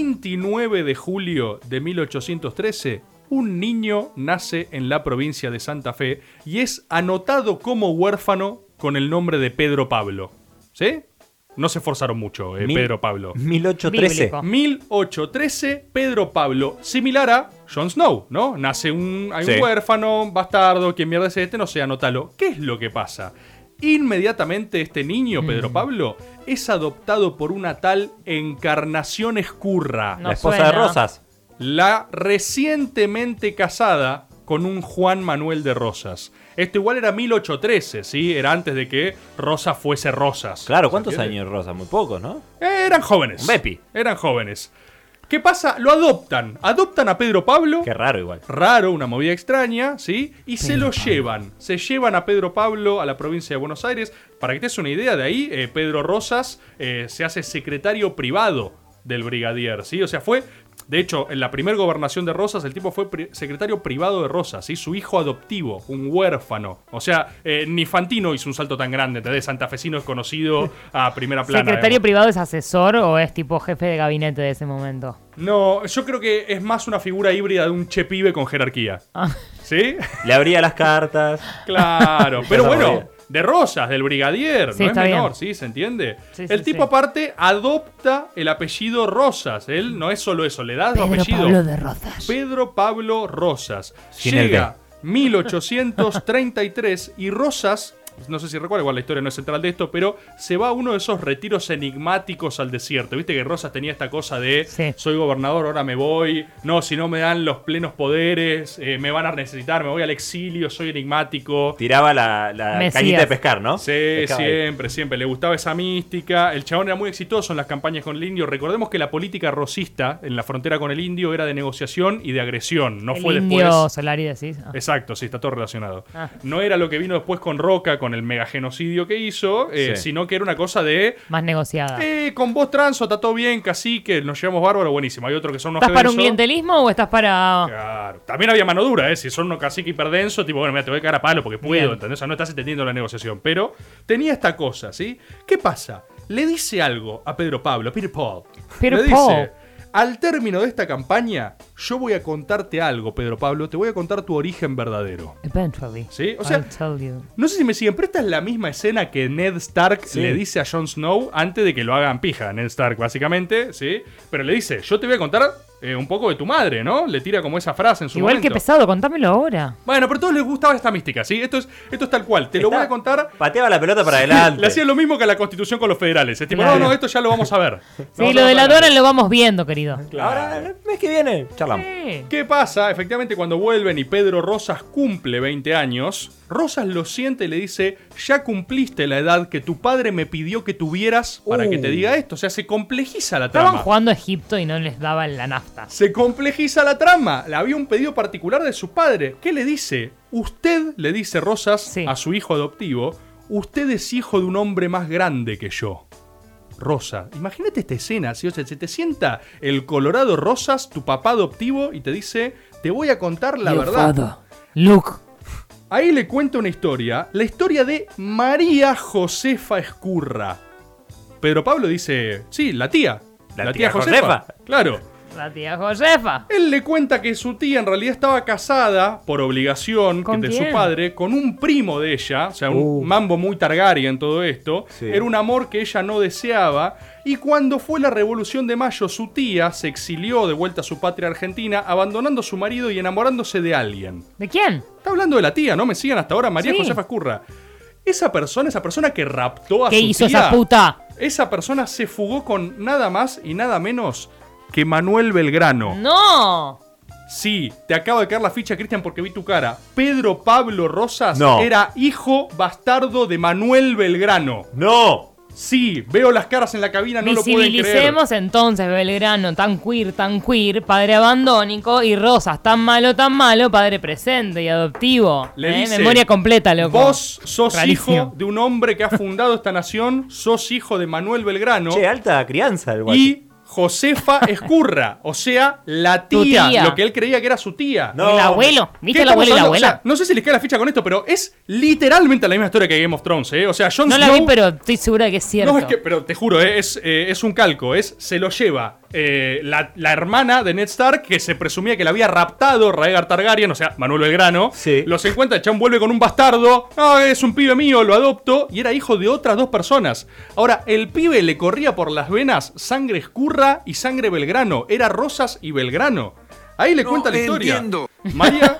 [SPEAKER 3] 29 de julio de 1813,
[SPEAKER 16] eh.
[SPEAKER 3] un niño nace en la provincia de Santa Fe y es anotado como huérfano con el nombre de Pedro Pablo. ¿Sí? No se esforzaron mucho, eh,
[SPEAKER 18] Mil-
[SPEAKER 3] Pedro Pablo.
[SPEAKER 18] 1813.
[SPEAKER 16] Bíblico.
[SPEAKER 3] 1813, Pedro Pablo, similar a Jon Snow, ¿no? Nace un, hay un
[SPEAKER 18] Sí.
[SPEAKER 3] huérfano, un bastardo, quien mierda es este, no sé, anótalo. ¿Qué es lo que pasa? Inmediatamente este niño, Pedro Pablo, es adoptado por una tal Encarnación Escurra,
[SPEAKER 18] La esposa de Rosas.
[SPEAKER 3] la recientemente casada con un Juan Manuel de Rosas. Esto igual era 1813, ¿sí? Era antes de que Rosas fuese Rosas.
[SPEAKER 18] Claro, ¿cuántos
[SPEAKER 3] ¿Entiendes?
[SPEAKER 18] años Rosas? Muy pocos, ¿no?
[SPEAKER 3] Eh, eran jóvenes.
[SPEAKER 18] Un Bepi.
[SPEAKER 3] Eran jóvenes. ¿Qué pasa? Lo adoptan. Adoptan a Pedro Pablo.
[SPEAKER 18] Qué raro igual.
[SPEAKER 3] Raro, una movida extraña, ¿sí? Y se lo llevan. Se llevan a Pedro Pablo a la provincia de Buenos Aires. Para que te des una idea de ahí, eh, Pedro Rosas eh, se hace secretario privado del brigadier, ¿sí? O sea, fue... De hecho, en la primera gobernación de Rosas, el tipo fue pri- secretario privado de Rosas, ¿sí? Su hijo adoptivo, un huérfano. O sea, eh, ni Fantino hizo un salto tan grande, ¿entendés? Santafesino es conocido a primera plana.
[SPEAKER 16] ¿Secretario
[SPEAKER 3] digamos.
[SPEAKER 16] privado es asesor o es tipo jefe de gabinete de ese momento?
[SPEAKER 3] No, yo creo que es más una figura híbrida de un che pibe con jerarquía.
[SPEAKER 18] Ah.
[SPEAKER 3] ¿Sí?
[SPEAKER 18] Le abría las cartas.
[SPEAKER 3] Claro, pero bueno, de Rosas, del Brigadier,
[SPEAKER 18] Sí,
[SPEAKER 3] no es
[SPEAKER 18] está
[SPEAKER 3] menor,
[SPEAKER 18] bien.
[SPEAKER 3] ¿sí? ¿Se entiende?
[SPEAKER 18] Sí, sí,
[SPEAKER 3] el tipo
[SPEAKER 18] sí.
[SPEAKER 3] aparte adopta el apellido Rosas. Él no es solo eso, le da su
[SPEAKER 16] Pedro
[SPEAKER 3] apellido.
[SPEAKER 16] Pablo de Rosas.
[SPEAKER 3] Pedro Pablo Rosas.
[SPEAKER 18] Sin el
[SPEAKER 3] Llega 1833 y Rosas, no sé si recuerda, igual la historia no es central de esto, pero se va a uno de esos retiros enigmáticos al desierto. Viste que Rosas tenía esta cosa de soy gobernador, ahora me voy, no, si no me dan los plenos poderes, eh, me van a necesitar, me voy al exilio, soy enigmático.
[SPEAKER 18] Tiraba la, la
[SPEAKER 3] Mesías.
[SPEAKER 18] cañita de pescar, ¿no?
[SPEAKER 3] Sí,
[SPEAKER 18] Pescaba ahí.
[SPEAKER 3] siempre, siempre. Le gustaba esa mística. El chabón era muy exitoso en las campañas con el indio. Recordemos que la política rosista en la frontera con el indio era de negociación y de agresión. No
[SPEAKER 16] el
[SPEAKER 3] fue
[SPEAKER 16] indio
[SPEAKER 3] después. Eh,
[SPEAKER 16] Solari decís. Ah.
[SPEAKER 3] Exacto, sí, está todo relacionado.
[SPEAKER 16] Ah.
[SPEAKER 3] No era lo que vino después con Roca, con el megagenocidio que hizo, eh,
[SPEAKER 16] Sí.
[SPEAKER 3] sino que era una cosa de.
[SPEAKER 16] Más negociada.
[SPEAKER 3] eh, con vos transo, está todo bien, cacique, nos llevamos bárbaro, buenísimo. Hay otro que son unos
[SPEAKER 16] ¿Estás para un
[SPEAKER 3] densos.
[SPEAKER 16] clientelismo o estás para.?
[SPEAKER 3] Claro. También había mano dura, ¿eh? Si son unos cacique hiperdensos, tipo, bueno, mira, te voy a cagar a palo porque puedo,
[SPEAKER 16] Bien.
[SPEAKER 3] ¿entendés? O sea, no estás entendiendo la negociación. Pero tenía esta cosa, ¿sí? ¿Qué pasa? Le dice algo a Pedro Pablo, a Peter Paul.
[SPEAKER 16] Peter
[SPEAKER 3] Le
[SPEAKER 16] Paul.
[SPEAKER 3] al término de esta campaña, yo voy a contarte algo, Pedro Pablo, te voy a contar tu origen verdadero.
[SPEAKER 16] Eventually.
[SPEAKER 3] Sí, o sea-
[SPEAKER 16] I'll tell you.
[SPEAKER 3] No sé si me siguen, pero esta es la misma escena que Ned Stark
[SPEAKER 16] Sí.
[SPEAKER 3] le dice a Jon Snow antes de que lo hagan pija, Ned Stark, básicamente, ¿sí? Pero le dice, yo te voy a contar eh, un poco de tu madre, ¿no? Le tira como esa frase en su
[SPEAKER 16] Igual que
[SPEAKER 3] momento.
[SPEAKER 16] pesado, contámelo ahora.
[SPEAKER 3] Bueno, pero a todos les gustaba esta mística, ¿sí? Esto es, esto es tal cual. Te lo voy a contar.
[SPEAKER 18] Pateaba la pelota para
[SPEAKER 3] Sí,
[SPEAKER 18] adelante.
[SPEAKER 3] Le hacía lo mismo que a la constitución con los federales. Es tipo,
[SPEAKER 18] Claro.
[SPEAKER 3] no, no, esto ya lo vamos a ver.
[SPEAKER 16] Sí, lo de la dona lo vamos viendo, querido.
[SPEAKER 3] Ahora, el
[SPEAKER 18] mes que viene, charlamos.
[SPEAKER 3] ¿Qué pasa? Efectivamente, cuando vuelven y Pedro Rosas cumple 20 años, Rosas lo siente y le dice: Ya cumpliste la edad que tu padre me pidió que tuvieras para
[SPEAKER 16] Uh.
[SPEAKER 3] que te diga esto. O sea, se complejiza la
[SPEAKER 16] Estaban
[SPEAKER 3] trama.
[SPEAKER 16] jugando a Egipto y no les daban la nafta.
[SPEAKER 3] Se complejiza la trama. Le había un pedido particular de su padre. ¿Qué le dice? Usted, le dice Rosas a su hijo adoptivo, usted es hijo de un hombre más grande que yo. Rosa. Imagínate esta escena, si o sea, se te sienta el Colorado Rosas, tu papá adoptivo, y te dice, te voy a contar la verdad.
[SPEAKER 16] Luke.
[SPEAKER 3] Ahí le cuenta una historia, la historia de María Josefa Escurra. Pedro Pablo dice, sí, la tía. La,
[SPEAKER 18] tía Josefa.
[SPEAKER 3] Claro.
[SPEAKER 16] La tía Josefa.
[SPEAKER 3] Él le cuenta que su tía en realidad estaba casada por obligación
[SPEAKER 16] ¿Con
[SPEAKER 3] de
[SPEAKER 16] quién?
[SPEAKER 3] su padre con un primo de ella, o sea, un
[SPEAKER 18] Uh.
[SPEAKER 3] mambo muy Targaryen todo esto. Era un amor que ella no deseaba. Y cuando fue la Revolución de Mayo, su tía se exilió de vuelta a su patria argentina, abandonando a su marido y enamorándose de alguien.
[SPEAKER 16] ¿De quién?
[SPEAKER 3] Está hablando de la tía, ¿no? Me siguen hasta ahora, María
[SPEAKER 16] Sí.
[SPEAKER 3] Josefa Escurra. Esa persona, esa persona que raptó a
[SPEAKER 16] ¿Qué
[SPEAKER 3] su
[SPEAKER 16] hizo
[SPEAKER 3] tía,
[SPEAKER 16] esa puta?
[SPEAKER 3] Esa persona se fugó con nada más y nada menos que Manuel Belgrano.
[SPEAKER 16] Mm. ¡No!
[SPEAKER 3] Sí, te acabo de caer la ficha, Cristian, porque vi tu cara. Pedro Pablo Rosas
[SPEAKER 18] No.
[SPEAKER 3] era hijo bastardo de Manuel Belgrano.
[SPEAKER 18] ¡No!
[SPEAKER 3] Sí, veo las caras en la cabina, no lo pueden creer.
[SPEAKER 16] Visibilicemos entonces Belgrano, tan queer, tan queer, padre abandónico y Rosas, tan malo, tan malo, padre presente y adoptivo.
[SPEAKER 3] Le
[SPEAKER 16] ¿Eh?
[SPEAKER 3] dice,
[SPEAKER 16] Memoria completa, loco.
[SPEAKER 3] Vos sos
[SPEAKER 16] Rarísimo.
[SPEAKER 3] hijo de un hombre que ha fundado esta nación, sos hijo de Manuel Belgrano.
[SPEAKER 18] Che, alta crianza el guacho.
[SPEAKER 3] y Josefa Escurra, o sea, la
[SPEAKER 18] Tu
[SPEAKER 3] tía,
[SPEAKER 18] tía.
[SPEAKER 3] lo que él creía que era su tía.
[SPEAKER 18] No. El abuelo.
[SPEAKER 16] ¿Viste
[SPEAKER 3] ¿Qué
[SPEAKER 16] el abuelo
[SPEAKER 3] estamos
[SPEAKER 16] y la
[SPEAKER 3] hablando? O sea,
[SPEAKER 16] abuela?
[SPEAKER 3] no sé si les cae la ficha con esto, pero es literalmente la misma historia que Game of Thrones, ¿eh? O sea, Jon
[SPEAKER 16] No la
[SPEAKER 3] Snow
[SPEAKER 16] vi, pero estoy segura de que es cierto.
[SPEAKER 3] No, es que, pero te juro, eh, es, eh, es un calco. Es, se lo lleva eh, la, la hermana de Ned Stark, que se presumía que la había raptado Raegar Targaryen, o sea, Manuel Belgrano. Los encuentra, el chabón vuelve con un bastardo. Ah, es un pibe mío, lo adopto. Y era hijo de otras dos personas. Ahora, el pibe le corría por las venas sangre escurra y sangre Belgrano. Era Rosas y Belgrano. Ahí le cuenta la historia.
[SPEAKER 9] entiendo.
[SPEAKER 3] María.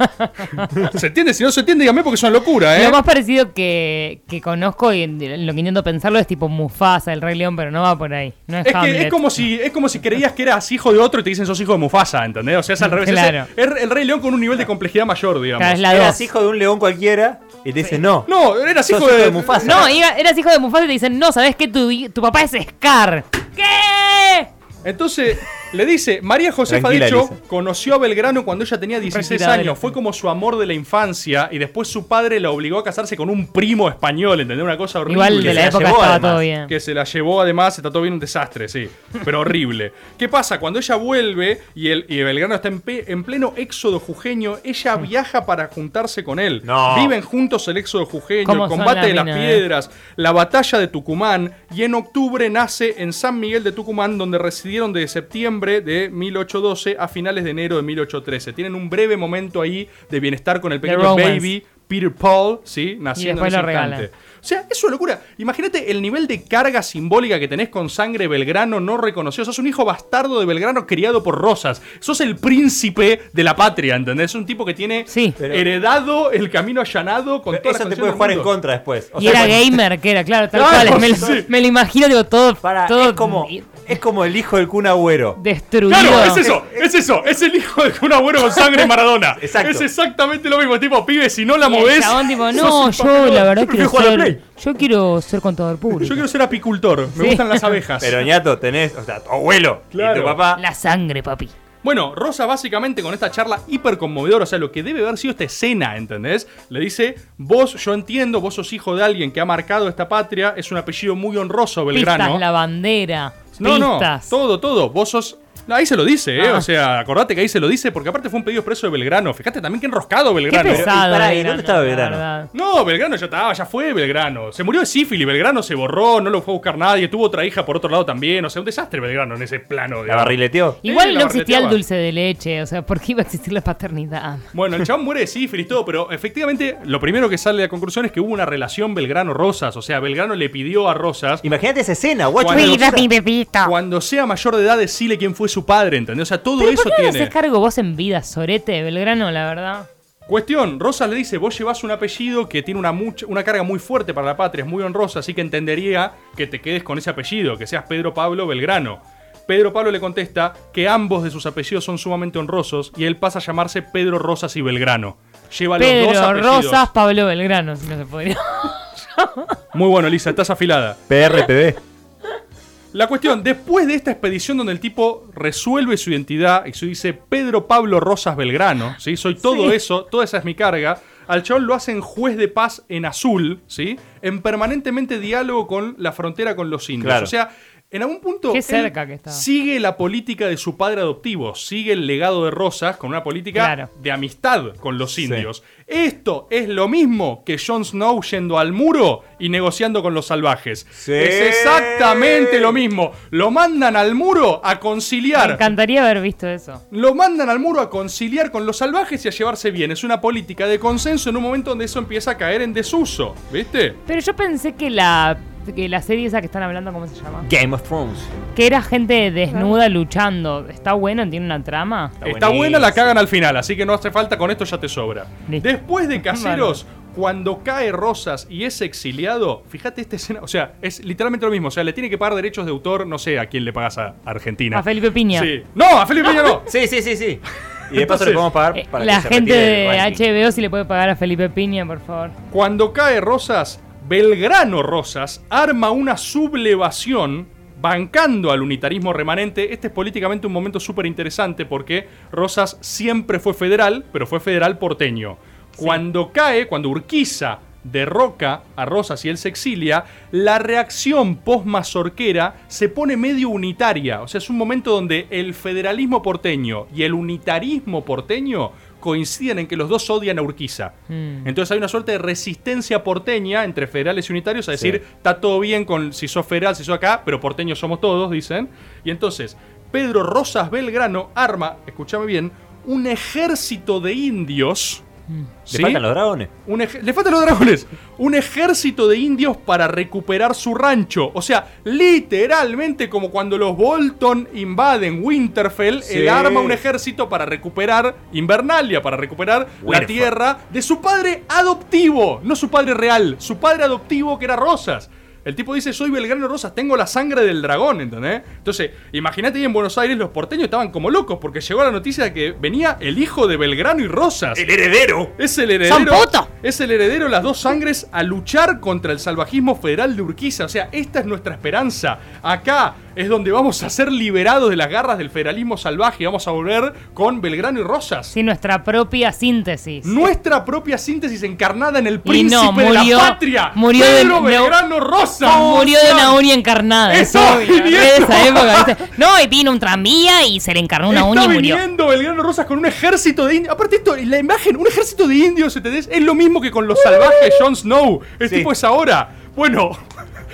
[SPEAKER 3] ¿Se entiende? Si no se entiende, dígame porque es una locura, ¿eh?
[SPEAKER 16] Lo más parecido que, que conozco y en- lo que intento pensarlo es tipo Mufasa, el Rey León, pero no va por ahí. No es,
[SPEAKER 3] Es, que
[SPEAKER 16] Hamlet.
[SPEAKER 3] es como si es como si creías que eras hijo de otro y te dicen sos hijo de Mufasa, ¿entendés? O sea, es al revés.
[SPEAKER 16] Claro.
[SPEAKER 3] Es el- el Rey León con un nivel de complejidad mayor, digamos.
[SPEAKER 16] Claro, es la
[SPEAKER 18] Eras hijo de un león cualquiera y te dicen no.
[SPEAKER 3] No, eras
[SPEAKER 18] Sos
[SPEAKER 3] hijo de-
[SPEAKER 18] Mufasa.
[SPEAKER 16] No, iba- eras hijo de Mufasa y te dicen, no, ¿sabes que Tu, tu papá es Scar. ¿Qué?
[SPEAKER 3] Entonces, Le dice, María Josefa
[SPEAKER 18] Tranquila,
[SPEAKER 3] Dicho
[SPEAKER 18] Elisa.
[SPEAKER 3] conoció a Belgrano cuando ella tenía 16
[SPEAKER 18] Tranquila,
[SPEAKER 3] años. Fue como su amor de la infancia y después su padre la obligó a casarse con un primo español, ¿entendés? Una cosa horrible.
[SPEAKER 16] Igual de
[SPEAKER 3] Que
[SPEAKER 16] la
[SPEAKER 3] se
[SPEAKER 16] época
[SPEAKER 3] llevó,
[SPEAKER 16] estaba
[SPEAKER 3] además.
[SPEAKER 16] todo bien.
[SPEAKER 3] Que se la llevó además, está todo bien un desastre, sí. Pero horrible. ¿Qué pasa? Cuando ella vuelve y, el, y Belgrano está en, pe- en pleno éxodo jujeño,
[SPEAKER 16] Mm.
[SPEAKER 3] ella viaja para juntarse con él. Viven juntos el éxodo jujeño,
[SPEAKER 18] ¿Cómo
[SPEAKER 3] el
[SPEAKER 18] son
[SPEAKER 3] combate
[SPEAKER 18] las
[SPEAKER 3] de las
[SPEAKER 18] minas, eh?
[SPEAKER 3] piedras, la batalla de Tucumán y en octubre nace en San Miguel de Tucumán donde residieron de septiembre de 1812 a finales de enero de 1813. Tienen un breve momento ahí de bienestar con el pequeño
[SPEAKER 16] romance.
[SPEAKER 3] baby Peter Paul, ¿sí? Naciendo en
[SPEAKER 16] después
[SPEAKER 3] ese
[SPEAKER 16] lo regalan.
[SPEAKER 3] instante. O sea, es una locura. Imagínate el nivel de carga simbólica que tenés con sangre Belgrano no reconocido. Sos un hijo bastardo de Belgrano criado por Rosas. Sos el príncipe de la patria, ¿entendés? Es un tipo que tiene heredado el camino allanado con todas
[SPEAKER 18] Eso te puede jugar en contra después. O
[SPEAKER 16] Y
[SPEAKER 18] sea,
[SPEAKER 16] era
[SPEAKER 18] cuando-
[SPEAKER 16] gamer, que era, claro, tal
[SPEAKER 18] Claro,
[SPEAKER 16] cual. Me lo,
[SPEAKER 18] sí.
[SPEAKER 16] me lo imagino, digo, todo. todo
[SPEAKER 18] es como, es como el hijo del Kun Agüero.
[SPEAKER 16] destruido.
[SPEAKER 3] Claro, es eso, es eso, es el hijo de un abuelo con sangre Maradona.
[SPEAKER 18] Exacto.
[SPEAKER 3] Es exactamente lo mismo, tipo, pibe, si no la
[SPEAKER 16] Y el
[SPEAKER 3] moves.
[SPEAKER 16] chabón tipo, no, yo la verdad quiero ser, yo quiero ser contador público.
[SPEAKER 3] Yo quiero ser apicultor, me
[SPEAKER 16] Sí.
[SPEAKER 3] gustan las abejas.
[SPEAKER 18] Pero ñato, tenés, o sea, tu abuelo y tu papá.
[SPEAKER 16] La sangre, papi.
[SPEAKER 3] Bueno, Rosa básicamente con esta charla hiper conmovedora, o sea, lo que debe haber sido esta escena, ¿entendés? Le dice, vos, yo entiendo, vos sos hijo de alguien que ha marcado esta patria, es un apellido muy honroso, Belgrano.
[SPEAKER 16] Pistas, la bandera.
[SPEAKER 3] No, no,
[SPEAKER 16] pistas.
[SPEAKER 3] todo, todo. Vos sos. no, Ahí se lo dice, ¿eh?
[SPEAKER 16] Ah.
[SPEAKER 3] O sea, acordate que ahí se lo dice, porque aparte fue un pedido expreso de Belgrano. Fíjate también que enroscado Belgrano. ¿eh?
[SPEAKER 16] Qué pesado Pero, y pará, ¿y dónde Belgrano, estaba
[SPEAKER 18] Belgrano?
[SPEAKER 3] No, Belgrano ya estaba, ya fue Belgrano. Se murió de sífilis, Belgrano se borró, no lo fue a buscar nadie, tuvo otra hija por otro lado también. O sea, un desastre Belgrano en ese plano.
[SPEAKER 18] La barrileteó.
[SPEAKER 16] Igual
[SPEAKER 3] Sí, la
[SPEAKER 16] no existía el
[SPEAKER 3] barreteaba.
[SPEAKER 16] dulce de leche, o sea, ¿por qué iba a existir la paternidad?
[SPEAKER 3] Bueno, el chabón muere de sífilis, todo, pero efectivamente lo primero que sale de la conclusión es que hubo una relación Belgrano-Rosas. O sea, Belgrano le pidió a Rosas.
[SPEAKER 18] Imagínate esa escena, guacho.
[SPEAKER 16] Cuida mi bebita.
[SPEAKER 3] Cuando sea mayor de edad, decile quién fue su padre, ¿entendés? O sea, todo
[SPEAKER 16] Pero
[SPEAKER 3] eso
[SPEAKER 16] ¿por qué no
[SPEAKER 3] tiene.
[SPEAKER 16] te haces cargo vos en vida, sorete de Belgrano, la verdad?
[SPEAKER 3] Cuestión, Rosas le dice, vos llevas un apellido que tiene una, mucha- una carga muy fuerte para la patria, es muy honrosa, así que entendería que te quedes con ese apellido, que seas Pedro Pablo Belgrano. Pedro Pablo le contesta que ambos de sus apellidos son sumamente honrosos y él pasa a llamarse Pedro Rosas y Belgrano. Lleva los dos
[SPEAKER 16] Pedro
[SPEAKER 3] apellidos.
[SPEAKER 16] Rosas, Pablo Belgrano, si no se podría.
[SPEAKER 3] Muy bueno, Lisa, estás afilada.
[SPEAKER 18] PRPD.
[SPEAKER 3] La cuestión, después de esta expedición donde el tipo resuelve su identidad y se dice Pedro Pablo Rosas Belgrano, ¿sí? soy todo
[SPEAKER 18] Sí.
[SPEAKER 3] eso, toda esa es mi carga, al chabón lo hacen juez de paz en azul, ¿sí? en permanentemente diálogo con la frontera con los indios.
[SPEAKER 18] Claro.
[SPEAKER 3] O sea, en algún punto
[SPEAKER 16] Qué
[SPEAKER 3] él
[SPEAKER 16] cerca que está.
[SPEAKER 3] sigue la política de su padre adoptivo, sigue el legado de Rosas con una política
[SPEAKER 16] Claro.
[SPEAKER 3] de amistad con los indios. Esto es lo mismo que Jon Snow yendo al muro y negociando con los salvajes. Es exactamente lo mismo. Lo mandan al muro a
[SPEAKER 16] Me
[SPEAKER 3] conciliar.
[SPEAKER 16] encantaría haber visto eso.
[SPEAKER 3] Lo mandan al muro a conciliar con los salvajes y a llevarse bien. Es una política de consenso en un momento donde eso empieza a caer en desuso. ¿Viste?
[SPEAKER 16] Pero yo pensé que la, que la serie esa que están hablando, ¿cómo se llama?
[SPEAKER 18] Game of Thrones.
[SPEAKER 16] Que era gente desnuda luchando. ¿Está bueno? ¿Tiene una trama?
[SPEAKER 3] Está buena, la cagan al final, así que no hace falta, con esto ya te sobra. Después de Caseros, cuando cae Rosas y es exiliado, fíjate esta escena, o sea, es literalmente lo mismo, o sea, le tiene que pagar derechos de autor, no sé a quién le pagas a Argentina.
[SPEAKER 16] A Felipe Piña.
[SPEAKER 3] Sí. No, a Felipe Piña no.
[SPEAKER 18] Sí, sí, sí, sí. Y de paso le podemos pagar para
[SPEAKER 16] Eh, la
[SPEAKER 18] que se
[SPEAKER 16] gente
[SPEAKER 18] retire del
[SPEAKER 16] de
[SPEAKER 18] ranking.
[SPEAKER 16] HBO si le puede pagar a Felipe Piña, por favor.
[SPEAKER 3] Cuando cae Rosas, Belgrano Rosas arma una sublevación bancando al unitarismo remanente. Este es políticamente un momento súper interesante porque Rosas siempre fue federal, pero fue federal porteño. Cuando cae, cuando Urquiza derroca a Rosas y él se exilia, la reacción post-mazorquera se pone medio unitaria. O sea, es un momento donde el federalismo porteño y el unitarismo porteño coinciden en que los dos odian a Urquiza.
[SPEAKER 16] Mm.
[SPEAKER 18] Mm.
[SPEAKER 3] Entonces hay una suerte de resistencia porteña entre federales y unitarios a decir, está todo bien con si sos federal, si sos acá, pero porteños somos todos, dicen. Y entonces, Pedro Rosas Belgrano arma, escúchame bien, un ejército de indios.
[SPEAKER 18] Mm. ¿Le faltan los dragones?
[SPEAKER 3] Un ej- Le faltan los dragones. Un ejército de indios para recuperar su rancho. O sea, literalmente como cuando los Bolton invaden Winterfell,
[SPEAKER 18] Sí.
[SPEAKER 3] él arma un ejército para recuperar Invernalia, para recuperar la
[SPEAKER 18] Winterfell.
[SPEAKER 3] tierra de su padre adoptivo. No su padre real, su padre adoptivo que era Rosas. El tipo dice, soy Belgrano Rosas, tengo la sangre del dragón, ¿entendés? Entonces, imagínate ahí en Buenos Aires los porteños estaban como locos porque llegó la noticia de que venía el hijo de Belgrano y Rosas. El
[SPEAKER 18] heredero.
[SPEAKER 3] Es el heredero. Es el heredero de las dos sangres a luchar contra el salvajismo federal de Urquiza. O sea, esta es nuestra esperanza. Acá es donde vamos a ser liberados de las garras del federalismo salvaje. Vamos a volver con Belgrano y Rosas.
[SPEAKER 16] Sí, nuestra propia síntesis.
[SPEAKER 3] Nuestra propia síntesis encarnada en el
[SPEAKER 16] Y
[SPEAKER 3] príncipe
[SPEAKER 16] no,
[SPEAKER 3] de
[SPEAKER 16] murió.
[SPEAKER 3] la patria.
[SPEAKER 16] Murió
[SPEAKER 3] Pedro
[SPEAKER 16] de,
[SPEAKER 3] Belgrano
[SPEAKER 16] no-
[SPEAKER 3] Rosas.
[SPEAKER 16] Murió de una uni encarnada.
[SPEAKER 3] Está
[SPEAKER 16] eso, obvio,
[SPEAKER 3] viniendo.
[SPEAKER 16] de esa época, ¿viste? No, y vino un tranvía y se le encarnó una uni
[SPEAKER 3] Está
[SPEAKER 16] y murió.
[SPEAKER 3] viniendo Belgrano Rosas con un ejército de indios. Aparte, esto, la imagen, un ejército de indios, ¿entendés? Es lo mismo que con los salvajes Jon Snow. El tipo es ahora. Bueno,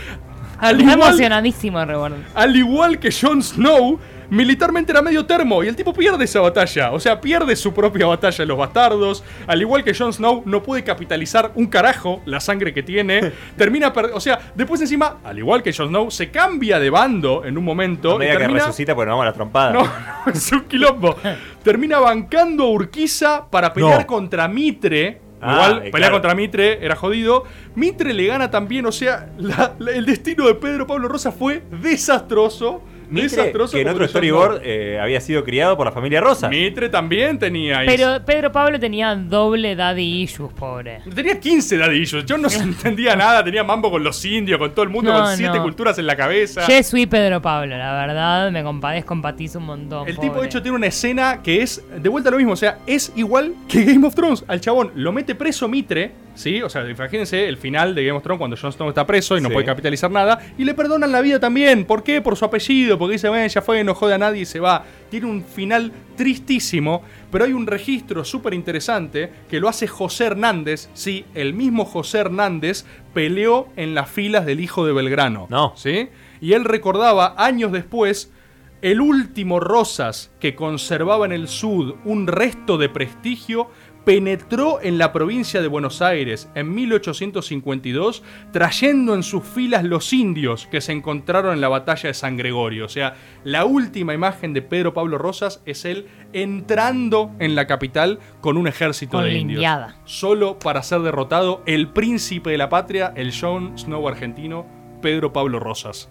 [SPEAKER 3] al
[SPEAKER 16] Está
[SPEAKER 3] igual,
[SPEAKER 16] Ah, emocionadísimo, Reborn.
[SPEAKER 3] al igual que Jon Snow, militarmente era medio termo y el tipo pierde esa batalla. O sea, pierde su propia batalla los bastardos. Al igual que Jon Snow, no puede capitalizar un carajo la sangre que tiene. Termina per- O sea, después encima, al igual que Jon Snow, se cambia de bando en un momento. y
[SPEAKER 15] Media que
[SPEAKER 3] termina-
[SPEAKER 15] resucita porque nos vamos a la trompada.
[SPEAKER 3] no, no, es un quilombo. Termina bancando a Urquiza para pelear
[SPEAKER 15] No.
[SPEAKER 3] contra Mitre.
[SPEAKER 15] Ah,
[SPEAKER 3] Igual,
[SPEAKER 15] eh,
[SPEAKER 3] pelear
[SPEAKER 15] claro.
[SPEAKER 3] contra Mitre era jodido. Mitre le gana también, o sea, la- la- el destino de Pedro Pablo Rosa fue desastroso.
[SPEAKER 15] Mitre,
[SPEAKER 3] desastroso
[SPEAKER 15] que en
[SPEAKER 3] como
[SPEAKER 15] otro
[SPEAKER 3] yo
[SPEAKER 15] storyboard
[SPEAKER 3] no.
[SPEAKER 15] eh, había sido criado por la familia Rosa.
[SPEAKER 3] Mitre también tenía
[SPEAKER 16] Pero Pedro Pablo tenía doble daddy issues, pobre.
[SPEAKER 3] Tenía 15 dadillos, yo no entendía nada, tenía mambo con los indios, con todo el mundo,
[SPEAKER 16] No,
[SPEAKER 3] con siete
[SPEAKER 16] no.
[SPEAKER 3] culturas en la cabeza.
[SPEAKER 16] Yo soy Pedro Pablo, la verdad, me compadezco, empatizo un montón.
[SPEAKER 3] El tipo, de
[SPEAKER 16] pobre.
[SPEAKER 3] hecho, tiene una escena que es de vuelta lo mismo. O sea, es igual que Game of Thrones. Al chabón lo mete preso Mitre, ¿sí? O sea, imagínense el final de Game of Thrones cuando Jon Snow está preso y no
[SPEAKER 15] Sí.
[SPEAKER 3] puede capitalizar nada. Y le perdonan la vida también. ¿Por qué? Por su apellido. Porque dice, bueno, ya fue, no jode a nadie y se va. Tiene un final tristísimo, pero hay un registro súper interesante que lo hace José Hernández. Sí, el mismo José Hernández peleó en las filas del hijo de Belgrano. No. ¿Sí? Y él recordaba años después el último Rosas que conservaba en el sud un resto de prestigio penetró en la provincia de Buenos Aires en 1852 trayendo en sus filas los indios que se encontraron en la batalla de San Gregorio. O sea, la última imagen de Pedro Pablo Rosas es él entrando en la capital con un ejército
[SPEAKER 16] Con
[SPEAKER 3] de
[SPEAKER 16] la
[SPEAKER 3] indios.
[SPEAKER 16] indiada.
[SPEAKER 3] Solo para ser derrotado el príncipe de la patria, el John Snow argentino, Pedro Pablo Rosas.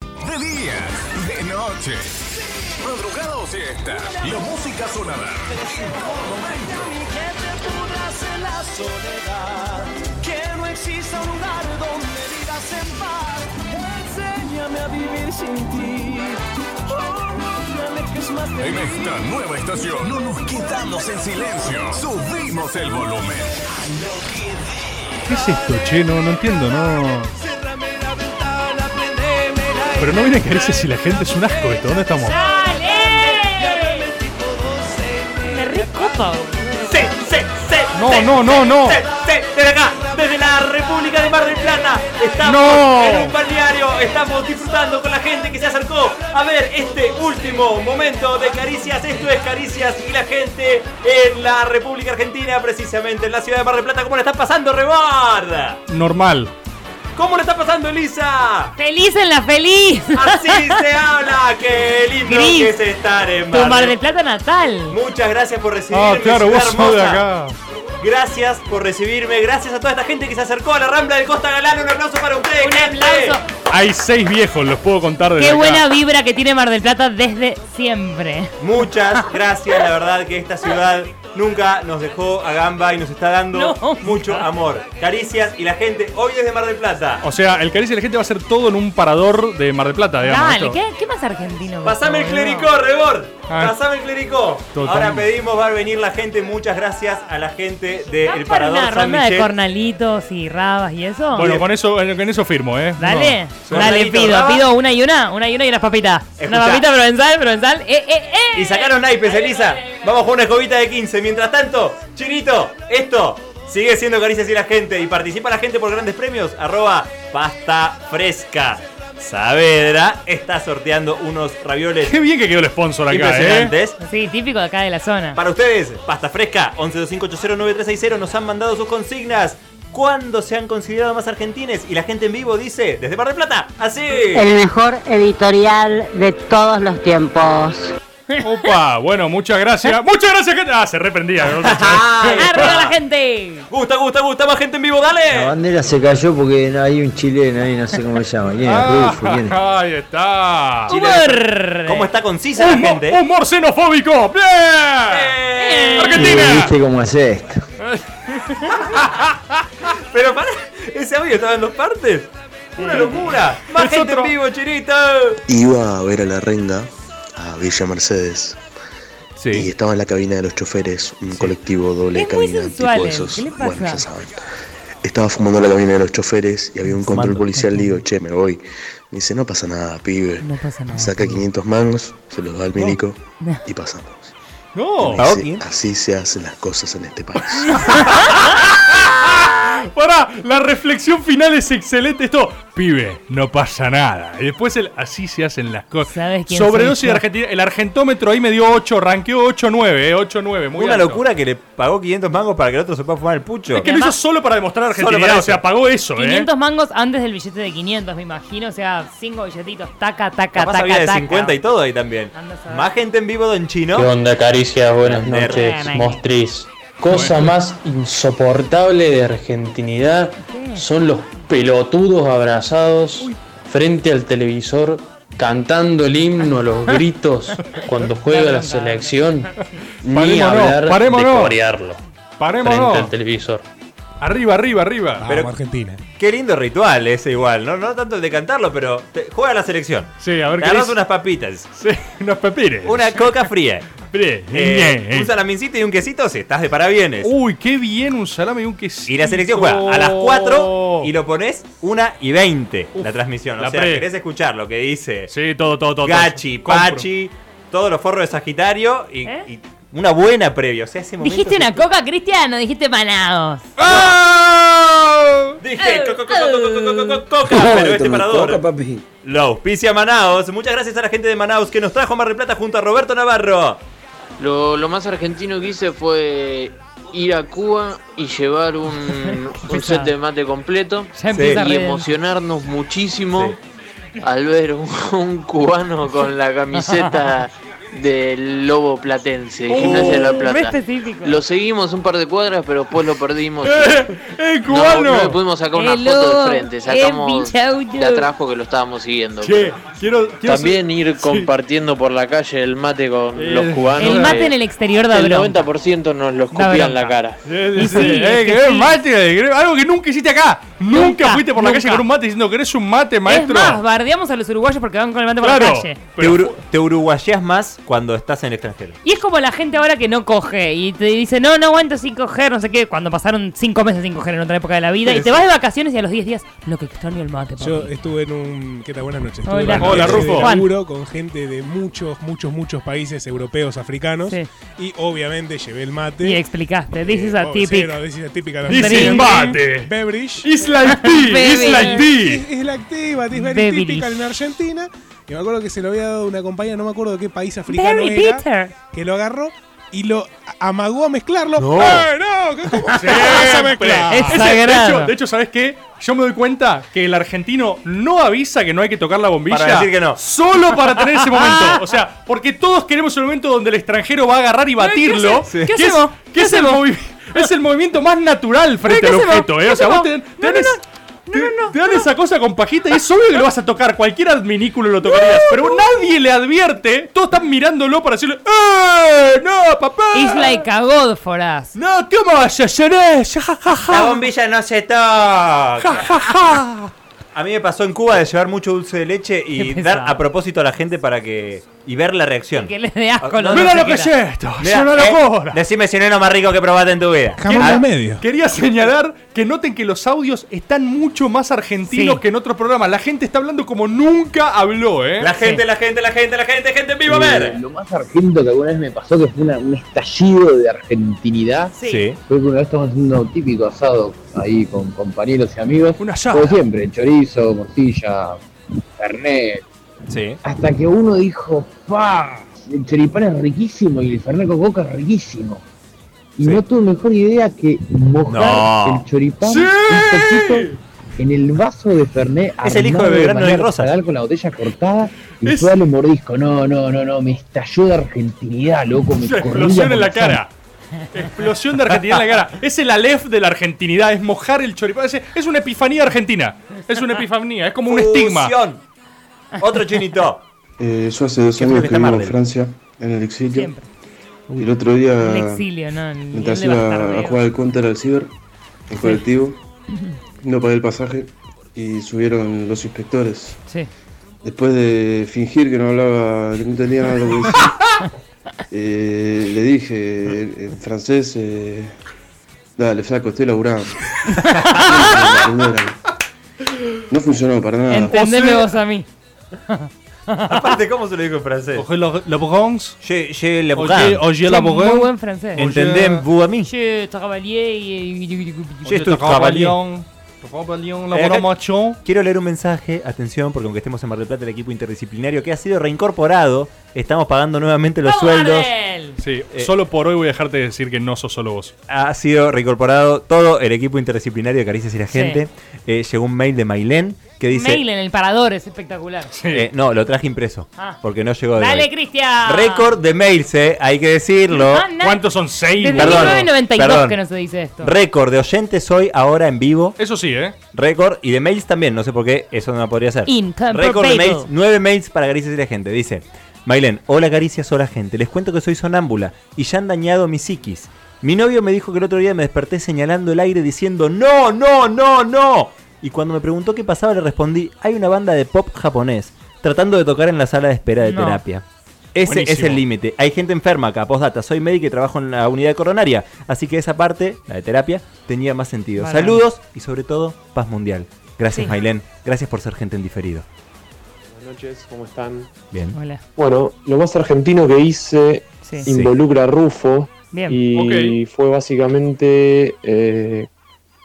[SPEAKER 14] De día, de noche, madrugada o siesta, la música sonará. En todo momento.
[SPEAKER 6] la soledad, que no exista un lugar donde vivas en paz. Enséñame a vivir sin ti. Oh, no me alejes más de
[SPEAKER 14] En
[SPEAKER 6] mí.
[SPEAKER 14] esta nueva estación no nos quedamos en silencio. Subimos el volumen.
[SPEAKER 3] ¿Qué es esto, che? No, no entiendo, no. Pero no viene que dice si la gente es un asco esto, ¿dónde estamos?
[SPEAKER 16] ¡Dale! Me recopa,
[SPEAKER 6] Sí, sí, sí.
[SPEAKER 3] No,
[SPEAKER 6] sí,
[SPEAKER 3] no,
[SPEAKER 6] sí,
[SPEAKER 3] no, no.
[SPEAKER 6] sí, sí. Desde acá, desde la República de Mar del Plata, estamos
[SPEAKER 3] No.
[SPEAKER 6] en un balneario, estamos disfrutando con la gente que se acercó a ver este último momento de Caricias. Esto es Caricias y la gente en la República Argentina, precisamente en la ciudad de Mar del Plata. ¿Cómo le está pasando, Rebord?
[SPEAKER 3] Normal.
[SPEAKER 6] ¿Cómo le está pasando, Elisa?
[SPEAKER 16] ¡Feliz en la feliz!
[SPEAKER 6] Así se habla, qué lindo
[SPEAKER 16] Gris.
[SPEAKER 6] que es estar en
[SPEAKER 16] Tu Mar
[SPEAKER 6] Mar
[SPEAKER 16] del Plata natal.
[SPEAKER 6] Muchas gracias por recibirme.
[SPEAKER 3] Ah, claro,
[SPEAKER 6] ciudad
[SPEAKER 3] vos sos de
[SPEAKER 6] hermosa.
[SPEAKER 3] acá.
[SPEAKER 6] Gracias por recibirme, gracias a toda esta gente que se acercó a la Rambla del Costa Galán. Un aplauso para ustedes. Un aplauso.
[SPEAKER 3] Hay seis viejos, los puedo contar desde
[SPEAKER 16] Qué
[SPEAKER 3] acá.
[SPEAKER 16] buena vibra que tiene Mar del Plata desde siempre.
[SPEAKER 15] Muchas gracias, la verdad que esta ciudad nunca nos dejó a gamba y nos está dando mucho amor. Caricias y la gente hoy desde Mar del
[SPEAKER 16] Oh,
[SPEAKER 15] Plata.
[SPEAKER 3] O sea, el caricia de la gente va a ser todo en un parador de Mar del Plata, digamos.
[SPEAKER 16] Dale,
[SPEAKER 3] esto.
[SPEAKER 16] ¿qué, qué más argentino?
[SPEAKER 6] Pasame el
[SPEAKER 16] boludo?
[SPEAKER 6] clericó, Rebord.
[SPEAKER 3] Ah.
[SPEAKER 6] Pasame el clericó.
[SPEAKER 3] Total.
[SPEAKER 15] Ahora pedimos, va a venir la gente. Muchas gracias a la gente del
[SPEAKER 16] ¿Vas para
[SPEAKER 15] Parador
[SPEAKER 16] una
[SPEAKER 15] San
[SPEAKER 16] ronda de
[SPEAKER 15] Michel.
[SPEAKER 16] cornalitos y rabas y eso?
[SPEAKER 3] Bueno, con eso, en, con eso firmo, ¿eh?
[SPEAKER 16] Dale,
[SPEAKER 3] No.
[SPEAKER 16] dale,
[SPEAKER 15] Cornalito,
[SPEAKER 16] pido,
[SPEAKER 15] raba.
[SPEAKER 3] Ah,
[SPEAKER 16] pido una y una, una y una y unas papitas. Una
[SPEAKER 15] Escuchá.
[SPEAKER 16] papita provenzal, provenzal, eh, eh, eh.
[SPEAKER 15] Y sacaron naipes, Elisa. Vamos con una escobita de 15. Mientras tanto, Chinito, esto sigue siendo caricias y la gente. Y participa la gente por grandes premios. Arroba pasta fresca. Saavedra está sorteando unos ravioles.
[SPEAKER 3] Qué bien que quedó el sponsor acá, ¿eh?
[SPEAKER 15] Impresionantes.
[SPEAKER 16] Sí, típico de acá de la zona.
[SPEAKER 15] Para ustedes, pasta fresca, 1125809360. Nos han mandado sus consignas. ¿Cuándo se han considerado más argentines? Y la gente en vivo dice, desde Mar del Plata, así.
[SPEAKER 7] El mejor editorial de todos los tiempos.
[SPEAKER 3] Opa, Ah, bueno, muchas gracias. Muchas gracias, gente. Ah, se reprendía. ¿no?
[SPEAKER 16] ¡Arriba la gente!
[SPEAKER 15] Gusta, gusta, gusta, más gente en vivo,
[SPEAKER 2] La
[SPEAKER 15] dale.
[SPEAKER 2] bandera se cayó porque hay un chileno ahí, no sé cómo se llama. ¿Quién es?
[SPEAKER 6] Ah.
[SPEAKER 2] Rufo, ¿quién es?
[SPEAKER 3] Ah, Ahí está.
[SPEAKER 15] Chile, ¿Cómo está concisa la
[SPEAKER 3] Humor,
[SPEAKER 15] gente? eh?
[SPEAKER 3] humor xenofóbico. ¡Bien!
[SPEAKER 2] Sí,
[SPEAKER 3] ¡Argentina!
[SPEAKER 2] ¿Viste cómo es esto?
[SPEAKER 15] Pero para, ese audio estaba en dos partes. Una locura. Más
[SPEAKER 6] Es
[SPEAKER 15] gente
[SPEAKER 6] otro.
[SPEAKER 15] en vivo, chinito.
[SPEAKER 20] Iba a ver a la renga a Villa Mercedes. Y estaba en la cabina de los choferes, un colectivo doble
[SPEAKER 16] Es muy
[SPEAKER 20] cabina, tipo
[SPEAKER 16] sensual,
[SPEAKER 20] de
[SPEAKER 16] ¿eh?
[SPEAKER 20] esos.
[SPEAKER 16] ¿Qué le pasa?
[SPEAKER 20] Bueno, ya saben. Estaba fumando en la cabina de los choferes y había un control policial. Le digo, che, me voy. Me dice, no pasa nada, pibe.
[SPEAKER 16] No pasa nada. Oh.
[SPEAKER 20] Saca 500 mangos, se los da al milico
[SPEAKER 16] No.
[SPEAKER 20] y pasamos.
[SPEAKER 6] Oh,
[SPEAKER 3] No.
[SPEAKER 20] Me dice, así se hacen las cosas en este país.
[SPEAKER 3] Pará, la reflexión final es excelente. Esto, pibe, no pasa nada. Y después el, así se hacen las cosas.
[SPEAKER 15] quién
[SPEAKER 3] Sobredosis
[SPEAKER 15] soy
[SPEAKER 3] de
[SPEAKER 15] yo?
[SPEAKER 3] Argentina. El argentómetro ahí me dio 8, ranqueó 8-9, eh, 8-9. Muy
[SPEAKER 15] Una
[SPEAKER 3] alto.
[SPEAKER 15] locura que le pagó 500 mangos para que el otro se pueda fumar el pucho.
[SPEAKER 3] Es que lo hizo solo para demostrar a
[SPEAKER 15] Solo
[SPEAKER 3] Argentina.
[SPEAKER 15] para
[SPEAKER 3] o sea,
[SPEAKER 15] eso.
[SPEAKER 3] pagó eso, eh.
[SPEAKER 16] 500 mangos antes del billete de 500, me imagino. O sea, cinco billetitos. Taca, taca,
[SPEAKER 15] Capaz
[SPEAKER 16] taca,
[SPEAKER 15] había de
[SPEAKER 16] taca.
[SPEAKER 15] 50 y todo ahí también. Más gente en vivo, Don Chino.
[SPEAKER 21] ¿Qué onda, Caricias? Buenas
[SPEAKER 15] Nerd.
[SPEAKER 21] noches,
[SPEAKER 15] Bien,
[SPEAKER 21] mostriz. Cosa más insoportable de argentinidad son los pelotudos abrazados frente al televisor cantando el himno a los gritos cuando juega la selección. Ni
[SPEAKER 3] Parémonos,
[SPEAKER 21] hablar
[SPEAKER 3] parémonos.
[SPEAKER 21] de corearlo
[SPEAKER 3] Parémonos.
[SPEAKER 21] frente al televisor.
[SPEAKER 3] Arriba, arriba, arriba.
[SPEAKER 15] Pero-
[SPEAKER 21] Argentina.
[SPEAKER 15] Qué lindo ritual ese igual, ¿no? No tanto el de cantarlo, pero te- juega la selección.
[SPEAKER 3] Sí, a ver
[SPEAKER 15] Te
[SPEAKER 3] qué
[SPEAKER 15] agarras
[SPEAKER 3] dice.
[SPEAKER 15] unas papitas.
[SPEAKER 3] Sí, unos pepines.
[SPEAKER 15] Una coca fría. Eh,
[SPEAKER 3] eh.
[SPEAKER 15] un salamincito y un quesito si estás de parabienes.
[SPEAKER 3] Uy, qué bien un salame y un quesito.
[SPEAKER 15] Y la selección juega a las 4 y lo pones 1 y 20 la transmisión. O
[SPEAKER 3] la
[SPEAKER 15] sea,
[SPEAKER 3] pre.
[SPEAKER 15] querés escuchar lo que dice.
[SPEAKER 3] Sí, todo, todo, todo.
[SPEAKER 15] Gachi,
[SPEAKER 3] Compro.
[SPEAKER 15] Pachi, todos los forros de Sagitario y,
[SPEAKER 16] ¿Eh?
[SPEAKER 15] y una buena previa. O sea, ese este momento.
[SPEAKER 13] ¿Dijiste una coca, Cristian, o dijiste panados?
[SPEAKER 15] Dije, co- co- co- co- co- co- co- co- coca, pero este parador. Lo auspicia Manaus. Muchas gracias a la gente de Manaus que nos trajo a Mar del Plata junto a Roberto Navarro.
[SPEAKER 22] Lo, lo más argentino que hice fue ir a Cuba y llevar un, un set de mate completo Ya empieza y a reír. emocionarnos muchísimo al ver un, un cubano con la camiseta del Lobo Platense, de Gimnasia de
[SPEAKER 6] Uh,
[SPEAKER 22] la
[SPEAKER 6] este
[SPEAKER 22] Plata. Lo seguimos un par de cuadras, pero después lo perdimos.
[SPEAKER 3] ¡Eh,
[SPEAKER 22] No, no le pudimos sacar una
[SPEAKER 13] Hello,
[SPEAKER 22] foto de frente,
[SPEAKER 13] eh,
[SPEAKER 22] sacamos
[SPEAKER 13] pinchaudo.
[SPEAKER 22] de atrás porque lo estábamos siguiendo.
[SPEAKER 3] Che, quiero, quiero
[SPEAKER 22] También ir compartiendo por la calle el mate con los cubanos.
[SPEAKER 13] el mate
[SPEAKER 22] que
[SPEAKER 13] en el exterior da
[SPEAKER 22] El
[SPEAKER 13] bronca.
[SPEAKER 22] 90% nos lo escupían en la cara.
[SPEAKER 3] Eh, eh, que es mate, eh, algo que nunca hiciste acá. Nunca, fuiste por la calle
[SPEAKER 16] nunca.
[SPEAKER 3] con un mate diciendo que eres un mate, maestro.
[SPEAKER 16] Es más, bardeamos a los uruguayos porque van con el mate por la calle.
[SPEAKER 15] Te, uru- te uruguayas más cuando estás en el extranjero.
[SPEAKER 16] Y es como la gente ahora que no coge y te dice, no, no aguanto sin coger, no sé qué, cuando pasaron cinco meses sin coger en otra época de la vida, y te vas de vacaciones y a los 10 días, lo que extraño el mate. papi".
[SPEAKER 14] Yo estuve en un. ¿Qué tal? Buenas noches. Estuve
[SPEAKER 16] Hola.
[SPEAKER 14] en un
[SPEAKER 16] Hola,
[SPEAKER 14] viaje
[SPEAKER 16] Rufo.
[SPEAKER 14] de
[SPEAKER 16] Juan.
[SPEAKER 14] laburo con gente de muchos, muchos, muchos países europeos, africanos. Y obviamente llevé el mate.
[SPEAKER 16] Y explicaste, this is a
[SPEAKER 14] Oh, sí,
[SPEAKER 16] typic.
[SPEAKER 14] no, this is a typic
[SPEAKER 16] This
[SPEAKER 14] American
[SPEAKER 16] is mate.
[SPEAKER 14] Beverage.
[SPEAKER 16] It's like tea, it's like tea.
[SPEAKER 14] Es- Es la activa, es very
[SPEAKER 16] Beverage.
[SPEAKER 14] typical en Argentina. Y me acuerdo que se lo había dado una compañía, no me acuerdo de qué país africano
[SPEAKER 16] Very
[SPEAKER 14] era,
[SPEAKER 16] bitter.
[SPEAKER 14] que lo agarró y lo amagó a mezclarlo.
[SPEAKER 3] No.
[SPEAKER 14] ¡Eh, no! ¿Qué- ¿Cómo se vas a mezclar?
[SPEAKER 3] Ese- de, hecho, de hecho, ¿sabes qué? Yo me doy cuenta que el argentino no avisa que no hay que tocar la bombilla.
[SPEAKER 15] Para decir que no.
[SPEAKER 3] Solo para tener ese momento. O sea, porque todos queremos el momento donde el extranjero va a agarrar y batirlo.
[SPEAKER 16] ¿qué hace-
[SPEAKER 3] que
[SPEAKER 16] qué
[SPEAKER 3] es,
[SPEAKER 16] hacemos?
[SPEAKER 3] que es el movi- es el movimiento más natural frente
[SPEAKER 16] ¿Qué
[SPEAKER 3] al
[SPEAKER 16] hacemos?
[SPEAKER 3] objeto, ¿eh?
[SPEAKER 16] ¿Qué
[SPEAKER 3] O sea, vos te,
[SPEAKER 16] hacemos?
[SPEAKER 3] te dan, es- te- te dan esa cosa con pajita y es obvio que lo vas a tocar. Cualquier adminículo lo tocarías. pero nadie le advierte. Todos están mirándolo para decirle: ¡Eh! ¡No, papá!
[SPEAKER 16] It's like a god for us.
[SPEAKER 3] No, ¿cómo vas a hacer eso? Ja, ja,
[SPEAKER 16] Ah.
[SPEAKER 3] ja.
[SPEAKER 15] La bombilla no se toca.
[SPEAKER 3] ja, ja.
[SPEAKER 15] A mí me pasó en Cuba de llevar mucho dulce de leche y
[SPEAKER 3] Qué
[SPEAKER 15] dar a propósito a la gente para que. y ver la reacción.
[SPEAKER 16] Que les dé asco.
[SPEAKER 15] Ah, No, no,
[SPEAKER 3] Mira
[SPEAKER 15] no
[SPEAKER 3] lo
[SPEAKER 15] sé
[SPEAKER 3] que
[SPEAKER 15] qué
[SPEAKER 3] es
[SPEAKER 15] era.
[SPEAKER 3] esto, es
[SPEAKER 15] Mira,
[SPEAKER 3] una
[SPEAKER 15] eh,
[SPEAKER 3] locura.
[SPEAKER 15] decime si no es lo más rico que probaste en tu vida.
[SPEAKER 3] Quería-
[SPEAKER 15] Ah,
[SPEAKER 3] Quería señalar que noten que los audios están mucho más argentinos
[SPEAKER 15] Sí.
[SPEAKER 3] que en otros programas. La gente está hablando como nunca habló, ¿eh?
[SPEAKER 15] La gente, la gente, la gente, la gente, gente en vivo, a ver.
[SPEAKER 2] Eh, Lo más argento que alguna vez me pasó, que fue una- un estallido de argentinidad,
[SPEAKER 15] Sí.
[SPEAKER 2] fue que una vez estábamos haciendo un típico asado ahí con compañeros y amigos.
[SPEAKER 3] Un
[SPEAKER 2] Como siempre, chorizo, morcilla, fernet.
[SPEAKER 15] Sí.
[SPEAKER 2] Hasta que uno dijo, ¡pa! El choripán es riquísimo y el fernet con coca es riquísimo. Y no tuve mejor idea que mojar
[SPEAKER 15] No.
[SPEAKER 2] el choripán
[SPEAKER 15] Sí.
[SPEAKER 2] un poquito en el vaso de Fernet.
[SPEAKER 15] Es el hijo
[SPEAKER 2] armado
[SPEAKER 15] de Belgrano
[SPEAKER 2] manera
[SPEAKER 15] y Rosas.
[SPEAKER 2] artesanal Con la botella cortada y fue darle un mordisco. No, no, no, no, me estalló de argentinidad, loco. Me corría
[SPEAKER 19] Explosión
[SPEAKER 2] por
[SPEAKER 19] en la
[SPEAKER 2] sangre.
[SPEAKER 19] cara. Explosión de Argentina en la cara. Es el Aleph de la argentinidad, es mojar el choripán. Es, es una epifanía argentina. Es una epifanía, es como un estigma.
[SPEAKER 15] Fusión. Otro chinito.
[SPEAKER 4] Eh, yo hace dos
[SPEAKER 15] Que
[SPEAKER 4] años
[SPEAKER 15] Felipe
[SPEAKER 4] que
[SPEAKER 15] está
[SPEAKER 4] vivo
[SPEAKER 15] Marvel.
[SPEAKER 4] en Francia, en el exilio.
[SPEAKER 16] Siempre.
[SPEAKER 4] Y el otro día,
[SPEAKER 16] El exilio, no, el
[SPEAKER 4] mientras
[SPEAKER 16] nivel de
[SPEAKER 4] iba
[SPEAKER 16] bastardeo.
[SPEAKER 4] a jugar al counter al ciber, en colectivo, no pagué el pasaje y subieron los inspectores.
[SPEAKER 16] Sí.
[SPEAKER 4] Después de fingir que no hablaba, que no entendía nada de lo que decía, eh, le dije en- en francés, eh, dale, flaco, estoy laburando.
[SPEAKER 15] Ah.
[SPEAKER 4] No funcionó para nada.
[SPEAKER 16] Entendeme vos a mí.
[SPEAKER 15] Aparte, ¿cómo se lo digo en francés?
[SPEAKER 3] Oje la Bourgogne.
[SPEAKER 15] Oye, oye la
[SPEAKER 3] Oye, oye la Bourgogne.
[SPEAKER 16] Muy buen francés.
[SPEAKER 15] ¿Entendés vos a mí?
[SPEAKER 16] Je travaillais y...
[SPEAKER 15] Yo estoy trabajando. Eh, acá Quiero leer un mensaje, atención, porque aunque estemos en Mar del Plata, el equipo interdisciplinario que ha sido reincorporado, estamos pagando nuevamente los sueldos.
[SPEAKER 3] Sí,
[SPEAKER 15] Eh,
[SPEAKER 3] solo por hoy voy a dejarte decir que no sos solo vos.
[SPEAKER 15] Ha sido reincorporado todo el equipo interdisciplinario de Caricias y la
[SPEAKER 16] Sí.
[SPEAKER 15] Gente. Eh, llegó un mail de Mailén que dice...
[SPEAKER 16] Mail en el parador, es espectacular.
[SPEAKER 15] eh, no, lo traje impreso,
[SPEAKER 16] Ah.
[SPEAKER 15] porque no llegó de
[SPEAKER 16] Dale,
[SPEAKER 15] hoy.
[SPEAKER 16] Cristian.
[SPEAKER 15] Récord de mails, eh, hay que decirlo.
[SPEAKER 16] Ah, na- ¿Cuántos
[SPEAKER 3] son? ¿Seis?
[SPEAKER 16] Desde
[SPEAKER 15] Perdón,
[SPEAKER 16] 1992
[SPEAKER 15] perdón.
[SPEAKER 16] que no se dice esto.
[SPEAKER 15] Récord de oyentes hoy, ahora en vivo.
[SPEAKER 3] Eso sí, ¿eh?
[SPEAKER 15] Récord y de mails también, no sé por qué eso no podría ser.
[SPEAKER 16] Incomparable.
[SPEAKER 15] Récord de mails, nueve mails para Caricias y la gente. Dice, Mailén, hola Caricias, hola gente. Les cuento que soy sonámbula y ya han dañado mi psiquis. Mi novio me dijo que el otro día me desperté señalando el aire diciendo, no, no, no, no. Y cuando me preguntó qué pasaba le respondí, hay una banda de pop japonés tratando de tocar en la sala de espera de
[SPEAKER 22] No.
[SPEAKER 15] terapia. Ese es
[SPEAKER 22] Buenísimo.
[SPEAKER 15] el límite. Hay gente enferma acá, postdata. Soy médico y trabajo en la unidad coronaria. Así que esa parte, la de terapia, tenía más sentido.
[SPEAKER 22] Bárbaro.
[SPEAKER 15] Saludos y sobre todo, paz mundial. Gracias,
[SPEAKER 22] Sí.
[SPEAKER 15] Mailén. Gracias por ser gente en diferido.
[SPEAKER 22] Buenas noches, ¿cómo están?
[SPEAKER 15] Bien.
[SPEAKER 16] Hola.
[SPEAKER 21] Bueno, lo más argentino que hice
[SPEAKER 16] Sí.
[SPEAKER 21] involucra a Rufo.
[SPEAKER 16] Bien.
[SPEAKER 21] Y fue básicamente eh,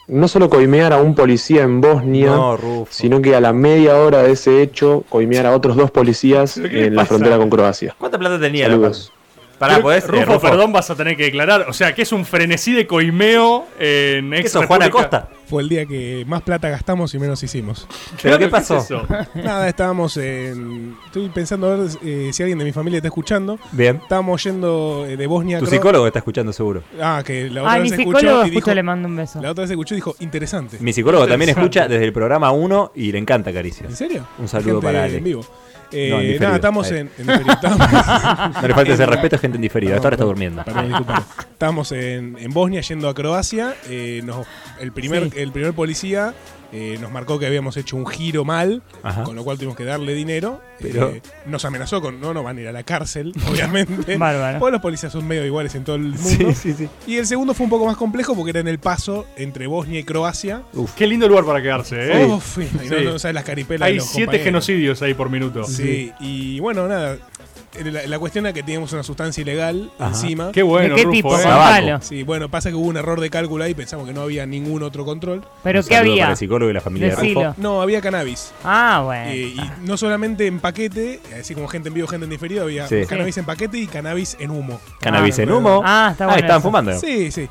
[SPEAKER 21] no solo coimear a un policía en Bosnia,
[SPEAKER 15] No, Rufo.
[SPEAKER 21] sino que a la media hora de ese hecho coimear a otros dos policías
[SPEAKER 3] ¿Pero qué le
[SPEAKER 21] en la
[SPEAKER 3] pasa?
[SPEAKER 21] frontera con Croacia.
[SPEAKER 15] ¿Cuánta plata tenía?
[SPEAKER 21] Saludos.
[SPEAKER 15] Pará,
[SPEAKER 3] Pero,
[SPEAKER 15] ¿podés, eh,
[SPEAKER 3] Rufo,
[SPEAKER 15] Rufo?
[SPEAKER 3] perdón, vas a tener que declarar. O sea, que es un frenesí de coimeo en ex República-
[SPEAKER 14] Fue el día que más plata gastamos y menos hicimos.
[SPEAKER 3] ¿Pero qué pasó? ¿Qué es eso?
[SPEAKER 14] Nada, estábamos en. Estoy pensando a ver eh, si alguien de mi familia está escuchando.
[SPEAKER 15] Bien.
[SPEAKER 14] Estábamos yendo eh, de Bosnia a
[SPEAKER 15] Tu
[SPEAKER 14] Cro-
[SPEAKER 15] psicólogo está escuchando seguro.
[SPEAKER 14] Ah, que la otra
[SPEAKER 16] Ah, mi
[SPEAKER 14] vez escuchó
[SPEAKER 16] psicólogo
[SPEAKER 14] y dijo.
[SPEAKER 16] justo le mando un beso.
[SPEAKER 14] La otra vez escuchó y dijo, interesante.
[SPEAKER 15] Mi psicólogo también
[SPEAKER 14] Interesante.
[SPEAKER 15] escucha desde el programa 1 y le encanta Caricia.
[SPEAKER 14] ¿En serio?
[SPEAKER 15] Un saludo
[SPEAKER 14] Gente
[SPEAKER 15] para Ale.
[SPEAKER 14] En vivo. Eh,
[SPEAKER 15] No, en diferido.
[SPEAKER 14] nada, estamos
[SPEAKER 15] Ahí.
[SPEAKER 14] en. en diferido, estamos-
[SPEAKER 15] No le falte ese
[SPEAKER 14] en-
[SPEAKER 15] respeto, gente en diferido. Hasta ahora está
[SPEAKER 14] Perdón,
[SPEAKER 15] durmiendo.
[SPEAKER 14] perdón, disculpa. Estamos en, en Bosnia yendo a Croacia. eh, nos- el, primer,
[SPEAKER 15] Sí.
[SPEAKER 14] el primer policía eh, nos marcó que habíamos hecho un giro mal,
[SPEAKER 15] Ajá.
[SPEAKER 14] con lo cual tuvimos que darle dinero.
[SPEAKER 15] Pero-
[SPEAKER 14] Eh, nos amenazó con no, no van a ir a la cárcel, obviamente.
[SPEAKER 16] Bárbaro.
[SPEAKER 14] Todos los policías son medio iguales en todo el mundo.
[SPEAKER 15] Sí, sí, sí.
[SPEAKER 14] Y el segundo fue un poco más complejo porque era en el paso entre Bosnia y Croacia.
[SPEAKER 3] Qué lindo lugar para quedarse, ¿eh?
[SPEAKER 14] Uf, y Oh, no- no sabes las caripelas
[SPEAKER 3] Hay
[SPEAKER 14] de los
[SPEAKER 3] siete
[SPEAKER 14] compañeros.
[SPEAKER 3] genocidios ahí por minuto.
[SPEAKER 14] Sí, y bueno, nada. eh, La, la cuestión era que teníamos una sustancia ilegal
[SPEAKER 3] Ajá.
[SPEAKER 14] encima.
[SPEAKER 3] Qué bueno, ¿De qué Rufo, tipo, eh. Gonzalo?
[SPEAKER 14] Sí, bueno, pasa que hubo un error de cálculo ahí pensamos que no había ningún otro control.
[SPEAKER 16] ¿Pero
[SPEAKER 15] Un qué saludo había? para el psicólogo y la familia de Decilo. Rufo.
[SPEAKER 14] No, había cannabis.
[SPEAKER 16] Ah, bueno.
[SPEAKER 14] Eh, y no solamente en paquete, eh, así como gente en vivo, gente en diferido, había
[SPEAKER 15] Sí.
[SPEAKER 14] cannabis en paquete y cannabis en humo.
[SPEAKER 15] Cannabis en humo.
[SPEAKER 16] Ah, está
[SPEAKER 15] Ah,
[SPEAKER 16] bueno
[SPEAKER 15] estaban
[SPEAKER 16] eso.
[SPEAKER 15] fumando.
[SPEAKER 14] Sí, sí.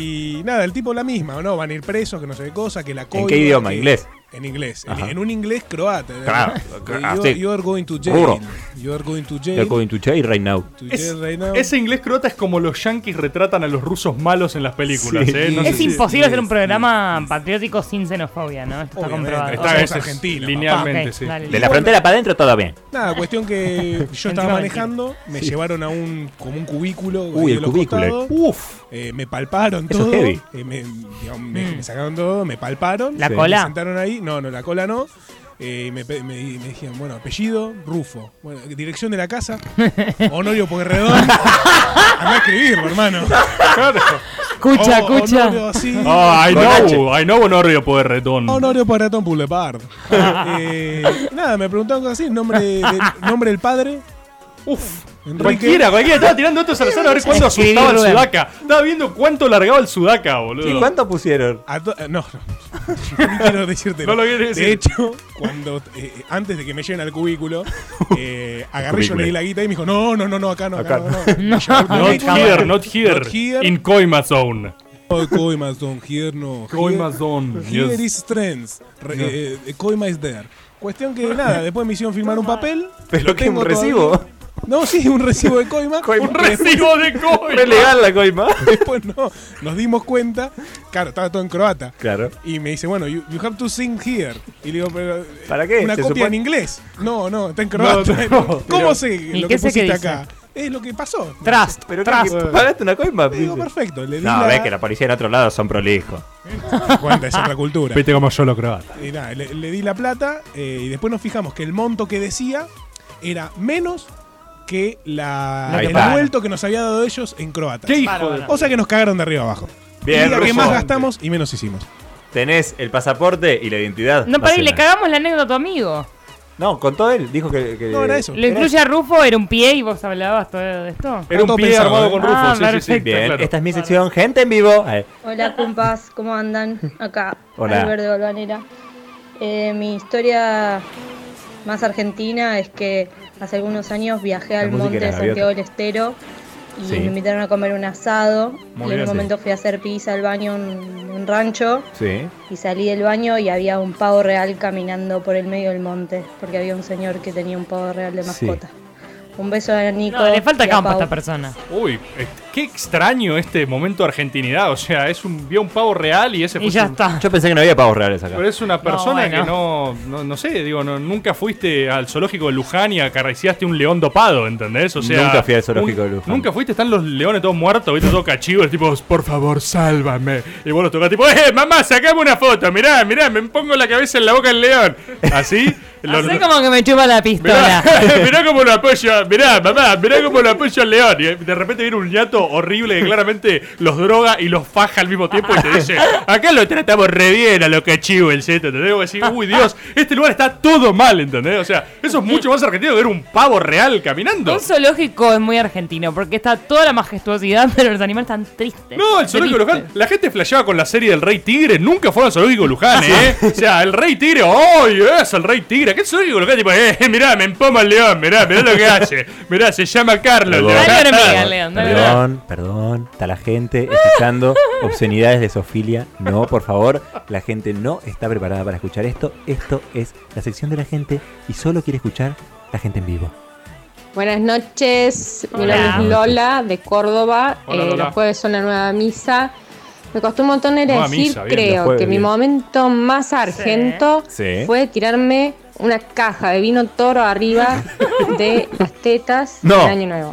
[SPEAKER 14] Y nada, el tipo la misma, ¿no? Van a ir presos, que no sé qué cosa, que la
[SPEAKER 15] ¿En
[SPEAKER 14] coima,
[SPEAKER 15] qué idioma?
[SPEAKER 14] que-
[SPEAKER 15] ¿Inglés?
[SPEAKER 14] En inglés. En,
[SPEAKER 15] Ajá.
[SPEAKER 14] en un inglés croata.
[SPEAKER 15] Claro,
[SPEAKER 14] ¿verdad?
[SPEAKER 15] sí.
[SPEAKER 14] You, you are going to
[SPEAKER 15] Ruro.
[SPEAKER 14] jail. You are going to jail.
[SPEAKER 15] They're going to jail right now.
[SPEAKER 14] to
[SPEAKER 3] Es-
[SPEAKER 14] jail right now.
[SPEAKER 3] ese inglés croata es como los yankees retratan a los rusos malos en las películas,
[SPEAKER 14] Sí.
[SPEAKER 3] ¿eh? No sé
[SPEAKER 16] es
[SPEAKER 3] si-
[SPEAKER 16] imposible hacer un programa patriótico sin xenofobia, ¿no? Esto está
[SPEAKER 14] Obviamente,
[SPEAKER 16] comprobado.
[SPEAKER 14] está- Somos es Argentina,
[SPEAKER 3] linealmente,
[SPEAKER 16] papá. Ok,
[SPEAKER 3] sí.
[SPEAKER 16] dale.
[SPEAKER 15] De la frontera para adentro todo bien.
[SPEAKER 14] Nada, cuestión que yo
[SPEAKER 16] Encima
[SPEAKER 14] estaba
[SPEAKER 16] de
[SPEAKER 14] manejando,
[SPEAKER 16] Argentina.
[SPEAKER 14] me
[SPEAKER 16] Sí.
[SPEAKER 14] llevaron a un como un cubículo.
[SPEAKER 15] Uy,
[SPEAKER 14] ahí
[SPEAKER 15] el
[SPEAKER 14] de los
[SPEAKER 15] cubículo.
[SPEAKER 14] costados. Eh, me palparon
[SPEAKER 15] Eso es
[SPEAKER 14] todo.
[SPEAKER 15] heavy.
[SPEAKER 14] eh, me, digamos, me-
[SPEAKER 16] Mm.
[SPEAKER 14] me sacaron todo, me palparon.
[SPEAKER 16] ¿La
[SPEAKER 14] me
[SPEAKER 16] cola?
[SPEAKER 14] sentaron ahí. No, no, la cola no. Eh, y me, pe- me- me dijeron, bueno, apellido, Rufo. Bueno, dirección de la casa, Honorio Pueyrredón. Andá a escribirlo, hermano.
[SPEAKER 16] Escucha,
[SPEAKER 14] Oh,
[SPEAKER 16] escucha.
[SPEAKER 14] Honorio, así.
[SPEAKER 3] Ah, I
[SPEAKER 14] Con H.
[SPEAKER 3] know, I know Honorio Pueyrredón.
[SPEAKER 14] Honorio Pueyrredón Boulevard. Eh, nada, me preguntaron cosas así, nombre, de- nombre del padre.
[SPEAKER 3] Uf, Cualquiera, cualquiera. Estaba tirando datos al azar a ver cuánto
[SPEAKER 14] Escribí,
[SPEAKER 3] asustaba el
[SPEAKER 14] Rubén.
[SPEAKER 3] sudaca. Estaba viendo cuánto largaba el sudaca, boludo.
[SPEAKER 14] ¿Y cuánto
[SPEAKER 15] pusieron?
[SPEAKER 14] no, no. No quiero decirte.
[SPEAKER 3] No lo quiero decir.
[SPEAKER 14] De hecho, cuando eh, eh, antes de que me lleven al cubículo, eh, agarré yo
[SPEAKER 3] Cubículo.
[SPEAKER 14] le di la guita y me dijo, no, no, no, no, acá no, acá,
[SPEAKER 15] Acá no.
[SPEAKER 14] no. no". Me llevó
[SPEAKER 3] Not
[SPEAKER 14] al cubículo.
[SPEAKER 3] here, not here.
[SPEAKER 14] Not here.
[SPEAKER 3] In Coima Zone.
[SPEAKER 14] Koima is on, here no.
[SPEAKER 3] Koima is on,
[SPEAKER 14] Here
[SPEAKER 3] yes.
[SPEAKER 14] is trends. Re- eh, eh, Koima is there. Cuestión que nada, después me hicieron firmar un papel.
[SPEAKER 15] Pero
[SPEAKER 14] lo
[SPEAKER 15] que un
[SPEAKER 14] tengo
[SPEAKER 15] recibo.
[SPEAKER 14] todavía. No, sí, un recibo de Coima.
[SPEAKER 15] Un recibo de coima. Re legal la coima.
[SPEAKER 14] Después no, nos dimos cuenta. Claro, estaba todo en croata.
[SPEAKER 15] Claro.
[SPEAKER 14] Y me dice, bueno, you, you have to sing here. Y le digo, pero. eh,
[SPEAKER 15] ¿Para qué?
[SPEAKER 14] Una
[SPEAKER 15] Se
[SPEAKER 14] copia
[SPEAKER 15] supone-
[SPEAKER 14] en inglés. No, no, está en croata.
[SPEAKER 15] No, no,
[SPEAKER 14] ¿Cómo
[SPEAKER 15] pero-
[SPEAKER 14] sé
[SPEAKER 15] ¿Y
[SPEAKER 14] lo
[SPEAKER 15] qué
[SPEAKER 14] que
[SPEAKER 15] sé que dice?
[SPEAKER 14] pusiste acá? Es lo que pasó.
[SPEAKER 16] Trust,
[SPEAKER 15] Pero
[SPEAKER 14] trust.
[SPEAKER 15] que pagaste una coima.
[SPEAKER 14] Digo,
[SPEAKER 15] dice.
[SPEAKER 14] perfecto. Le di
[SPEAKER 15] No,
[SPEAKER 14] la-
[SPEAKER 15] ves que la policía en otro lado son prolijos.
[SPEAKER 14] Cuenta, es otra cultura.
[SPEAKER 3] Viste como yo lo croata.
[SPEAKER 14] Y nada, le, le di la plata eh, y después nos fijamos que el monto que decía era menos que la,
[SPEAKER 15] Ahí
[SPEAKER 14] el
[SPEAKER 15] está.
[SPEAKER 14] vuelto que nos había dado ellos en croata.
[SPEAKER 15] ¡Qué hijo de-
[SPEAKER 14] O sea que nos cagaron de arriba abajo.
[SPEAKER 15] Bien,
[SPEAKER 14] y la que
[SPEAKER 15] Rufo.
[SPEAKER 14] más gastamos y menos hicimos.
[SPEAKER 15] Tenés el pasaporte y la identidad.
[SPEAKER 16] No, pará, y le
[SPEAKER 15] nacional.
[SPEAKER 16] cagamos la anécdota a tu amigo.
[SPEAKER 15] No, contó él. Dijo que. que-
[SPEAKER 16] Lo incluye a Rufo, era un pie y vos hablabas todo de esto.
[SPEAKER 15] Era un pie armado con Rufo.
[SPEAKER 16] Ah,
[SPEAKER 15] sí, sí, sí.
[SPEAKER 16] perfecto.
[SPEAKER 15] Bien, esta es mi sección, gente en vivo. Eh,
[SPEAKER 19] Hola, compas, ¿cómo andan? Acá,
[SPEAKER 15] Hola.
[SPEAKER 19] Albert de Balvanera. Eh, mi historia más argentina es que hace algunos años viajé
[SPEAKER 7] La
[SPEAKER 19] al
[SPEAKER 7] música
[SPEAKER 19] monte
[SPEAKER 7] de la
[SPEAKER 19] de Santiago
[SPEAKER 7] gaviota.
[SPEAKER 19] del Estero y
[SPEAKER 7] Sí.
[SPEAKER 19] me invitaron a comer un asado.
[SPEAKER 7] Muy
[SPEAKER 19] y en
[SPEAKER 7] bien,
[SPEAKER 19] un
[SPEAKER 7] sí.
[SPEAKER 19] momento fui a hacer pis al baño en un rancho
[SPEAKER 7] Sí.
[SPEAKER 19] y salí del baño y había un pavo real caminando por el medio del monte porque había un señor que tenía un pavo real de
[SPEAKER 3] Sí.
[SPEAKER 19] mascota. Un beso a Nico.
[SPEAKER 16] No, le falta
[SPEAKER 19] y a
[SPEAKER 16] campo a
[SPEAKER 19] Pau.
[SPEAKER 16] esta persona.
[SPEAKER 3] Uy, eh, qué extraño este momento argentinidad. O sea, es un, vio un pavo real y ese fue su-
[SPEAKER 15] Yo pensé que no había pagos reales acá.
[SPEAKER 3] Pero es una persona bueno. que no, no, no sé, digo, no- nunca fuiste al zoológico de Luján y acariciaste un león dopado, ¿entendés? O sea,
[SPEAKER 15] Nunca fui al zoológico
[SPEAKER 3] un-
[SPEAKER 15] de Luján.
[SPEAKER 3] Nunca fuiste, están los leones todos muertos, viste, todo cachivo, el tipo, por favor, sálvame. Y vos los tocás, tipo, eh, mamá, sacame una foto, mirá, mirá, me pongo la cabeza en la boca del león. Así, los,
[SPEAKER 16] Sé como que me chupa la pistola.
[SPEAKER 3] Mirá, mirá cómo lo apoyo, mirá, mamá, mirá cómo lo apoyo al león. Y eh, de repente viene un ñato horrible que claramente los droga y los faja al mismo tiempo y te dice, acá lo tratamos re bien a lo cachivo el seto, te debo decir, uy Dios, este lugar está todo mal, ¿entendés? O sea, eso es mucho más argentino que ver un pavo real caminando.
[SPEAKER 16] Un zoológico es muy argentino porque está toda la majestuosidad, pero los animales están tristes.
[SPEAKER 3] No, el zoológico de Luján. La gente flasheaba con la serie del Rey Tigre. Nunca fueron al zoológico de Luján, ¿eh? O sea, el Rey Tigre. ¡Ay, es el Rey Tigre! ¿Qué zoológico de Luján? Tipo, eh, mirá, me empoma el león. Mirá, mirá lo que hace. Mirá, se llama Carlos.
[SPEAKER 15] Perdón.
[SPEAKER 3] León.
[SPEAKER 15] Perdón, perdón. Está la gente escuchando obscenidades de Sofilia. No, por favor. La gente no está preparada para escuchar esto. Esto es la sección de la gente y solo quiere escuchar la gente en vivo.
[SPEAKER 7] Buenas noches, mi nombre
[SPEAKER 15] Hola.
[SPEAKER 7] es Lola de Córdoba.
[SPEAKER 15] Hola,
[SPEAKER 7] Eh,
[SPEAKER 15] Lola.
[SPEAKER 7] Los jueves son la nueva misa. Me costó un montón
[SPEAKER 15] Nueva
[SPEAKER 7] elegir,
[SPEAKER 15] misa, bien, los
[SPEAKER 7] creo,
[SPEAKER 15] jueves,
[SPEAKER 7] que mi
[SPEAKER 15] bien.
[SPEAKER 7] momento más argento
[SPEAKER 15] Sí.
[SPEAKER 7] fue tirarme una caja de vino toro arriba de las tetas
[SPEAKER 15] No.
[SPEAKER 7] en Año Nuevo.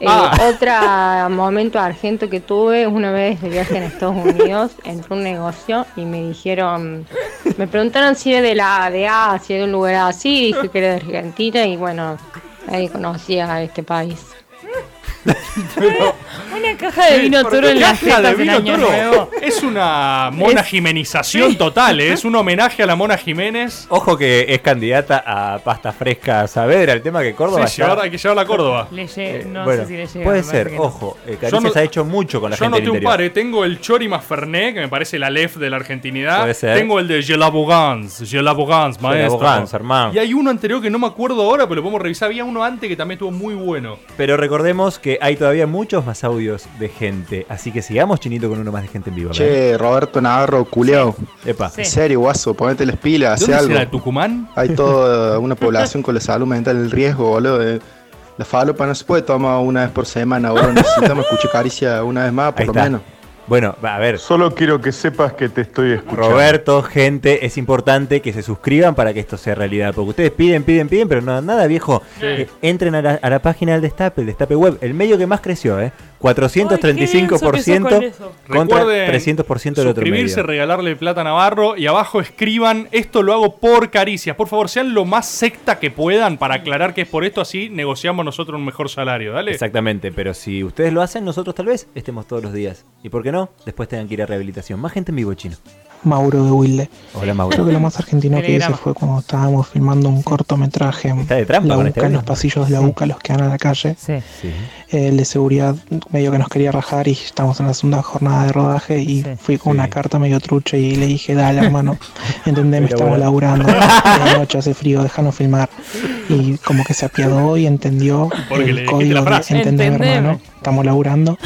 [SPEAKER 7] Eh,
[SPEAKER 15] Ah.
[SPEAKER 7] Otra momento argento que tuve es una vez de viaje en Estados Unidos, entré a un negocio y me dijeron, me preguntaron si era de la de A, si era de un lugar así, dije que era de Argentina y bueno, ahí conocía a este país.
[SPEAKER 16] Una caja de vino
[SPEAKER 3] Sí,
[SPEAKER 16] toro en las
[SPEAKER 3] caja de
[SPEAKER 16] tetas en
[SPEAKER 3] vino
[SPEAKER 16] año
[SPEAKER 3] toro.
[SPEAKER 16] nuevo.
[SPEAKER 3] Es una mona jimenización total, ¿eh? es un homenaje a la mona Jiménez.
[SPEAKER 15] Ojo que es candidata a pasta fresca Saavedra. El tema que Córdoba.
[SPEAKER 3] Sí, llevar- hay que llevarla a Córdoba. Eh,
[SPEAKER 16] Le lle- no
[SPEAKER 15] bueno,
[SPEAKER 16] sé si le llega.
[SPEAKER 15] puede
[SPEAKER 16] me parece
[SPEAKER 15] ser,
[SPEAKER 16] que no.
[SPEAKER 15] ojo. eh, Caricias ha hecho mucho con la
[SPEAKER 3] yo
[SPEAKER 15] gente del
[SPEAKER 3] anoté un
[SPEAKER 15] interior.
[SPEAKER 3] par, ¿eh? tengo el Chori más Ferné, que me parece la lef de la argentinidad.
[SPEAKER 15] Puede ser.
[SPEAKER 3] Tengo el de Gelabogans, Gelabogans, maestro.
[SPEAKER 15] Gelabogans, hermano.
[SPEAKER 3] Y hay uno anterior que no me acuerdo ahora, pero lo podemos revisar. Había uno antes que también estuvo muy bueno.
[SPEAKER 15] Pero recordemos que hay todavía muchos más audios de gente. Así que sigamos, Chinito, con uno más de gente en vivo. a ver.
[SPEAKER 21] Che, Roberto Navarro, culeado.
[SPEAKER 15] Epa.
[SPEAKER 21] En serio, guaso, ponete las pilas, hace
[SPEAKER 15] ¿Dónde
[SPEAKER 21] algo.
[SPEAKER 15] será, Tucumán?
[SPEAKER 21] Hay toda una población con la salud mental en riesgo, boludo. eh. La falopa no se puede tomar una vez por semana, boludo. Necesitamos escuchar caricia una vez más, por lo menos.
[SPEAKER 15] Bueno, va, a ver.
[SPEAKER 21] Solo quiero que sepas que te estoy escuchando.
[SPEAKER 15] Roberto, gente, es importante que se suscriban para que esto sea realidad. Porque ustedes piden, piden, piden, pero no dan nada, viejo. Eh, entren a la, a la página del Destape, el Destape Web, el medio que más creció, ¿eh? 435% contra
[SPEAKER 3] Recuerden
[SPEAKER 15] 300% del otro medio.
[SPEAKER 3] Suscribirse, regalarle plata a Navarro y abajo escriban esto lo hago por caricias. Por favor, sean lo más secta que puedan para aclarar que es por esto, así negociamos nosotros un mejor salario, dale.
[SPEAKER 15] Exactamente, pero si ustedes lo hacen, nosotros tal vez estemos todos los días. ¿Y por qué no? Después tengan que ir a rehabilitación. Más gente en vivo, chino.
[SPEAKER 10] Mauro de Wilde.
[SPEAKER 15] Hola, Mauro.
[SPEAKER 10] Creo que lo más argentino que hice
[SPEAKER 15] Telegrama.
[SPEAKER 10] fue cuando estábamos filmando un cortometraje en
[SPEAKER 15] de trampa
[SPEAKER 10] la
[SPEAKER 15] con
[SPEAKER 10] UCA,
[SPEAKER 15] este
[SPEAKER 10] en
[SPEAKER 15] audio.
[SPEAKER 10] los pasillos de la UCA, los que van a la calle.
[SPEAKER 15] Sí.
[SPEAKER 10] El eh, de seguridad medio que nos quería rajar y estamos en la segunda jornada de rodaje y fui con una carta medio trucha y le dije, dale hermano, entendeme,
[SPEAKER 20] Pero
[SPEAKER 10] estamos
[SPEAKER 20] bueno.
[SPEAKER 10] laburando, de noche hace frío, déjanos filmar. Y como que se apiadó y entendió
[SPEAKER 20] Porque le
[SPEAKER 10] el
[SPEAKER 20] dijiste la
[SPEAKER 10] código de
[SPEAKER 20] frase.
[SPEAKER 10] entendeme
[SPEAKER 20] Entendeme.
[SPEAKER 10] hermano, estamos laburando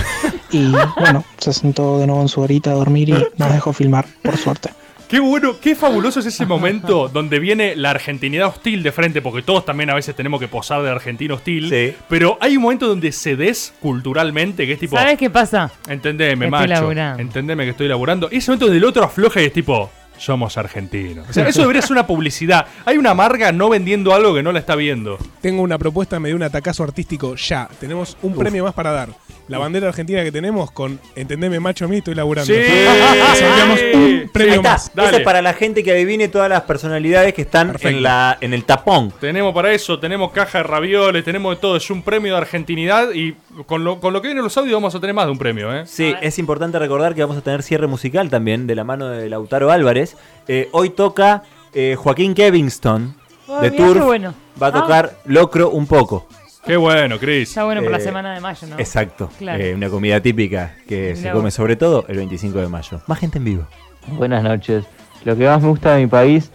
[SPEAKER 10] Y bueno, se sentó de nuevo en su horita a dormir y nos dejó filmar, por suerte.
[SPEAKER 3] Qué bueno, qué fabuloso es ese momento donde viene la argentinidad hostil de frente, porque todos también a veces tenemos que posar de argentino hostil. Pero hay un momento donde cedes culturalmente, que es tipo.
[SPEAKER 16] ¿Sabes qué pasa?
[SPEAKER 3] Entendeme,
[SPEAKER 16] Estoy
[SPEAKER 3] macho.
[SPEAKER 16] laburando.
[SPEAKER 3] Entendeme que estoy laburando. Y ese momento donde el otro afloja y es tipo. Somos argentinos. O sea, eso debería ser una publicidad. Hay una marca no vendiendo algo que no la está viendo.
[SPEAKER 14] Tengo una propuesta, me dio un atacazo artístico ya. Tenemos un
[SPEAKER 3] Uf.
[SPEAKER 14] premio más para dar. La bandera argentina que tenemos con Entendeme Macho Mí, estoy laburando.
[SPEAKER 15] Sí.
[SPEAKER 14] Sorteamos un premio
[SPEAKER 15] Ahí está.
[SPEAKER 14] más.
[SPEAKER 15] Esa es para la gente que adivine todas las personalidades que están en, la, en el tapón.
[SPEAKER 3] Tenemos para eso, tenemos caja de ravioles, tenemos de todo. Es un premio de argentinidad y con lo, con lo que vienen los audios vamos a tener más de un premio, ¿eh?
[SPEAKER 15] Sí, es importante recordar que vamos a tener cierre musical también de la mano de Lautaro Álvarez. Eh, hoy toca eh, Joaquín Kevingston
[SPEAKER 16] Ah,
[SPEAKER 15] de
[SPEAKER 16] mirá
[SPEAKER 15] Tour.
[SPEAKER 16] qué bueno.
[SPEAKER 15] Va a
[SPEAKER 16] Ah.
[SPEAKER 15] tocar Locro un poco.
[SPEAKER 3] Qué bueno, Chris.
[SPEAKER 16] Está bueno por la
[SPEAKER 15] Eh,
[SPEAKER 16] semana de mayo, ¿no?
[SPEAKER 15] Exacto.
[SPEAKER 16] Claro.
[SPEAKER 15] Eh, una comida típica que se
[SPEAKER 16] Mirá
[SPEAKER 15] come
[SPEAKER 16] vos.
[SPEAKER 15] sobre todo el 25 de mayo. Más gente en vivo.
[SPEAKER 22] Buenas noches. Lo que más me gusta de mi país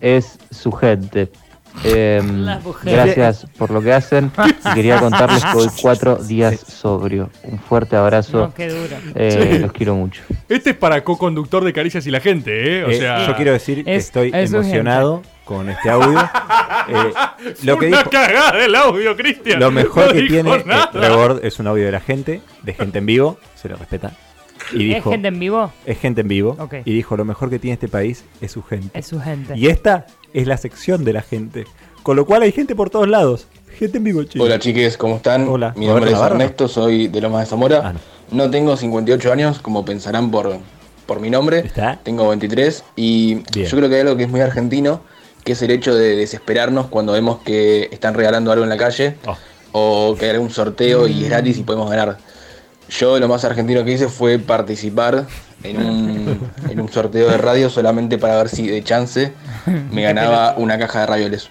[SPEAKER 22] es su gente. Em,
[SPEAKER 23] Las mujeres.
[SPEAKER 22] gracias por lo que hacen. Y quería contarles que hoy cuatro días sobrio. Un fuerte abrazo.
[SPEAKER 3] No, qué duro.
[SPEAKER 22] Eh,
[SPEAKER 3] Sí.
[SPEAKER 22] Los quiero mucho.
[SPEAKER 3] Este es para co-conductor de Caricias y la gente, ¿eh? O
[SPEAKER 15] Eh,
[SPEAKER 3] sea,
[SPEAKER 15] yo quiero decir que estoy
[SPEAKER 3] es urgente.
[SPEAKER 15] emocionado con este audio. Eh, lo que
[SPEAKER 3] una
[SPEAKER 15] dijo-
[SPEAKER 3] cagada el audio, Cristian.
[SPEAKER 15] Lo mejor
[SPEAKER 3] No
[SPEAKER 15] que
[SPEAKER 3] dijo
[SPEAKER 15] tiene eh,
[SPEAKER 3] nada.
[SPEAKER 15] Rebord es un audio de la gente, de gente en vivo, se lo respeta. Y
[SPEAKER 16] ¿Es
[SPEAKER 15] dijo,
[SPEAKER 16] gente en vivo?
[SPEAKER 15] Es gente en vivo.
[SPEAKER 16] Ok.
[SPEAKER 15] Y dijo, lo mejor que tiene este país es su gente.
[SPEAKER 16] Es su gente.
[SPEAKER 15] Y esta es la sección de la gente. Con lo cual hay gente por todos lados. Gente en vivo, chicos.
[SPEAKER 24] Hola chiques, ¿cómo están?
[SPEAKER 15] Hola. Ah,
[SPEAKER 24] Mi nombre
[SPEAKER 15] Roberto
[SPEAKER 24] es
[SPEAKER 15] Navarro.
[SPEAKER 24] Ernesto, soy de Lomas de Zamora. no. tengo 58 años, como pensarán por, por mi nombre. Tengo 23 y
[SPEAKER 15] Bien.
[SPEAKER 24] yo creo que hay algo que es muy argentino, que es el hecho de desesperarnos cuando vemos que están regalando algo en la calle
[SPEAKER 15] Oh.
[SPEAKER 24] o que hay algún sorteo y es
[SPEAKER 15] Mm.
[SPEAKER 24] gratis y podemos ganar. Yo lo más argentino que hice fue participar en un, en un sorteo de radio solamente para ver si de chance me ganaba una caja de ravioles.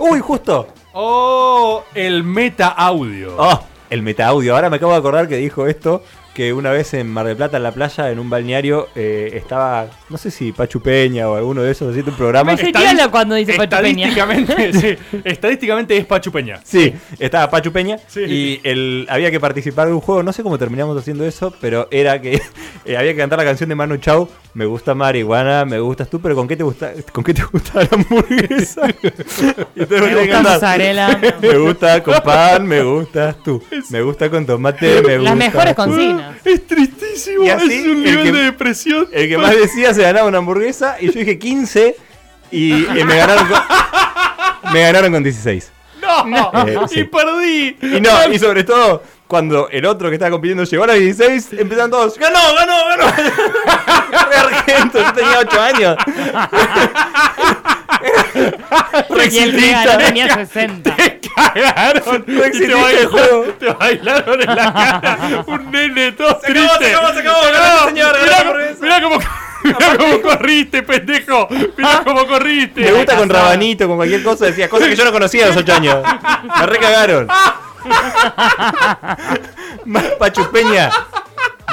[SPEAKER 15] Uy, justo.
[SPEAKER 3] Oh, el meta audio.
[SPEAKER 15] Oh, el metaaudio. Ahora me acabo de acordar que dijo esto, que una vez en Mar del Plata, en la playa, en un balneario, eh, estaba, no sé si Pachu Peña o alguno de esos haciendo un programa.
[SPEAKER 16] Me señala cuando dice Pachu Peña.
[SPEAKER 3] Estadísticamente, sí, estadísticamente es Pachu Peña.
[SPEAKER 15] Sí, estaba Pachu Peña y el, había que participar de un juego, no sé cómo terminamos haciendo eso, pero era que eh, había que cantar la canción de Manu Chao, me gusta marihuana, me gustas tú, pero ¿con qué te gusta, con qué te gusta la hamburguesa? Y entonces
[SPEAKER 16] Me
[SPEAKER 15] tenía que
[SPEAKER 16] gusta
[SPEAKER 15] cantar,
[SPEAKER 16] mozzarella.
[SPEAKER 15] Me gusta con pan, me gustas tú. Me gusta con tomate, me gusta.
[SPEAKER 16] Las mejores consignas.
[SPEAKER 3] Es tristísimo,
[SPEAKER 15] Y así,
[SPEAKER 16] es un
[SPEAKER 15] el
[SPEAKER 16] nivel
[SPEAKER 15] que-
[SPEAKER 16] de
[SPEAKER 3] depresión.
[SPEAKER 15] El que más decía se ganaba una hamburguesa y yo dije 15 y, eh, me ganaron con- me ganaron con 16.
[SPEAKER 3] ¡No!
[SPEAKER 15] Eh,
[SPEAKER 3] ¡Y
[SPEAKER 15] sí.
[SPEAKER 3] perdí!
[SPEAKER 15] Y no, y sobre todo, cuando el otro que estaba compitiendo llegó a las 16, empezaron todos, ¡ganó, ganó, ganó! Re argento, yo tenía 8 años.
[SPEAKER 16] Y el
[SPEAKER 15] Re exitista.
[SPEAKER 16] regalo tenía 60.
[SPEAKER 3] Cagaron.
[SPEAKER 15] No
[SPEAKER 3] y te
[SPEAKER 15] existe el juego.
[SPEAKER 3] bailaron, te bailaron en la cara. Un nene todo
[SPEAKER 15] Se acabó,
[SPEAKER 3] triste.
[SPEAKER 15] se acabó, se acabó,
[SPEAKER 3] Se
[SPEAKER 15] ganó,
[SPEAKER 3] acabó.
[SPEAKER 15] señor, ganó
[SPEAKER 3] Mirá,
[SPEAKER 15] la
[SPEAKER 3] cómo- mirá cómo, mirá cómo corriste, pendejo.
[SPEAKER 15] Ah.
[SPEAKER 3] Mirá cómo corriste.
[SPEAKER 15] Me gusta con rabanito, con cualquier cosa, decía cosas que yo no conocía a los 8 años. Me recagaron. Más pachupeña.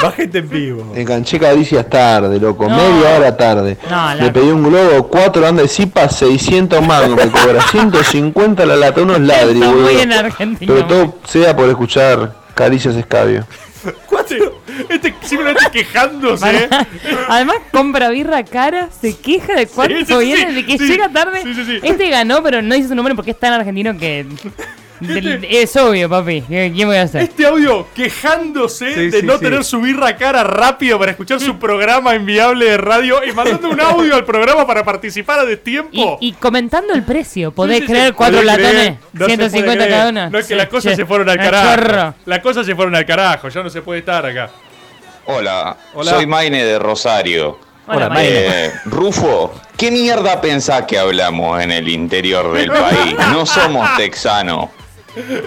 [SPEAKER 15] Más gente en vivo.
[SPEAKER 21] Enganché caricias tarde, loco, media hora tarde.
[SPEAKER 15] No,
[SPEAKER 21] Le pedí un globo, cuatro andas de zipa, 600 mangos, me cobra 150 la lata, unos ladri,
[SPEAKER 16] Está muy
[SPEAKER 21] boludo.
[SPEAKER 16] en Argentina.
[SPEAKER 21] Pero todo sea por escuchar caricias escabio.
[SPEAKER 3] Este simplemente quejándose. ¿eh?
[SPEAKER 16] Además, compra birra cara, se queja de cuánto
[SPEAKER 3] Sí, sí, sí,
[SPEAKER 16] viene, de que
[SPEAKER 3] sí.
[SPEAKER 16] llega tarde.
[SPEAKER 3] Sí, sí, sí.
[SPEAKER 16] Este ganó, pero no hizo su número porque es tan argentino que. de- Este Es obvio, papi. ¿Qué qué voy a hacer?
[SPEAKER 3] Este audio quejándose
[SPEAKER 16] Sí,
[SPEAKER 3] de
[SPEAKER 16] sí,
[SPEAKER 3] no
[SPEAKER 16] sí.
[SPEAKER 3] tener su birra cara rápido para escuchar su programa inviable de radio y mandando un audio al programa para participar a destiempo.
[SPEAKER 16] Y comentando el precio, podés
[SPEAKER 3] Sí, sí, sí.
[SPEAKER 16] creer cuatro
[SPEAKER 3] Podés creer.
[SPEAKER 16] latones,
[SPEAKER 3] No se
[SPEAKER 16] 150
[SPEAKER 3] puede
[SPEAKER 16] cada
[SPEAKER 3] creer.
[SPEAKER 16] uno.
[SPEAKER 3] No es que
[SPEAKER 16] Sí,
[SPEAKER 3] las cosas
[SPEAKER 16] che,
[SPEAKER 3] se fueron al
[SPEAKER 16] al chorro.
[SPEAKER 3] carajo. Las cosas se fueron al carajo, ya no se puede estar acá.
[SPEAKER 18] Hola,
[SPEAKER 3] Hola.
[SPEAKER 18] soy Maine de Rosario.
[SPEAKER 3] Hola, Maine.
[SPEAKER 18] Eh, Rufo, ¿qué mierda pensás que hablamos en el interior del país? No somos texanos.
[SPEAKER 3] Eh,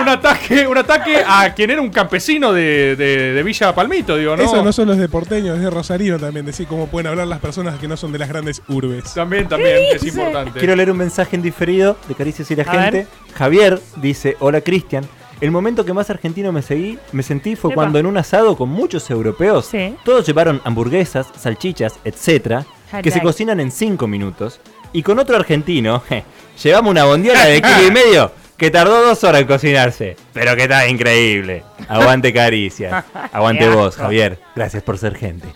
[SPEAKER 3] un ataque, un ataque a quien era un campesino de, de- de Villa Palmito, digo, ¿no?
[SPEAKER 14] Eso no solo es de porteño, es de rosarino también, decir cómo pueden hablar las personas que no son de las grandes urbes.
[SPEAKER 3] También, también, es importante.
[SPEAKER 15] Quiero leer un mensaje en diferido de Caricias y la
[SPEAKER 14] A
[SPEAKER 15] gente.
[SPEAKER 14] ver.
[SPEAKER 15] Javier dice, hola Cristian. El momento que más argentino me, seguí, me sentí fue
[SPEAKER 16] Epa.
[SPEAKER 15] cuando en un asado con muchos europeos,
[SPEAKER 16] Sí.
[SPEAKER 15] todos llevaron hamburguesas, salchichas, etcétera,
[SPEAKER 16] Hot
[SPEAKER 15] que se
[SPEAKER 16] dog.
[SPEAKER 15] cocinan en 5 minutos. Y con otro argentino, je, llevamos una bondiola de kilo y medio que tardó dos horas en cocinarse, pero que está increíble. Aguante caricias. Aguante
[SPEAKER 1] Qué asco.
[SPEAKER 15] vos, Javier. Gracias por ser gente.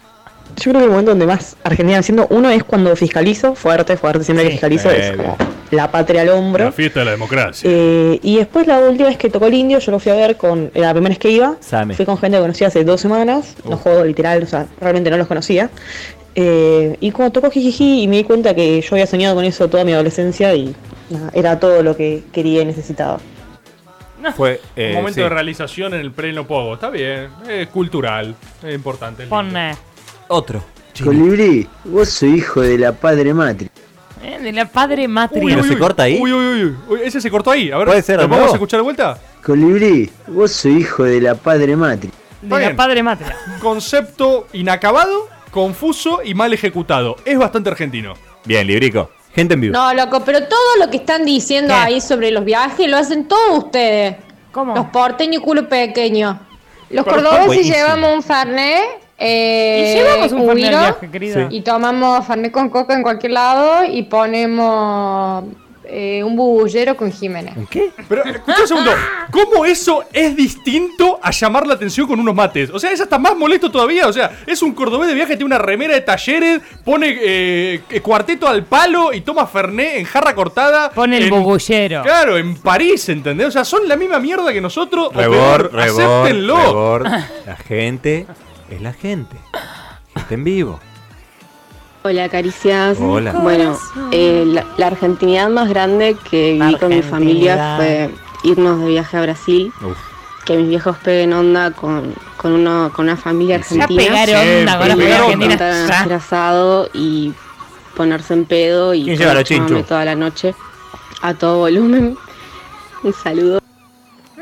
[SPEAKER 1] Yo creo que el momento donde más Argentina siendo uno es cuando fiscalizo, fuerte, fuerte, siempre que fiscalizo
[SPEAKER 3] Eh,
[SPEAKER 1] es
[SPEAKER 3] bien.
[SPEAKER 1] como la patria al hombro.
[SPEAKER 3] La fiesta de la democracia.
[SPEAKER 1] Eh, y después la última vez que tocó el indio, yo lo fui a ver con eh, la primera vez que iba.
[SPEAKER 15] Same.
[SPEAKER 1] Fui con gente que conocía hace dos semanas, no juego literal, o sea, realmente no los conocía. Eh, y cuando tocó Jijiji y me di cuenta que yo había soñado con eso toda mi adolescencia y nada, era todo lo que quería y necesitaba.
[SPEAKER 15] Fue, eh,
[SPEAKER 3] un momento
[SPEAKER 15] sí.
[SPEAKER 3] de realización en el pleno pogo. Está bien. Es cultural. Es importante. lindo.
[SPEAKER 16] Pone.
[SPEAKER 15] Otro.
[SPEAKER 21] Colibrí, vos sos hijo de la padre matri.
[SPEAKER 16] Eh, de la padre matria.
[SPEAKER 3] Uy, uy, uy, uy. Ese se cortó ahí. A ver,
[SPEAKER 21] ¿Puede ser de
[SPEAKER 3] ¿lo vamos
[SPEAKER 21] nuevo?
[SPEAKER 3] a escuchar de vuelta?
[SPEAKER 21] Colibrí, vos sos hijo de la padre matri.
[SPEAKER 3] De la
[SPEAKER 16] padre matria.
[SPEAKER 3] Concepto inacabado, confuso y mal ejecutado. Es bastante argentino.
[SPEAKER 15] Bien, Librico. Gente en vivo.
[SPEAKER 7] No, loco, pero todo lo que están diciendo ahí sobre los viajes lo hacen todos ustedes.
[SPEAKER 16] ¿Cómo?
[SPEAKER 7] Los porteños y culo pequeño. Los
[SPEAKER 25] Pero está
[SPEAKER 7] cordobeses
[SPEAKER 25] buenísimo.
[SPEAKER 7] llevamos un farné. Eh,
[SPEAKER 25] Y llevamos un fernet al
[SPEAKER 7] cubiro,
[SPEAKER 25] viaje, querida. Sí.
[SPEAKER 7] Y tomamos farné con coca en cualquier lado y ponemos eh, un bubullero con Jiménez.
[SPEAKER 15] ¿Qué?
[SPEAKER 3] Pero, escucha un segundo. ¿Cómo eso es distinto a llamar la atención con unos mates? O sea, es hasta más molesto todavía. O sea, es un cordobés de viaje, tiene una remera de talleres, pone eh, eh, cuarteto al palo y toma Fernet en jarra cortada.
[SPEAKER 16] Pone el
[SPEAKER 3] en-
[SPEAKER 16] bobullero.
[SPEAKER 3] Claro, en París, ¿entendés? O sea, son la misma mierda que nosotros. o
[SPEAKER 15] Rebord,
[SPEAKER 3] peor.
[SPEAKER 15] rebord,
[SPEAKER 3] Acéptenlo.
[SPEAKER 15] rebord. La gente es la gente. Gente en vivo.
[SPEAKER 12] Hola, caricias.
[SPEAKER 15] Hola.
[SPEAKER 12] Bueno, eh, la, la argentinidad más grande que viví con mi familia fue irnos de viaje a Brasil. Que mis viejos peguen onda con, con, uno, con una familia
[SPEAKER 7] Ya
[SPEAKER 12] argentina.
[SPEAKER 7] pegar onda Siempre, con la familia pegar onda. argentina,
[SPEAKER 12] Juntar
[SPEAKER 7] ya.
[SPEAKER 12] a hacer asado y ponerse en pedo y ¿Quién lleva los poner chamame
[SPEAKER 3] chinchos?
[SPEAKER 12] toda la noche a todo volumen. Un saludo.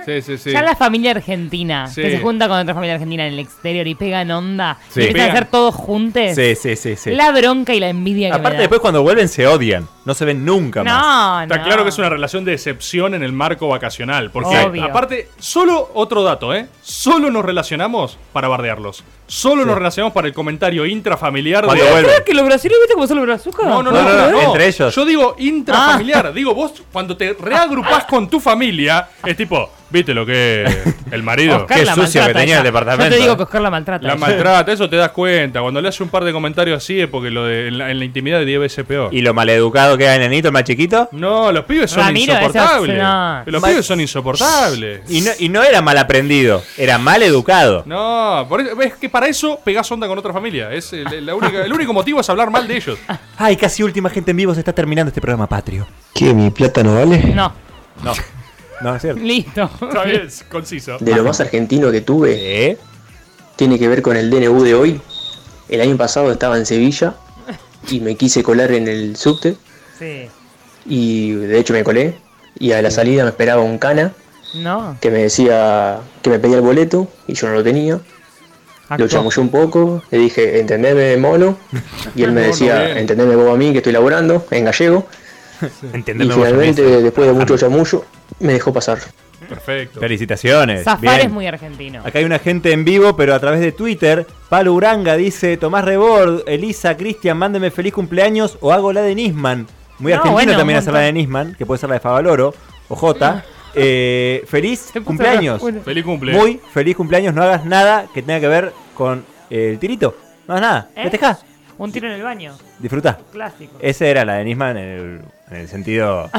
[SPEAKER 3] Sí, sí, sí.
[SPEAKER 16] Ya la familia argentina,
[SPEAKER 3] Sí.
[SPEAKER 16] que se junta con otra familia argentina en el exterior y pegan onda,
[SPEAKER 15] Sí.
[SPEAKER 16] y empiezan a
[SPEAKER 15] Pegan.
[SPEAKER 16] hacer todos juntos.
[SPEAKER 15] Sí, sí, sí, sí.
[SPEAKER 16] La bronca y la envidia que
[SPEAKER 15] Aparte,
[SPEAKER 16] me da.
[SPEAKER 15] después cuando vuelven se odian. No se ven nunca más.
[SPEAKER 16] No,
[SPEAKER 3] Está
[SPEAKER 16] no.
[SPEAKER 3] claro que es una relación de excepción en el marco vacacional. Porque,
[SPEAKER 15] Obvio.
[SPEAKER 3] aparte, solo otro dato, ¿eh? Solo nos relacionamos para bardearlos. Solo nos relacionamos para el comentario intrafamiliar
[SPEAKER 15] Cuando
[SPEAKER 3] de.
[SPEAKER 15] vuelven.
[SPEAKER 16] que los brasileños viste cómo son los brazucas?
[SPEAKER 3] No, no, no, no.
[SPEAKER 15] entre ellos. Ah.
[SPEAKER 3] Yo digo intrafamiliar. Digo, vos cuando te reagrupás con tu familia, es tipo, ¿viste lo que es el marido?
[SPEAKER 16] Oscar la maltrata ella. Yo te
[SPEAKER 15] ¿eh?
[SPEAKER 16] digo que Oscar la maltrata.
[SPEAKER 3] La maltrata, eso te das cuenta. Cuando le hace un par de comentarios así es porque lo de, en, la, en la intimidad de 10 veces peor.
[SPEAKER 15] ¿Y lo maleducado que era el enanito, el más chiquito?
[SPEAKER 3] No, los pibes son
[SPEAKER 15] Ramiro, ese
[SPEAKER 3] insoportables.
[SPEAKER 15] no.
[SPEAKER 3] Los
[SPEAKER 15] Ma-
[SPEAKER 3] pibes son insoportables.
[SPEAKER 15] Y no, y no era mal aprendido, era mal educado.
[SPEAKER 3] No, por eso- es que para eso pegás onda con otra familia. Es el, el- la única- el único motivo es hablar mal de ellos.
[SPEAKER 16] Ah,
[SPEAKER 15] Ay, casi última gente en vivo se está terminando este programa patrio.
[SPEAKER 20] ¿Qué? ¿Mi plata no vale?
[SPEAKER 16] No.
[SPEAKER 15] No. No, es cierto.
[SPEAKER 16] Listo.
[SPEAKER 3] Está bien, es conciso.
[SPEAKER 20] De lo más argentino que tuve, tiene que ver con el DNU de hoy. El año pasado estaba en Sevilla y me quise colar en el subte
[SPEAKER 16] Sí.
[SPEAKER 20] y de hecho me colé. Y a la salida me esperaba un cana
[SPEAKER 16] No.
[SPEAKER 20] que me decía que me pedía el boleto y yo no lo tenía. Lo
[SPEAKER 16] Actuó.
[SPEAKER 20] chamullé un poco, le dije, entendeme mono. Y él me
[SPEAKER 16] Mono,
[SPEAKER 20] decía,
[SPEAKER 16] bien.
[SPEAKER 20] entendeme vos a mí que estoy laburando en gallego. Y
[SPEAKER 15] Entendeme vos,
[SPEAKER 20] finalmente,
[SPEAKER 15] Ernesto.
[SPEAKER 20] después de mucho chamullo, me dejó pasar.
[SPEAKER 3] Perfecto.
[SPEAKER 15] Felicitaciones.
[SPEAKER 16] Zafar
[SPEAKER 15] Bien.
[SPEAKER 16] es muy argentino.
[SPEAKER 15] Acá hay una gente en vivo, pero a través de Twitter. Palo Uranga dice: Tomás Rebord, Elisa, Cristian, mándeme feliz cumpleaños o hago la de Nisman. Muy
[SPEAKER 16] No,
[SPEAKER 15] argentino
[SPEAKER 16] bueno, un
[SPEAKER 15] también hacer la
[SPEAKER 16] montón.
[SPEAKER 15] de Nisman, que puede ser la de Favaloro o J. Eh, feliz cumpleaños.
[SPEAKER 3] bueno. Feliz cumple.
[SPEAKER 15] Muy feliz cumpleaños. No hagas nada que tenga que ver con eh, el tirito. No hagas nada.
[SPEAKER 16] ¿Eh?
[SPEAKER 15] Festejá.
[SPEAKER 16] Un tiro en el baño.
[SPEAKER 15] Disfrutá.
[SPEAKER 16] Clásico.
[SPEAKER 15] Esa era la de Nisman en el, en el sentido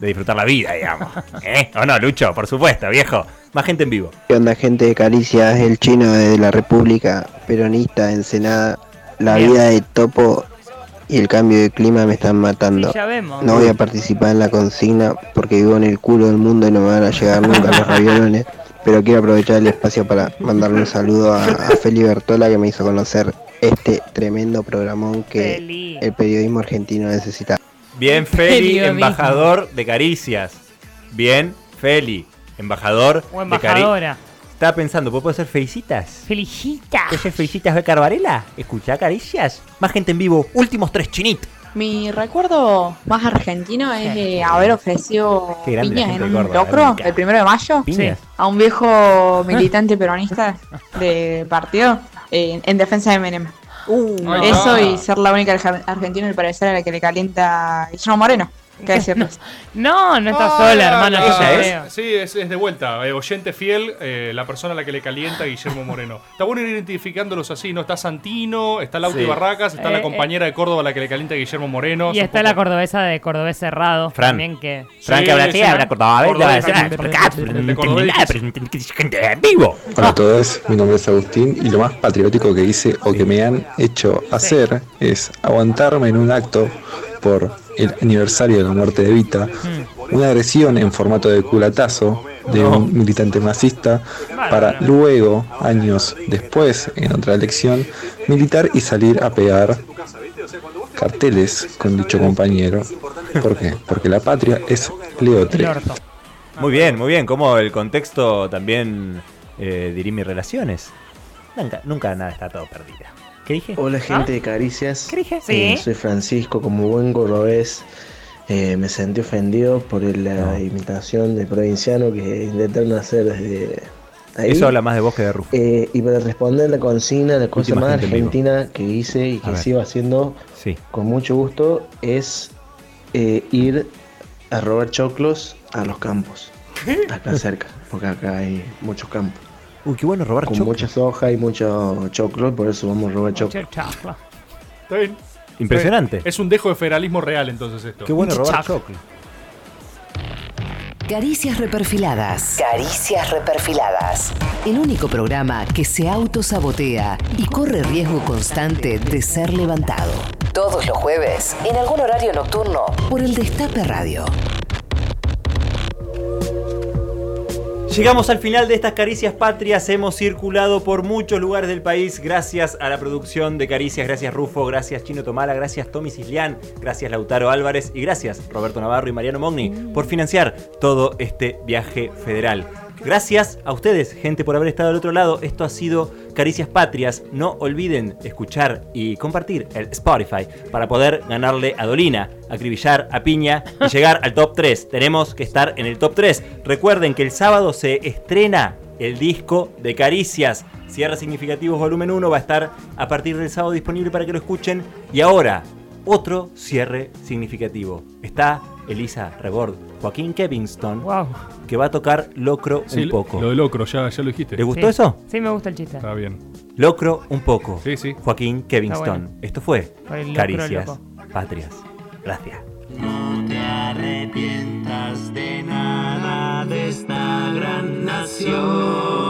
[SPEAKER 15] de disfrutar la vida, digamos. ¿Eh? ¿O no, Lucho? Por supuesto, viejo. Más gente en vivo.
[SPEAKER 26] ¿Qué onda, gente de Caricia? Es el chino de la República Peronista de Ensenada. La
[SPEAKER 16] Bien.
[SPEAKER 26] vida de Topo y el cambio de clima me están matando.
[SPEAKER 16] Sí, ya vemos.
[SPEAKER 26] No voy a participar en la consigna porque vivo en el culo del mundo y no me van a llegar nunca los ravioles. Pero quiero aprovechar el espacio para mandarle un saludo a, a Feli Bertola que me hizo conocer este tremendo programón que el periodismo argentino necesita.
[SPEAKER 15] Bien, Feli,
[SPEAKER 26] Periodismo.
[SPEAKER 15] embajador de caricias. Bien, Feli, embajador
[SPEAKER 16] O
[SPEAKER 15] de cari-
[SPEAKER 16] embajadora.
[SPEAKER 15] Estaba pensando, ¿puedo ser felicitas?
[SPEAKER 16] Felicita.
[SPEAKER 15] ¿Puedo ser felicitas de Carvarela? Escucha caricias. Más gente en vivo. Últimos tres chinit.
[SPEAKER 27] Mi recuerdo más argentino es eh, haber ofrecido
[SPEAKER 15] Qué grande la
[SPEAKER 27] piñas en
[SPEAKER 15] gente de
[SPEAKER 27] un
[SPEAKER 15] Córdoba,
[SPEAKER 27] locro
[SPEAKER 15] América.
[SPEAKER 27] el primero de mayo
[SPEAKER 15] Piñas.
[SPEAKER 27] Sí. a un viejo militante peronista de partido eh, en defensa de Menem.
[SPEAKER 15] Ahí
[SPEAKER 27] Eso
[SPEAKER 15] va.
[SPEAKER 27] y ser la única arge- argentina al parecer a la que le calienta Guillermo Moreno.
[SPEAKER 12] ¿Qué decirnos?
[SPEAKER 16] No, no estás
[SPEAKER 3] Ah,
[SPEAKER 16] sola, hermana. yo
[SPEAKER 3] ah,
[SPEAKER 16] te
[SPEAKER 3] es-
[SPEAKER 16] creo.
[SPEAKER 3] Sí, es, es de vuelta. eh, oyente fiel, eh, la persona a la que le calienta Guillermo Moreno. Está bueno ir identificándolos así, ¿no? Está Santino, está Lauti
[SPEAKER 6] Sí.
[SPEAKER 3] Barracas, está
[SPEAKER 16] Eh,
[SPEAKER 3] la compañera de Córdoba a la que le calienta Guillermo Moreno.
[SPEAKER 16] Y
[SPEAKER 3] son
[SPEAKER 16] está la cordobesa de Cordobés Cerrado.
[SPEAKER 6] Fran.
[SPEAKER 16] También que.
[SPEAKER 6] Fran, que habla así, habla cordobés,
[SPEAKER 16] Cordobés.
[SPEAKER 6] habla así,
[SPEAKER 4] vivo. Hola a todos, mi nombre es Agustín y lo más patriótico que hice o que me han hecho hacer es aguantarme en un acto por el aniversario de la muerte de Evita, una agresión en formato de culatazo de un militante masista para luego, años después, en otra elección, militar y salir a pegar carteles con dicho compañero. ¿Por qué? Porque la patria es Leotre.
[SPEAKER 16] Ah,
[SPEAKER 15] Muy bien, muy bien. Como el contexto también eh, dirime relaciones. Nunca, nunca nada está todo perdido. ¿Qué dije? ¿Ah?
[SPEAKER 5] Hola gente de Caricias.
[SPEAKER 15] Sí.
[SPEAKER 5] Eh, soy Francisco, como buen cordobés. eh, me sentí ofendido por la imitación de provinciano que intentaron hacer desde ahí.
[SPEAKER 15] Eso habla más de vos que de Rufo.
[SPEAKER 5] Eh, y para responder la consigna, la cosa
[SPEAKER 15] Última
[SPEAKER 5] más
[SPEAKER 15] gente en vivo.
[SPEAKER 5] argentina que hice y
[SPEAKER 15] A
[SPEAKER 5] que
[SPEAKER 15] ver.
[SPEAKER 5] sigo haciendo
[SPEAKER 15] Sí.
[SPEAKER 5] con mucho gusto es eh, ir a robar choclos a los campos. Acá cerca, porque acá hay muchos campos.
[SPEAKER 15] Uy, qué bueno robar
[SPEAKER 5] Con muchas hojas y muchos choclos, por eso vamos a robar choclos.
[SPEAKER 3] como- Está bien.
[SPEAKER 5] Impresionante.
[SPEAKER 3] Está bien. Es un dejo de federalismo real entonces esto.
[SPEAKER 5] Qué bueno robar
[SPEAKER 3] chocolate.
[SPEAKER 17] Caricias reperfiladas. Caricias reperfiladas. El único programa que se autosabotea y corre riesgo constante de ser levantado. Todos los jueves, en algún horario nocturno, por el Destape Radio.
[SPEAKER 15] Llegamos al final de estas Caricias Patrias. Hemos circulado por muchos lugares del país gracias a la producción de Caricias. Gracias Rufo, gracias Chino Tomala, gracias Tommy Cislián, gracias Lautaro Álvarez y gracias Roberto Navarro y Mariano Mogni por financiar todo este viaje federal. Gracias a ustedes, gente, por haber estado al otro lado. Esto ha sido Caricias Patrias. No olviden escuchar y compartir el Spotify para poder ganarle a Dolina, acribillar a Piña y llegar al top 3. Tenemos que estar en el top 3. Recuerden que el sábado se estrena el disco de Caricias. Cierres Significativos Volumen 1 va a estar a partir del sábado disponible para que lo escuchen. Y ahora, otro cierre significativo. Está Elisa Rebord, Joaquín Kevinston, que va a tocar Locro
[SPEAKER 3] Sí,
[SPEAKER 15] un poco.
[SPEAKER 3] Lo de locro, ya, ya lo dijiste.
[SPEAKER 15] ¿Te gustó eso?
[SPEAKER 16] Sí, me gusta el chiste.
[SPEAKER 3] Está bien.
[SPEAKER 15] Locro un poco. Joaquín
[SPEAKER 16] Está
[SPEAKER 15] Kevinston.
[SPEAKER 16] bueno.
[SPEAKER 15] Esto fue
[SPEAKER 16] Por el locro
[SPEAKER 15] Caricias
[SPEAKER 16] loco.
[SPEAKER 15] Patrias. Gracias.
[SPEAKER 18] No te arrepientas de nada de esta gran nación.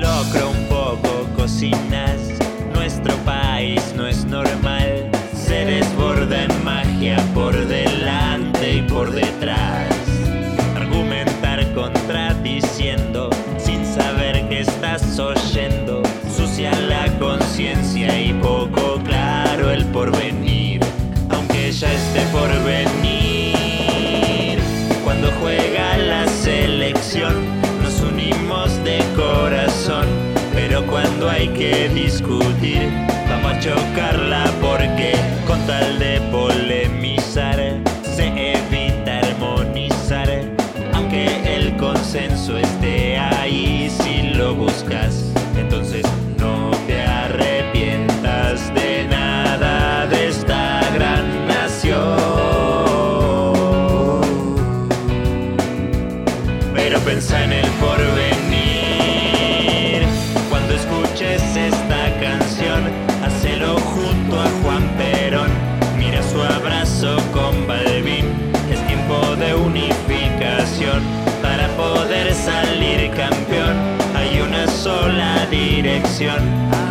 [SPEAKER 18] Locro un poco cocinas, nuestro país no es normal. Se desborda en magia por delante y por detrás. Argumentar contradiciendo, sin saber que estás oyendo. Sucia la conciencia y poco claro el porvenir, aunque ya esté por venir. Cuando juega la selección, nos unimos de corazón. Pero cuando hay que discutir, vamos a chocarla porque con tal de polemizar, se evita armonizar. Aunque el consenso esté ahí si lo buscas, entonces no te arrepientas de nada de esta gran nación pero pensá en el porvenir. Cuando escuches esta canción, hacelo junto a Juan Perón. Mira su abrazo con Balvin, es tiempo de unificación para poder salir campeón. Hay una sola dirección